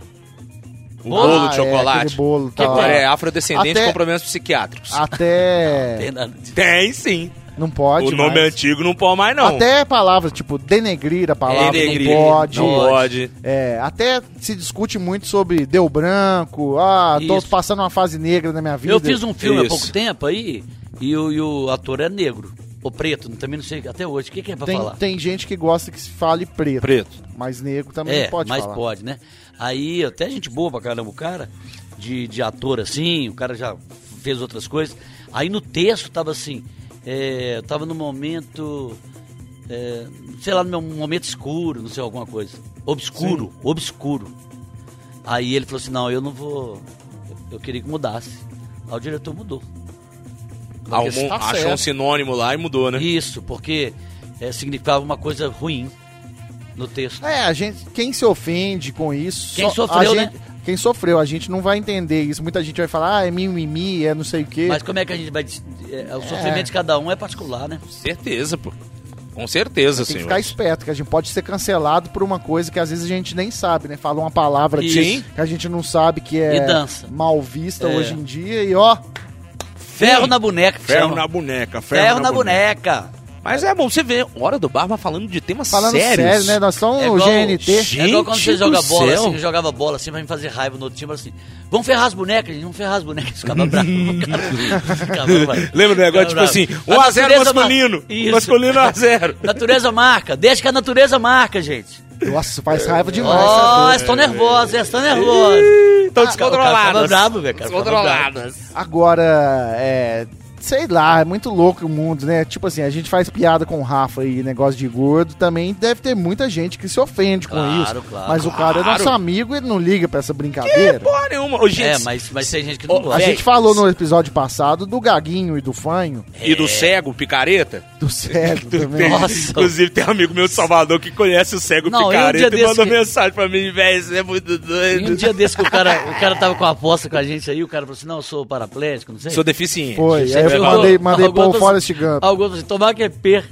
Speaker 1: O
Speaker 2: Bolo?
Speaker 1: bolo
Speaker 3: Ah,
Speaker 1: de
Speaker 3: é,
Speaker 1: chocolate.
Speaker 3: aquele bolo,
Speaker 1: que
Speaker 3: tá lá.
Speaker 1: agora é afrodescendente
Speaker 3: Até- Ah,
Speaker 1: com problemas psiquiátricos.
Speaker 3: Até.
Speaker 1: É.
Speaker 2: Tem nada disso.
Speaker 1: Tem sim.
Speaker 3: Não pode.
Speaker 1: o nome
Speaker 3: mais.
Speaker 1: antigo não pode mais, não.
Speaker 3: Até palavras, tipo, denegrir a palavra,
Speaker 1: Denegrir,
Speaker 3: não pode.
Speaker 1: Não pode.
Speaker 3: É, até se discute muito sobre deu branco, ah, tô
Speaker 2: Isso.
Speaker 3: passando uma fase negra na minha vida.
Speaker 2: Eu fiz um filme há
Speaker 1: Isso.
Speaker 2: pouco tempo aí e o, e o ator é negro. Ou preto, também não sei até hoje. O que, que é pra
Speaker 3: tem,
Speaker 2: falar?
Speaker 3: tem gente que gosta que se fale preto,
Speaker 1: Preto.
Speaker 3: mas negro também
Speaker 2: é,
Speaker 3: não pode
Speaker 2: mas
Speaker 3: falar.
Speaker 2: pode, né? Aí até gente boa pra caramba, o cara, de, de ator assim, o cara já fez outras coisas. Aí no texto tava assim, é, tava no momento. é, sei lá, no meu momento escuro, não sei, alguma coisa. Obscuro, obscuro. Aí ele falou assim: não, eu não vou. Eu, eu queria que mudasse. Aí o diretor mudou. assim,
Speaker 1: Arrumou-
Speaker 3: Isso tá
Speaker 1: achou
Speaker 3: certo.
Speaker 1: um sinônimo lá e mudou, né?
Speaker 2: Isso, porque é, significava uma coisa ruim no texto.
Speaker 3: É, a gente, quem se ofende com isso,
Speaker 2: Quem
Speaker 3: só- a
Speaker 2: sofreu,
Speaker 3: gente- Quem sofreu, a gente não vai entender isso. Muita gente vai falar, ah, é mimimi, é não sei o quê.
Speaker 2: Mas como é que a gente vai. dis- é, o sofrimento de cada um é particular, né?
Speaker 1: Certeza, pô. Com certeza,
Speaker 3: Tem que
Speaker 1: senhor.
Speaker 3: ficar esperto, que a gente pode ser cancelado por uma coisa que às vezes a gente nem sabe, né? Fala uma palavra que,
Speaker 1: Sim.
Speaker 3: que a gente não sabe que é
Speaker 2: E dança.
Speaker 3: mal vista
Speaker 2: É.
Speaker 3: hoje em dia e ó,
Speaker 2: Ferro na boneca, que
Speaker 1: Ferro
Speaker 2: chama.
Speaker 1: na boneca, ferro,
Speaker 2: Ferro na boneca.
Speaker 1: Mas é bom, você vê, Hora do Barba falando de temas
Speaker 3: falando
Speaker 1: sérios.
Speaker 3: sério, né? Nós
Speaker 1: Um
Speaker 3: somos
Speaker 2: É
Speaker 3: o
Speaker 2: igual-
Speaker 3: GNT.
Speaker 1: Gente
Speaker 2: é igual quando você
Speaker 1: do
Speaker 2: joga bola,
Speaker 1: céu.
Speaker 2: assim, eu jogava bola assim pra me fazer raiva no outro time, eu falava assim, vamos ferrar as bonecas, gente, vamos ferrar as bonecas, ficava bravo. Ficava- ficava bravo.
Speaker 1: Lembra do negócio, tipo
Speaker 2: Ficava
Speaker 1: assim,
Speaker 2: bravo. A
Speaker 1: 1x0
Speaker 2: natureza mar-
Speaker 1: masculino.
Speaker 2: Isso.
Speaker 1: Masculino é 1x0.
Speaker 2: Natureza marca, deixa que a natureza marca, gente.
Speaker 3: Nossa, faz raiva demais. é
Speaker 1: é
Speaker 2: Ó,
Speaker 3: sabe?
Speaker 2: vocês estão nervosos, vocês estão nervosos.
Speaker 1: Estão
Speaker 2: Ah, O cara ficava
Speaker 1: descontroladas.
Speaker 2: bravo, velho, o cara ficava
Speaker 1: Descontroladas.
Speaker 3: Agora, é. Sei lá, é muito louco o mundo, né? Tipo assim, a gente faz piada com o Rafa e negócio de gordo. Também deve ter muita gente que se ofende com
Speaker 2: Claro,
Speaker 3: isso.
Speaker 2: claro,
Speaker 3: mas o cara é
Speaker 1: claro.
Speaker 3: nosso amigo e não liga pra essa brincadeira.
Speaker 1: Porra nenhuma. Ô, gente,
Speaker 2: É, mas, mas tem gente que não
Speaker 1: Ó,
Speaker 2: gosta. É,
Speaker 3: a
Speaker 1: Véi.
Speaker 3: gente falou no episódio passado do Gaguinho e do Fanho,
Speaker 1: E do cego, picareta?
Speaker 3: do cego também.
Speaker 1: Tem-
Speaker 2: é. Nossa.
Speaker 1: Inclusive, tem um amigo meu de Salvador que conhece o cego
Speaker 2: Não, e um
Speaker 1: picareta
Speaker 2: dia
Speaker 1: e mandou
Speaker 2: desse que-
Speaker 1: mensagem pra mim, velho, você é muito
Speaker 2: E um
Speaker 1: doido.
Speaker 2: dia desse que o cara, o cara tava com a aposta com a gente aí, o cara falou assim, não, eu sou paraplético, não sei.
Speaker 1: Sou deficiente.
Speaker 3: Foi,
Speaker 2: Você
Speaker 3: aí eu
Speaker 2: viu?
Speaker 3: mandei, mandei
Speaker 2: Alguma
Speaker 3: pôr o
Speaker 2: coisa-
Speaker 3: Forrest Gump.
Speaker 2: Alguns assim, tomar que é per.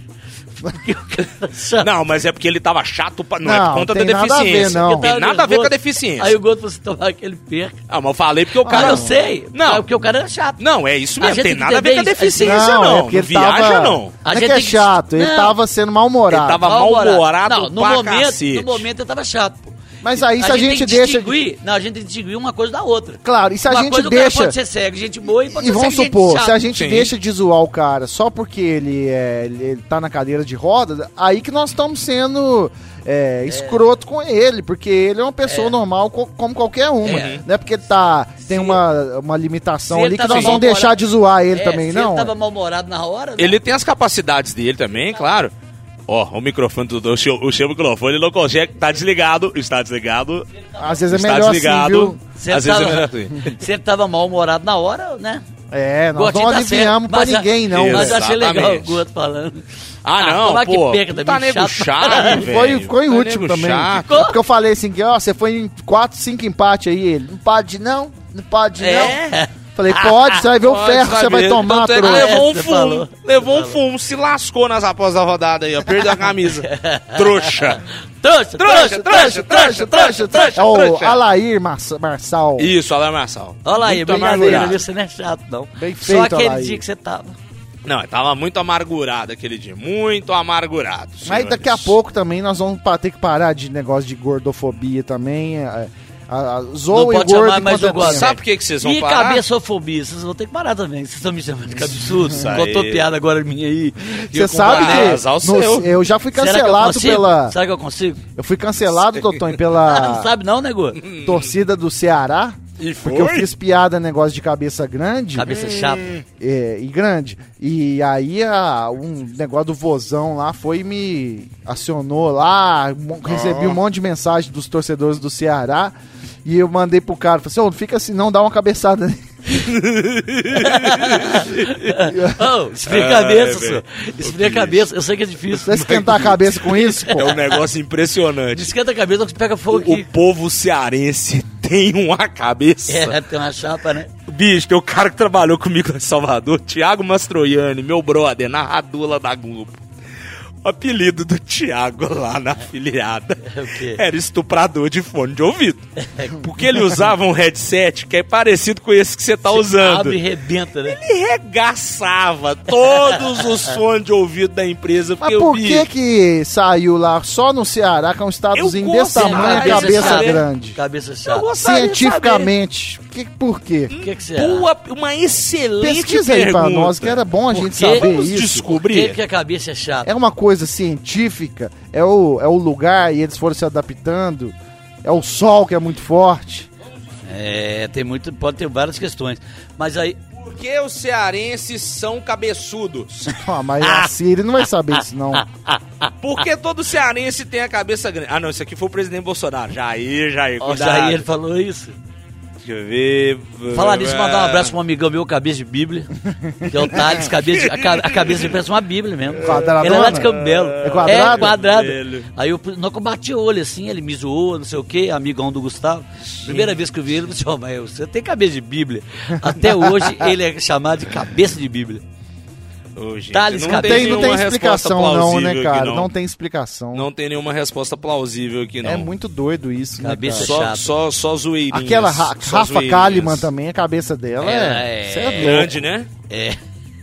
Speaker 2: Porque o cara tá chato.
Speaker 1: Não, mas é porque ele tava chato, pra... não, é
Speaker 3: Não,
Speaker 1: por conta
Speaker 3: tem
Speaker 1: da
Speaker 3: nada a ver,
Speaker 1: deficiência.
Speaker 3: não.
Speaker 1: Tem
Speaker 2: Tava
Speaker 1: nada a ver com a
Speaker 2: nervoso.
Speaker 1: deficiência.
Speaker 2: Tá, Aí o Goto falou assim, tomar que ele perca.
Speaker 1: Ah, mas eu falei porque o
Speaker 2: Ah,
Speaker 1: cara...
Speaker 2: eu sei.
Speaker 1: Não.
Speaker 2: Porque o cara era chato.
Speaker 1: Não, é isso
Speaker 2: A
Speaker 1: mesmo.
Speaker 2: gente
Speaker 1: Tem
Speaker 2: tem que
Speaker 1: nada a ver com a
Speaker 2: entender isso.
Speaker 1: deficiência, não. Não,
Speaker 3: porque ele
Speaker 1: viaja,
Speaker 3: tava.
Speaker 1: não.
Speaker 2: A
Speaker 3: Não é
Speaker 2: gente
Speaker 3: que é
Speaker 2: tem é que-
Speaker 3: chato, ele
Speaker 2: Não.
Speaker 3: tava sendo mal-humorado.
Speaker 1: Ele tava- mal-humorado
Speaker 2: Não, no
Speaker 1: pra
Speaker 2: momento,
Speaker 1: cacete.
Speaker 2: no momento eu tava chato, pô.
Speaker 3: Mas aí, se a
Speaker 2: tem
Speaker 3: gente
Speaker 2: que
Speaker 3: deixa-
Speaker 2: Distinguir, não, a gente tem que distinguir uma coisa da outra.
Speaker 3: Claro, e se a
Speaker 2: uma
Speaker 3: gente
Speaker 2: coisa é o
Speaker 3: deixa-
Speaker 2: cara pode ser cego, gente boa e pode
Speaker 3: E
Speaker 2: ser
Speaker 3: vamos
Speaker 2: cego,
Speaker 3: supor,
Speaker 2: gente
Speaker 3: se a
Speaker 2: chata.
Speaker 3: gente
Speaker 1: Sim.
Speaker 3: deixa de zoar o cara só porque ele, é, ele, ele tá na cadeira de roda, aí que nós estamos sendo é, escroto com ele, porque ele é uma pessoa normal co- como qualquer uma.
Speaker 2: É.
Speaker 3: Não é porque ele tá, tem
Speaker 2: Se-
Speaker 3: uma, uma limitação
Speaker 2: se ele
Speaker 3: ali que
Speaker 2: tava
Speaker 3: nós vamos
Speaker 2: mal-humorado-
Speaker 3: deixar de zoar ele
Speaker 2: É,
Speaker 3: também,
Speaker 2: se
Speaker 3: não.
Speaker 2: ele tava mal-humorado na hora... né? não.
Speaker 1: Ele tem as capacidades dele também, claro. Ó, o microfone do... O seu, o seu microfone não consegue... Tá desligado. Está desligado.
Speaker 3: Às vezes é
Speaker 1: está
Speaker 3: melhor assim,
Speaker 1: desligado.
Speaker 3: viu?
Speaker 2: Se
Speaker 1: Às
Speaker 2: ele
Speaker 1: vezes é
Speaker 2: tava-
Speaker 1: melhor assim.
Speaker 2: Se ele tava mal-humorado na hora, né?
Speaker 3: É, nós
Speaker 2: Gotinho
Speaker 3: não
Speaker 2: tá
Speaker 3: aliviamos
Speaker 2: certo,
Speaker 3: pra
Speaker 2: mas a-
Speaker 3: ninguém, não.
Speaker 2: Mas eu
Speaker 1: Exato.
Speaker 2: achei legal o
Speaker 1: Exatamente.
Speaker 2: Guto falando.
Speaker 1: Ah, não,
Speaker 2: tomar que
Speaker 1: pô.
Speaker 2: perca,
Speaker 1: tá
Speaker 2: também,
Speaker 1: nego chato, velho.
Speaker 3: Foi, ficou em
Speaker 1: Tá
Speaker 3: último
Speaker 1: nego
Speaker 3: também.
Speaker 1: chato.
Speaker 3: É porque eu falei assim, que ó, você foi em 4, 5 empate aí, ele. Não pode não, não pode não.
Speaker 2: É.
Speaker 3: Falei, pode, você vai ver o
Speaker 1: Pode
Speaker 3: ferro que você
Speaker 1: saber.
Speaker 3: vai tomar,
Speaker 2: Então,
Speaker 1: Tanto é que
Speaker 3: trouxa.
Speaker 1: levou um
Speaker 2: Você
Speaker 1: fumo.
Speaker 2: falou.
Speaker 1: Levou um
Speaker 2: Você
Speaker 1: fumo, se lascou nas após da rodada aí, ó. Perdeu a camisa. Trouxa.
Speaker 2: Trouxa,
Speaker 1: Trouxa, trouxa, trouxa, trouxa, trouxa.
Speaker 2: então,
Speaker 3: É o
Speaker 1: trouxa.
Speaker 3: Alair Mas- Marçal.
Speaker 1: Isso, Alain Marçal.
Speaker 2: Olha lá aí,
Speaker 1: Muito
Speaker 2: brincadeira,
Speaker 1: amargurado.
Speaker 2: viu? Você não é chato, não.
Speaker 3: Bem
Speaker 2: Só
Speaker 3: feito,
Speaker 2: aquele
Speaker 3: Alair.
Speaker 2: dia que você tá- tava.
Speaker 1: Não, eu tava muito amargurado aquele dia. Muito amargurado.
Speaker 3: Mas
Speaker 1: senhores.
Speaker 3: daqui a pouco também nós vamos pa- ter que parar de negócio de gordofobia também. é, A, a, zoa
Speaker 2: Não
Speaker 3: e
Speaker 2: pode
Speaker 3: gordo
Speaker 2: chamar mais
Speaker 3: enquanto
Speaker 2: um gordo.
Speaker 3: é-
Speaker 1: Sabe por que, que vocês vão
Speaker 2: E
Speaker 1: parar?
Speaker 2: cabeçofobia, vocês vão ter que parar também. Vocês estão me chamando de cabeçudo.
Speaker 1: aí.
Speaker 2: Contou piada agora minha aí.
Speaker 1: E o
Speaker 3: Você sabe
Speaker 1: compadre
Speaker 3: que
Speaker 1: Azar, o
Speaker 3: no-
Speaker 1: seu.
Speaker 3: eu já fui
Speaker 2: Será que eu
Speaker 3: cancelado
Speaker 2: consigo?
Speaker 3: pela.
Speaker 2: Será que eu consigo?
Speaker 3: Eu fui cancelado, Toton,
Speaker 2: Ah, não
Speaker 3: pela
Speaker 2: sabe não, né, Gu?
Speaker 1: Hum.
Speaker 3: torcida do Ceará.
Speaker 1: E
Speaker 3: Porque eu
Speaker 1: foi?
Speaker 3: fiz piada negócio de cabeça grande.
Speaker 2: Cabeça chata.
Speaker 1: Hum,
Speaker 3: é, e grande. E aí a- um negócio do vozão lá foi e me acionou lá, mo- recebi um monte de mensagem dos torcedores do Ceará e eu mandei pro cara, falei assim, "Ô, não fica assim não, dá uma cabeçada. nele."
Speaker 2: Oh, esfria a
Speaker 1: Ai, velho.
Speaker 2: cabeça, senhor. Esfria a cabeça. Eu sei que é
Speaker 3: Vai
Speaker 2: difícil.
Speaker 3: esquentar a cabeça com isso, pô.
Speaker 1: É um negócio impressionante.
Speaker 2: Esquenta a cabeça que pega fogo
Speaker 1: O,
Speaker 2: aqui.
Speaker 1: o povo cearense tem uma cabeça.
Speaker 2: É, tem uma chapa, né?
Speaker 1: Bicho, tem o cara que trabalhou comigo lá em Salvador, Thiago Mastroianni, meu brother, narradula da Globo. O apelido do Thiago lá na afiliada
Speaker 2: É o quê?
Speaker 1: era estuprador de fone de ouvido. Porque ele usava um headset que é parecido com esse que você tá usando.
Speaker 2: Abre e rebenta, né?
Speaker 1: Ele regaçava todos os fones de ouvido da empresa.
Speaker 3: Mas
Speaker 1: porque o
Speaker 3: por que
Speaker 1: bicho-
Speaker 3: que saiu lá só no Ceará, que é um
Speaker 1: Eu
Speaker 3: estadozinho
Speaker 1: gosto,
Speaker 3: desse tamanho,
Speaker 1: cara,
Speaker 3: cabeça
Speaker 1: isso é-
Speaker 3: grande?
Speaker 2: né? Cabeça
Speaker 1: Eu
Speaker 2: chata.
Speaker 1: gostaria de
Speaker 3: Cientificamente, que, por
Speaker 2: O
Speaker 3: quê?
Speaker 2: que, que você acha?
Speaker 1: Boa, uma excelente
Speaker 3: É. Pesquisa aí
Speaker 1: pergunta.
Speaker 3: pra nós, que era bom a
Speaker 2: Por
Speaker 3: gente
Speaker 2: quê?
Speaker 3: saber
Speaker 1: Vamos
Speaker 3: isso.
Speaker 2: Por que,
Speaker 1: descobrir.
Speaker 2: que a cabeça é chata?
Speaker 3: é uma coisa científica, é o, é o lugar e eles foram se adaptando, é o sol que é muito forte.
Speaker 2: É, tem muito, pode ter várias questões. Mas aí,
Speaker 1: Por que os cearenses são cabeçudos?
Speaker 3: Ah, mas a Siri não vai saber isso, não.
Speaker 1: Por que todo cearense tem a cabeça grande? Ah, não, isso aqui foi o presidente Bolsonaro. Jair, Jair,
Speaker 2: ó,
Speaker 1: cuidado.
Speaker 2: Jair falou isso.
Speaker 1: Deixa eu ver...
Speaker 2: Falar nisso, mandar um
Speaker 1: É.
Speaker 2: abraço pra um amigão meu, cabeça de Bíblia. Que é o Thales, cabeça de, a, ca- a cabeça de parece uma Bíblia mesmo.
Speaker 3: Quadradona?
Speaker 2: Ele é lá de Campo Belo.
Speaker 3: É quadrado?
Speaker 2: quadrado.
Speaker 1: Velho.
Speaker 2: Aí eu, nós bati o olho assim, ele me zoou, não sei o quê, amigão do Gustavo. Primeira vez que eu vi ele, eu disse, ó, mas você tem cabeça de Bíblia. Até hoje ele é chamado de cabeça de Bíblia.
Speaker 1: Ô, gente,
Speaker 2: Thales,
Speaker 1: não
Speaker 2: cadê?
Speaker 1: tem,
Speaker 3: Tem, não tem
Speaker 1: nenhuma resposta
Speaker 3: explicação, não,
Speaker 1: plausível
Speaker 3: né,
Speaker 1: aqui,
Speaker 3: cara?
Speaker 1: Não.
Speaker 3: Não. tem explicação.
Speaker 1: Não tem nenhuma resposta plausível aqui, não.
Speaker 3: É muito doido isso,
Speaker 2: Cabeça
Speaker 3: né, cara?
Speaker 2: chata.
Speaker 1: Só,
Speaker 2: é chato.
Speaker 1: só, só zoeirinhas.
Speaker 3: Aquela Ra-
Speaker 1: Só
Speaker 3: Rafa
Speaker 1: zoeirinhas.
Speaker 3: Kalimann também, a cabeça dela
Speaker 2: É,
Speaker 3: é... Cê
Speaker 2: é.
Speaker 1: Grande, né?
Speaker 2: É.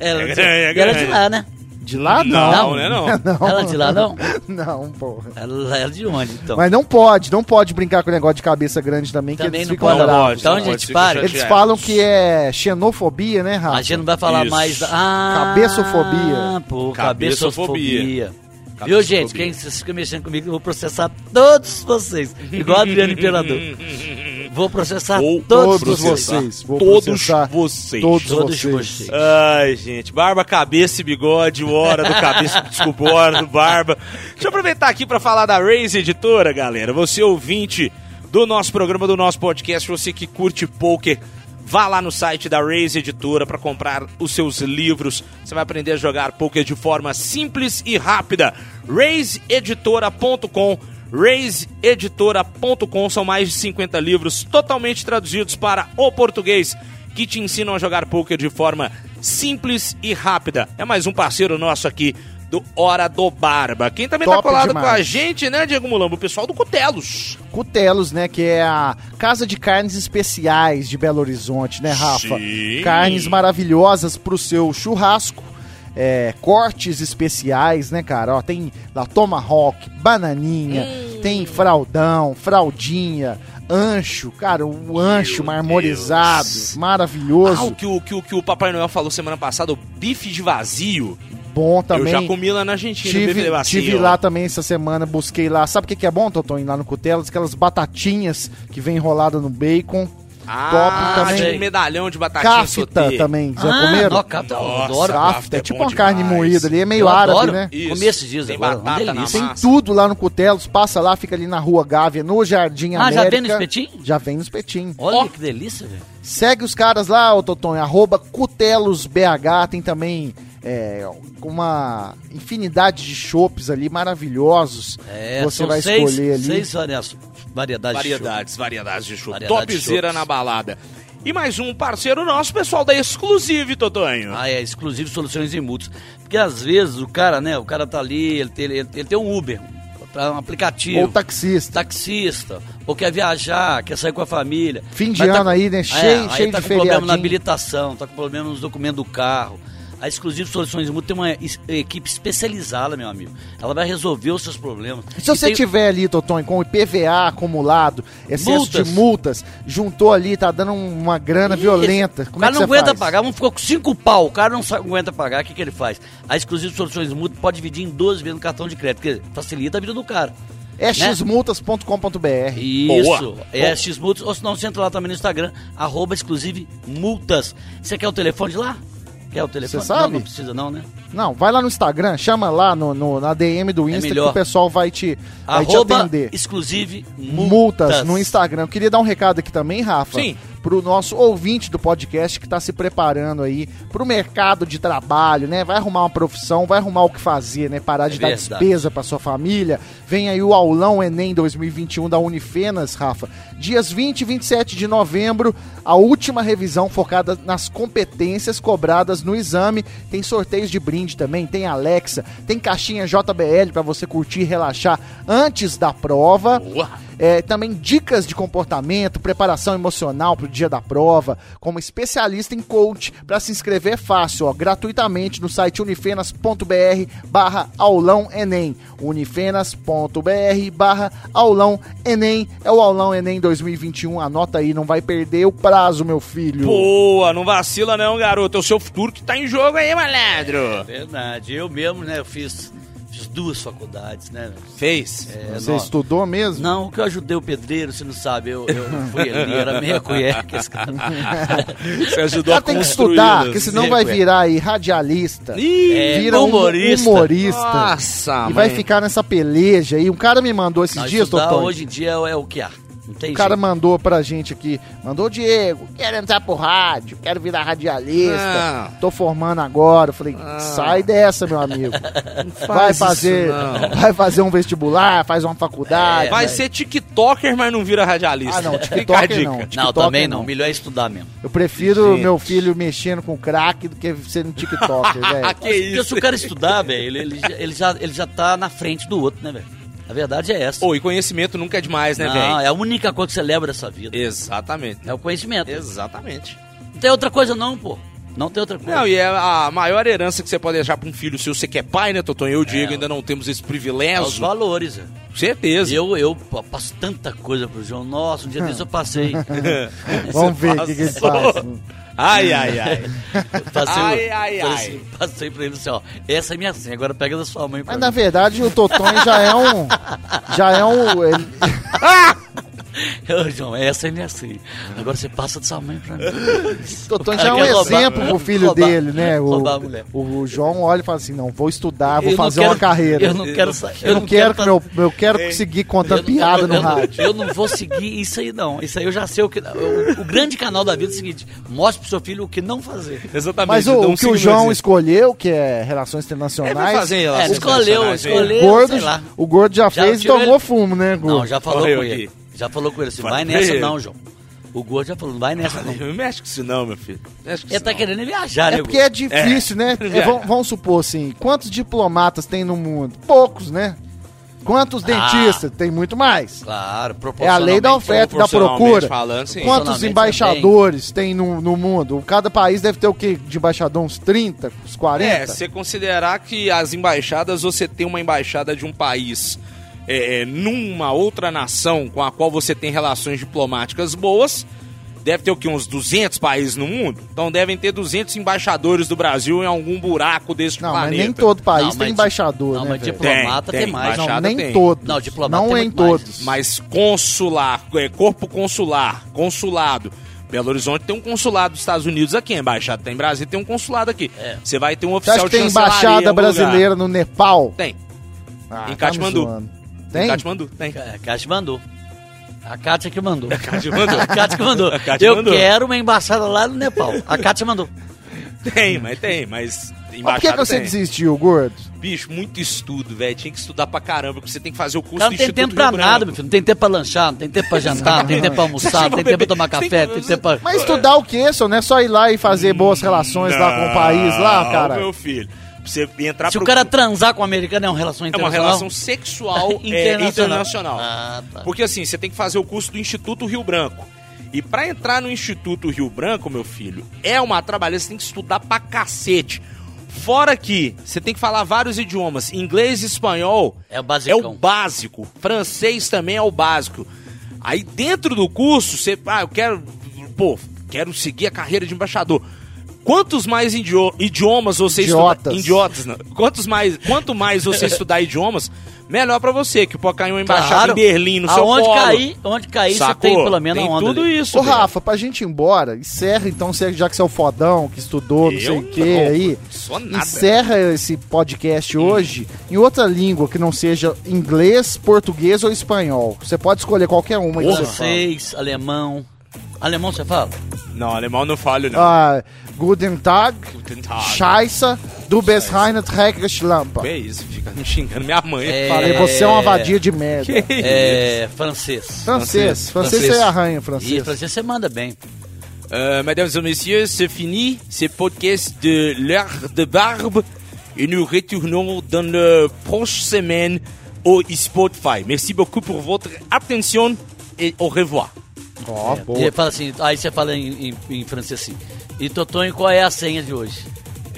Speaker 2: Ela,
Speaker 1: É grande, é
Speaker 2: e ela é
Speaker 1: grande.
Speaker 2: de lá, né?
Speaker 3: De lá, não.
Speaker 1: Não, né, não.
Speaker 2: Ela é de lá, não?
Speaker 3: Não, porra.
Speaker 2: Ela é de onde, então?
Speaker 3: Mas não pode, não pode brincar com o negócio de cabeça grande também, que
Speaker 2: Também
Speaker 3: eles
Speaker 2: não
Speaker 3: ficam
Speaker 2: pode, não
Speaker 3: bravos.
Speaker 2: pode. Então, gente,
Speaker 1: fica
Speaker 2: para.
Speaker 1: chateado.
Speaker 3: Eles falam que é xenofobia, né, Rafa?
Speaker 2: A gente não vai falar
Speaker 1: Isso.
Speaker 2: mais. da- Ah,
Speaker 3: Cabeçofobia.
Speaker 1: Cabeçofobia.
Speaker 2: Pô, cabeçofobia. Viu, gente?
Speaker 1: Cabeçofobia.
Speaker 2: Quem vocês ficam mexendo comigo, eu vou processar todos vocês. Igual Adriano Imperador. Vou processar
Speaker 1: Vou
Speaker 2: todos,
Speaker 3: todos
Speaker 2: vocês.
Speaker 1: processar.
Speaker 3: vocês. Vou
Speaker 1: Todos
Speaker 3: processar
Speaker 1: vocês.
Speaker 3: Todos,
Speaker 2: Todos
Speaker 3: vocês.
Speaker 2: vocês.
Speaker 1: Ai, gente, barba, cabeça e bigode, o hora do cabeça, desculpa, o hora do barba. Deixa eu aproveitar aqui pra falar da Raise Editora, galera. Você ouvinte do nosso programa, do nosso podcast, você que curte poker, vá lá no site da Raise Editora pra comprar os seus livros. Você vai aprender a jogar poker de forma simples e rápida. raiseeditora.com raiseeditora.com são mais de 50 livros totalmente traduzidos para o português que te ensinam a jogar poker de forma simples e rápida. É mais um parceiro nosso aqui do Hora do Barba. Quem também tá
Speaker 3: Top
Speaker 1: colado
Speaker 3: demais.
Speaker 1: com a gente, né, Diego Mulambo? O pessoal do Cutelos.
Speaker 3: Cutelos, né? Que é a Casa de Carnes Especiais de Belo Horizonte, né, Rafa?
Speaker 1: Sim.
Speaker 3: Carnes maravilhosas pro seu churrasco. é, cortes especiais, né, cara? Ó, tem lá tomahawk, bananinha, tem fraldão, fraldinha, ancho, cara, o ancho marmorizado,
Speaker 1: Deus. Ah, o
Speaker 3: maravilhoso,
Speaker 1: que, o que, o que o Papai Noel falou semana passada, o bife de vazio.
Speaker 3: bom também.
Speaker 1: Eu já comi lá na Argentina. bife
Speaker 3: Tive,
Speaker 1: de vazio.
Speaker 3: tive lá também essa semana, busquei lá. Sabe o que, que é bom, Toton? Ir lá no Cutelos, aquelas batatinhas que vem enrolada no bacon.
Speaker 1: Ah,
Speaker 3: Top
Speaker 1: top
Speaker 3: também.
Speaker 1: também. medalhão de batatinha
Speaker 3: Cafta
Speaker 1: sauté.
Speaker 3: também, já
Speaker 2: Ah,
Speaker 3: comeram?
Speaker 2: nó, capta, eu
Speaker 1: Nossa,
Speaker 2: adoro.
Speaker 1: capta.
Speaker 3: Cafta, é tipo
Speaker 1: bom
Speaker 3: uma carne
Speaker 1: demais.
Speaker 3: moída ali, é meio
Speaker 2: eu
Speaker 3: árabe,
Speaker 2: adoro.
Speaker 3: né?
Speaker 1: Isso.
Speaker 2: Comi esses dias
Speaker 1: Tem
Speaker 2: agora, uma
Speaker 1: batata na
Speaker 2: delícia.
Speaker 1: massa.
Speaker 3: Tem tudo lá no Cutelos, passa lá, fica ali na rua Gávea, no Jardim
Speaker 2: Ah,
Speaker 3: América.
Speaker 2: já vem no espetinho?
Speaker 3: Já vem no espetinho.
Speaker 2: Olha
Speaker 1: Ó.
Speaker 2: que delícia, velho.
Speaker 3: Segue os caras lá, ô Toton, arroba CutelosBH, tem também é, uma infinidade de chopes ali maravilhosos.
Speaker 2: É,
Speaker 3: você
Speaker 2: são
Speaker 3: vai
Speaker 2: seis,
Speaker 3: escolher ali.
Speaker 2: Seis varia- variedades. de
Speaker 1: Variedades, variedades de chope.
Speaker 2: Variedade de
Speaker 1: Topzera
Speaker 2: chopes.
Speaker 1: na balada. E mais um parceiro nosso, pessoal da Exclusive, Totonho.
Speaker 2: Ah, é, exclusivo soluções em multas. Porque às vezes o cara, né, o cara tá ali, ele tem, ele, ele tem um Uber, tá um aplicativo.
Speaker 3: Ou taxista.
Speaker 2: taxista, ou quer viajar, quer sair com a família.
Speaker 3: Fim de
Speaker 2: Mas tá
Speaker 3: ano aí, né? Cheio-
Speaker 2: aí
Speaker 3: cheio
Speaker 2: tá
Speaker 3: de
Speaker 2: com problema na
Speaker 3: feriadinho.
Speaker 2: habilitação, tá com problema nos documentos do carro. A Exclusivo Soluções Mútuas tem uma es- equipe especializada, meu amigo. Ela vai resolver os seus problemas.
Speaker 3: Se você
Speaker 2: tem-
Speaker 3: tiver ali, Totonho, com o IPVA acumulado, excesso
Speaker 2: Multas.
Speaker 3: de multas, juntou ali, tá dando uma grana violenta.
Speaker 2: O
Speaker 3: Como é
Speaker 2: cara
Speaker 3: que
Speaker 2: não
Speaker 3: você
Speaker 2: aguenta
Speaker 3: faz?
Speaker 2: pagar, vamos ficou com cinco pau, o cara não sa- aguenta pagar, o que, que ele faz? A Exclusivo Soluções Mútuas pode dividir em 12 vezes no cartão de crédito, porque facilita a vida do cara.
Speaker 3: É
Speaker 2: né?
Speaker 3: xmultas.com.br.
Speaker 2: Isso,
Speaker 1: Boa.
Speaker 2: é Xmultas, ou se não, você entra lá também no Instagram, arroba exclusive multas. Você quer o telefone de lá? Quer o telefone?
Speaker 3: Você sabe?
Speaker 2: Não, não precisa não, né?
Speaker 3: Não, vai lá no Instagram, chama lá no, no- na DM do Insta que
Speaker 2: É melhor.
Speaker 3: o pessoal vai te, vai te
Speaker 2: Arroba
Speaker 3: atender.
Speaker 2: exclusive multas.
Speaker 3: Multas. no Instagram. Eu queria dar um recado aqui também, Rafa.
Speaker 1: Sim.
Speaker 3: Pro nosso ouvinte do podcast que tá se preparando aí pro mercado de trabalho, né? Vai arrumar uma profissão, vai arrumar o que fazer, né? Parar de
Speaker 2: É
Speaker 3: dar
Speaker 2: verdade.
Speaker 3: despesa pra sua família. Vem aí o aulão Enem 2021 da Unifenas, Rafa. Dias 20 e 27 de novembro, a última revisão focada nas competências cobradas no exame. Tem sorteios de brinde também, tem Alexa, tem caixinha JBL pra você curtir e relaxar antes da prova.
Speaker 1: Boa.
Speaker 3: É, também dicas de comportamento, preparação emocional pro dia da prova, como especialista em coach, para se inscrever é fácil, ó, gratuitamente no site unifenas.br barra aulão Enem. unifenas.br barra aulão Enem. É o aulão Enem 2021, anota aí, não vai perder o prazo, meu filho.
Speaker 1: Boa, não vacila não, garoto. É o seu futuro que tá em jogo aí, malandro.
Speaker 2: Verdade, eu mesmo, né, eu fiz, fiz duas faculdades, né?
Speaker 1: Fez.
Speaker 2: É,
Speaker 3: Você
Speaker 2: nó-
Speaker 3: estudou mesmo?
Speaker 2: Não, que eu ajudei o pedreiro, você não sabe, eu, eu fui ali, era meia colher que esse cara...
Speaker 1: Você
Speaker 3: O
Speaker 1: ajudou a
Speaker 3: cara Ah, tem que
Speaker 1: construir.
Speaker 3: estudar,
Speaker 1: né?
Speaker 3: porque senão vai
Speaker 2: Sim, ué.
Speaker 3: virar aí radialista.
Speaker 1: Ih,
Speaker 2: É,
Speaker 3: vira um
Speaker 2: humorista.
Speaker 3: humorista.
Speaker 1: Nossa,
Speaker 3: E vai
Speaker 1: mãe.
Speaker 3: ficar nessa peleja aí. Um cara me mandou esses
Speaker 2: Não,
Speaker 3: dias,
Speaker 2: estudar
Speaker 3: doutor.
Speaker 2: hoje em dia é, é o que há, não tem
Speaker 3: O cara
Speaker 2: jeito.
Speaker 3: mandou pra gente aqui, mandou Diego, quero entrar pro rádio, quero virar radialista,
Speaker 1: Não.
Speaker 3: tô formando agora. Eu falei, sai dessa, meu amigo. vai
Speaker 1: Ah. isso,
Speaker 3: fazer,
Speaker 1: não.
Speaker 3: vai fazer um vestibular, faz uma faculdade.
Speaker 2: É,
Speaker 1: Vai
Speaker 2: né?
Speaker 1: ser TikToker, mas não vira radialista.
Speaker 3: Ah, não,
Speaker 1: Fica a
Speaker 3: TikToker
Speaker 1: dica.
Speaker 3: não.
Speaker 2: Não,
Speaker 3: TikTok
Speaker 2: também não,
Speaker 3: não.
Speaker 2: melhor é estudar mesmo.
Speaker 3: Eu prefiro
Speaker 1: Gente.
Speaker 3: meu filho mexendo com crack do que sendo TikToker,
Speaker 1: Ah,
Speaker 3: velho.
Speaker 1: que
Speaker 2: Porque se
Speaker 1: isso.
Speaker 2: o cara estudar, velho, ele, ele, já- ele, já, ele já tá na frente do outro, né, velho? A verdade é essa.
Speaker 1: Ô, e conhecimento nunca é demais, né,
Speaker 2: Não,
Speaker 1: velho?
Speaker 2: é a única coisa que você leva dessa vida.
Speaker 1: Exatamente.
Speaker 2: É o conhecimento.
Speaker 1: Exatamente.
Speaker 2: Não tem outra coisa não, pô. Não tem outra coisa.
Speaker 1: Não, e é a maior herança que você pode deixar pra um filho seu, você que é pai, né, Toton? Eu, Diego, ainda não temos esse
Speaker 2: É os
Speaker 1: privilégio.
Speaker 2: valores, velho.
Speaker 1: Certeza.
Speaker 2: Eu, eu pa- passo tanta coisa pro João. Nossa, um dia desse eu passei.
Speaker 3: Vamos ver o que, que ele faz.
Speaker 1: Ai, ai, ai.
Speaker 2: Eu passei
Speaker 1: Ai, ai, ai.
Speaker 2: falei assim, passei pra ele assim, ó. Essa é minha senha, agora pega da sua mãe. pra
Speaker 3: Mas
Speaker 2: mim.
Speaker 3: na verdade o Totonho já é um. Já é um. ele-
Speaker 2: Ô, João, essa é minha senha. Agora você passa da sua mãe pra mim. O
Speaker 3: Totonho já é
Speaker 2: cara
Speaker 3: um
Speaker 2: quer roubar-
Speaker 3: exemplo pro filho
Speaker 2: roubar-
Speaker 3: dele, né? O,
Speaker 2: roubar a mulher.
Speaker 3: o, o João olha e fala assim: não, vou estudar, vou
Speaker 2: Eu não
Speaker 3: fazer
Speaker 2: quero-
Speaker 3: uma carreira.
Speaker 2: Eu não quero sair.
Speaker 3: Eu não quero, que
Speaker 2: fazer-
Speaker 3: meu, eu quero conseguir contar
Speaker 2: não-
Speaker 3: piada
Speaker 2: eu-
Speaker 3: no
Speaker 2: eu não-
Speaker 3: rádio.
Speaker 2: Eu não vou seguir isso aí, não. Isso aí eu já sei o que. O, o grande canal da vida é o seguinte: mostre pro seu filho o que não fazer.
Speaker 1: Exatamente.
Speaker 3: Mas
Speaker 1: dá
Speaker 3: o,
Speaker 1: um
Speaker 3: o que o
Speaker 1: signo
Speaker 3: João
Speaker 1: assim.
Speaker 3: escolheu, que é Relações
Speaker 1: É, vai
Speaker 3: Internacionais,
Speaker 1: fazer em
Speaker 2: É,
Speaker 1: relação
Speaker 2: escolheu,
Speaker 1: internacionais, hein?
Speaker 2: escolheu,
Speaker 3: o, gordo,
Speaker 2: sei lá.
Speaker 3: o gordo já,
Speaker 2: Já
Speaker 3: fez e
Speaker 2: tirou
Speaker 3: tomou
Speaker 2: ele-
Speaker 3: fumo, né, gordo?
Speaker 2: Não, já falou
Speaker 1: Correu
Speaker 2: com
Speaker 1: aqui.
Speaker 2: ele. Já falou com ele assim,
Speaker 1: Fala
Speaker 2: vai
Speaker 1: pra
Speaker 2: nessa
Speaker 1: ele.
Speaker 2: não, João. O Gordo já falou, não vai nessa não. Ele
Speaker 1: Não mexe com isso não, meu filho. Não Mexe com isso
Speaker 2: tá
Speaker 1: não.
Speaker 2: querendo viajar, né,
Speaker 3: É porque é difícil, né? É,
Speaker 1: É.
Speaker 3: vamos, vamos supor assim, quantos diplomatas tem no mundo? Poucos, né? Quantos
Speaker 2: Ah.
Speaker 3: dentistas? Tem muito mais.
Speaker 2: Claro,
Speaker 3: É a
Speaker 2: proporcionalmente.
Speaker 3: lei da oferta e da
Speaker 1: Proporcionalmente
Speaker 3: procura.
Speaker 1: falando, sim.
Speaker 3: Quantos
Speaker 2: Proporcionalmente
Speaker 3: embaixadores tem no, no mundo? Cada país deve ter o quê? De embaixador? Uns 30, uns 40?
Speaker 1: É, se você considerar que as embaixadas, você tem uma embaixada de um país é, é, numa outra nação com a qual você tem relações diplomáticas boas, deve ter o que? Uns 200 países no mundo? Então devem ter 200 embaixadores do Brasil em algum buraco deste
Speaker 3: Não,
Speaker 1: planeta.
Speaker 3: mas nem todo país
Speaker 2: Não,
Speaker 3: tem
Speaker 2: mas-
Speaker 3: embaixador,
Speaker 2: não,
Speaker 3: né,
Speaker 2: mas
Speaker 3: velho?
Speaker 2: diplo- diplomata tem mais.
Speaker 3: Não,
Speaker 1: embaixada
Speaker 3: nem
Speaker 1: tem.
Speaker 3: todos.
Speaker 2: Não, diplomata
Speaker 3: Não
Speaker 2: tem
Speaker 3: é em
Speaker 2: muito mais.
Speaker 3: todos.
Speaker 1: Mas consular, é, corpo consular, consulado. Belo Horizonte tem um consulado dos Estados Unidos aqui, a embaixada tem em Brasília, tem um consulado aqui.
Speaker 2: É.
Speaker 1: Você vai ter um
Speaker 3: Você
Speaker 1: oficial
Speaker 3: acha que tem
Speaker 1: de chancelaria em
Speaker 3: embaixada
Speaker 1: algum lugar.
Speaker 3: brasileira no Nepal?
Speaker 1: Tem.
Speaker 3: Ah,
Speaker 1: Em
Speaker 3: me
Speaker 1: Katmandu.
Speaker 3: zoando. Tem?
Speaker 1: Katmandu, tem.
Speaker 2: A Cátia mandou. A Cátia que mandou.
Speaker 1: Katmandu.
Speaker 2: A Cátia que mandou.
Speaker 1: A Cátia
Speaker 2: eu
Speaker 1: mandou.
Speaker 2: quero uma embaixada lá no Nepal. A Cátia mandou.
Speaker 1: Tem, mas tem, mas
Speaker 3: Mas por que,
Speaker 1: Embaixada
Speaker 3: que você
Speaker 1: tem.
Speaker 3: desistiu, gordo?
Speaker 1: Bicho, muito estudo, velho. Tinha que estudar pra caramba, porque você tem que fazer o curso
Speaker 2: Cara,
Speaker 1: do
Speaker 2: não tem
Speaker 1: Instituto
Speaker 2: tempo pra
Speaker 1: Rio Branco.
Speaker 2: nada, meu filho. Não tem tempo pra lanchar, não tem tempo pra jantar, não tem tempo pra almoçar, não tem tempo pra tomar café, não tem tempo pra...
Speaker 3: Mas estudar o quê, senhor? Não é só ir lá e fazer boas relações lá com o país lá, cara?
Speaker 1: Não, meu filho. Pra você entrar
Speaker 2: Se o
Speaker 1: pro-
Speaker 2: cara transar com o americano é uma relação
Speaker 1: É uma
Speaker 2: internacional?
Speaker 1: relação sexual é, internacional.
Speaker 2: Ah, tá.
Speaker 1: Porque assim, você tem que fazer o curso do Instituto Rio Branco. E pra entrar no Instituto Rio Branco, meu filho, é uma trabalheira, você tem que estudar pra cacete. Fora que você tem que falar vários idiomas, inglês e espanhol.
Speaker 2: É o basicão.
Speaker 1: É o básico. Francês também é o básico. Aí dentro do curso, você, ah, eu quero, pô, quero seguir a carreira de embaixador. Quantos mais idio- idiomas você
Speaker 3: Idiotas.
Speaker 1: estuda? Idiotas. não. Quantos mais, quanto mais você estudar idiomas, melhor pra você, que pode cair uma embaixada em Berlim, no seu
Speaker 2: Aonde
Speaker 1: colo.
Speaker 2: cair, onde cair, você
Speaker 1: Sacou?
Speaker 2: tem pelo menos
Speaker 1: Tem
Speaker 2: uma onda
Speaker 1: tudo
Speaker 2: ali.
Speaker 1: isso.
Speaker 3: Ô,
Speaker 1: velho.
Speaker 3: Rafa, pra gente ir embora, encerra então, você- já que você é o fodão, que estudou, não
Speaker 1: Eu
Speaker 3: sei o que
Speaker 1: não,
Speaker 3: aí.
Speaker 1: Só nada.
Speaker 3: Encerra esse podcast hoje em outra língua que não seja inglês, português ou espanhol. Você pode escolher qualquer uma que você fala.
Speaker 2: Francês, alemão. Alemão você fala?
Speaker 1: Não, alemão não falo, não.
Speaker 3: Ah, Guten Tag,
Speaker 1: Guten Tag.
Speaker 3: Scheiße, du bist reine Dreckschlampe.
Speaker 1: Que É isso, fica me xingando minha mãe.
Speaker 2: É.
Speaker 3: Falei, você é uma vadia de merda.
Speaker 1: Que isso?
Speaker 2: É, francês.
Speaker 3: Francês, francês
Speaker 2: Francês.
Speaker 3: você arranha,
Speaker 2: E
Speaker 3: francês.
Speaker 2: francês você manda bem.
Speaker 1: Euh, mesdames et messieurs, c'est fini. C'est podcast de l'art de barbe. Et nous retournons dans la prochaine semaine au Spotify. Merci beaucoup pour votre attention et au revoir.
Speaker 3: Ó,
Speaker 2: É.
Speaker 3: boa.
Speaker 2: E fala assim, aí você fala em, em- em francês assim. E Totonho, qual é a senha de hoje?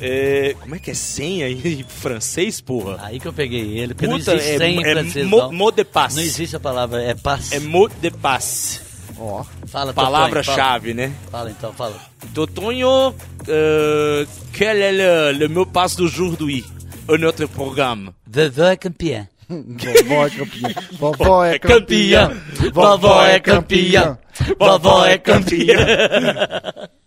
Speaker 1: É, como é Euh, que hein, é senha em francês, porra?
Speaker 2: Aí que eu peguei ele, porque
Speaker 1: Puta,
Speaker 2: não existe
Speaker 1: é-
Speaker 2: senha em
Speaker 1: é
Speaker 2: francês,
Speaker 1: mo-
Speaker 2: não.
Speaker 1: euh, mot de passe.
Speaker 2: Não existe a palavra, é passe.
Speaker 1: É mot de passe. hein.
Speaker 3: Ó.
Speaker 2: Fala, Totonho, fala.
Speaker 1: Palavra-chave, né?
Speaker 2: Fala então, fala.
Speaker 1: Totonho, euh, quel est le, le mot de passe d'aujourd'hui? à notre programme.
Speaker 2: Vovó é campeã.
Speaker 3: Vovó é campeã. Vovó é campeã.
Speaker 2: é Vovó é campeã. Vovó é campeã.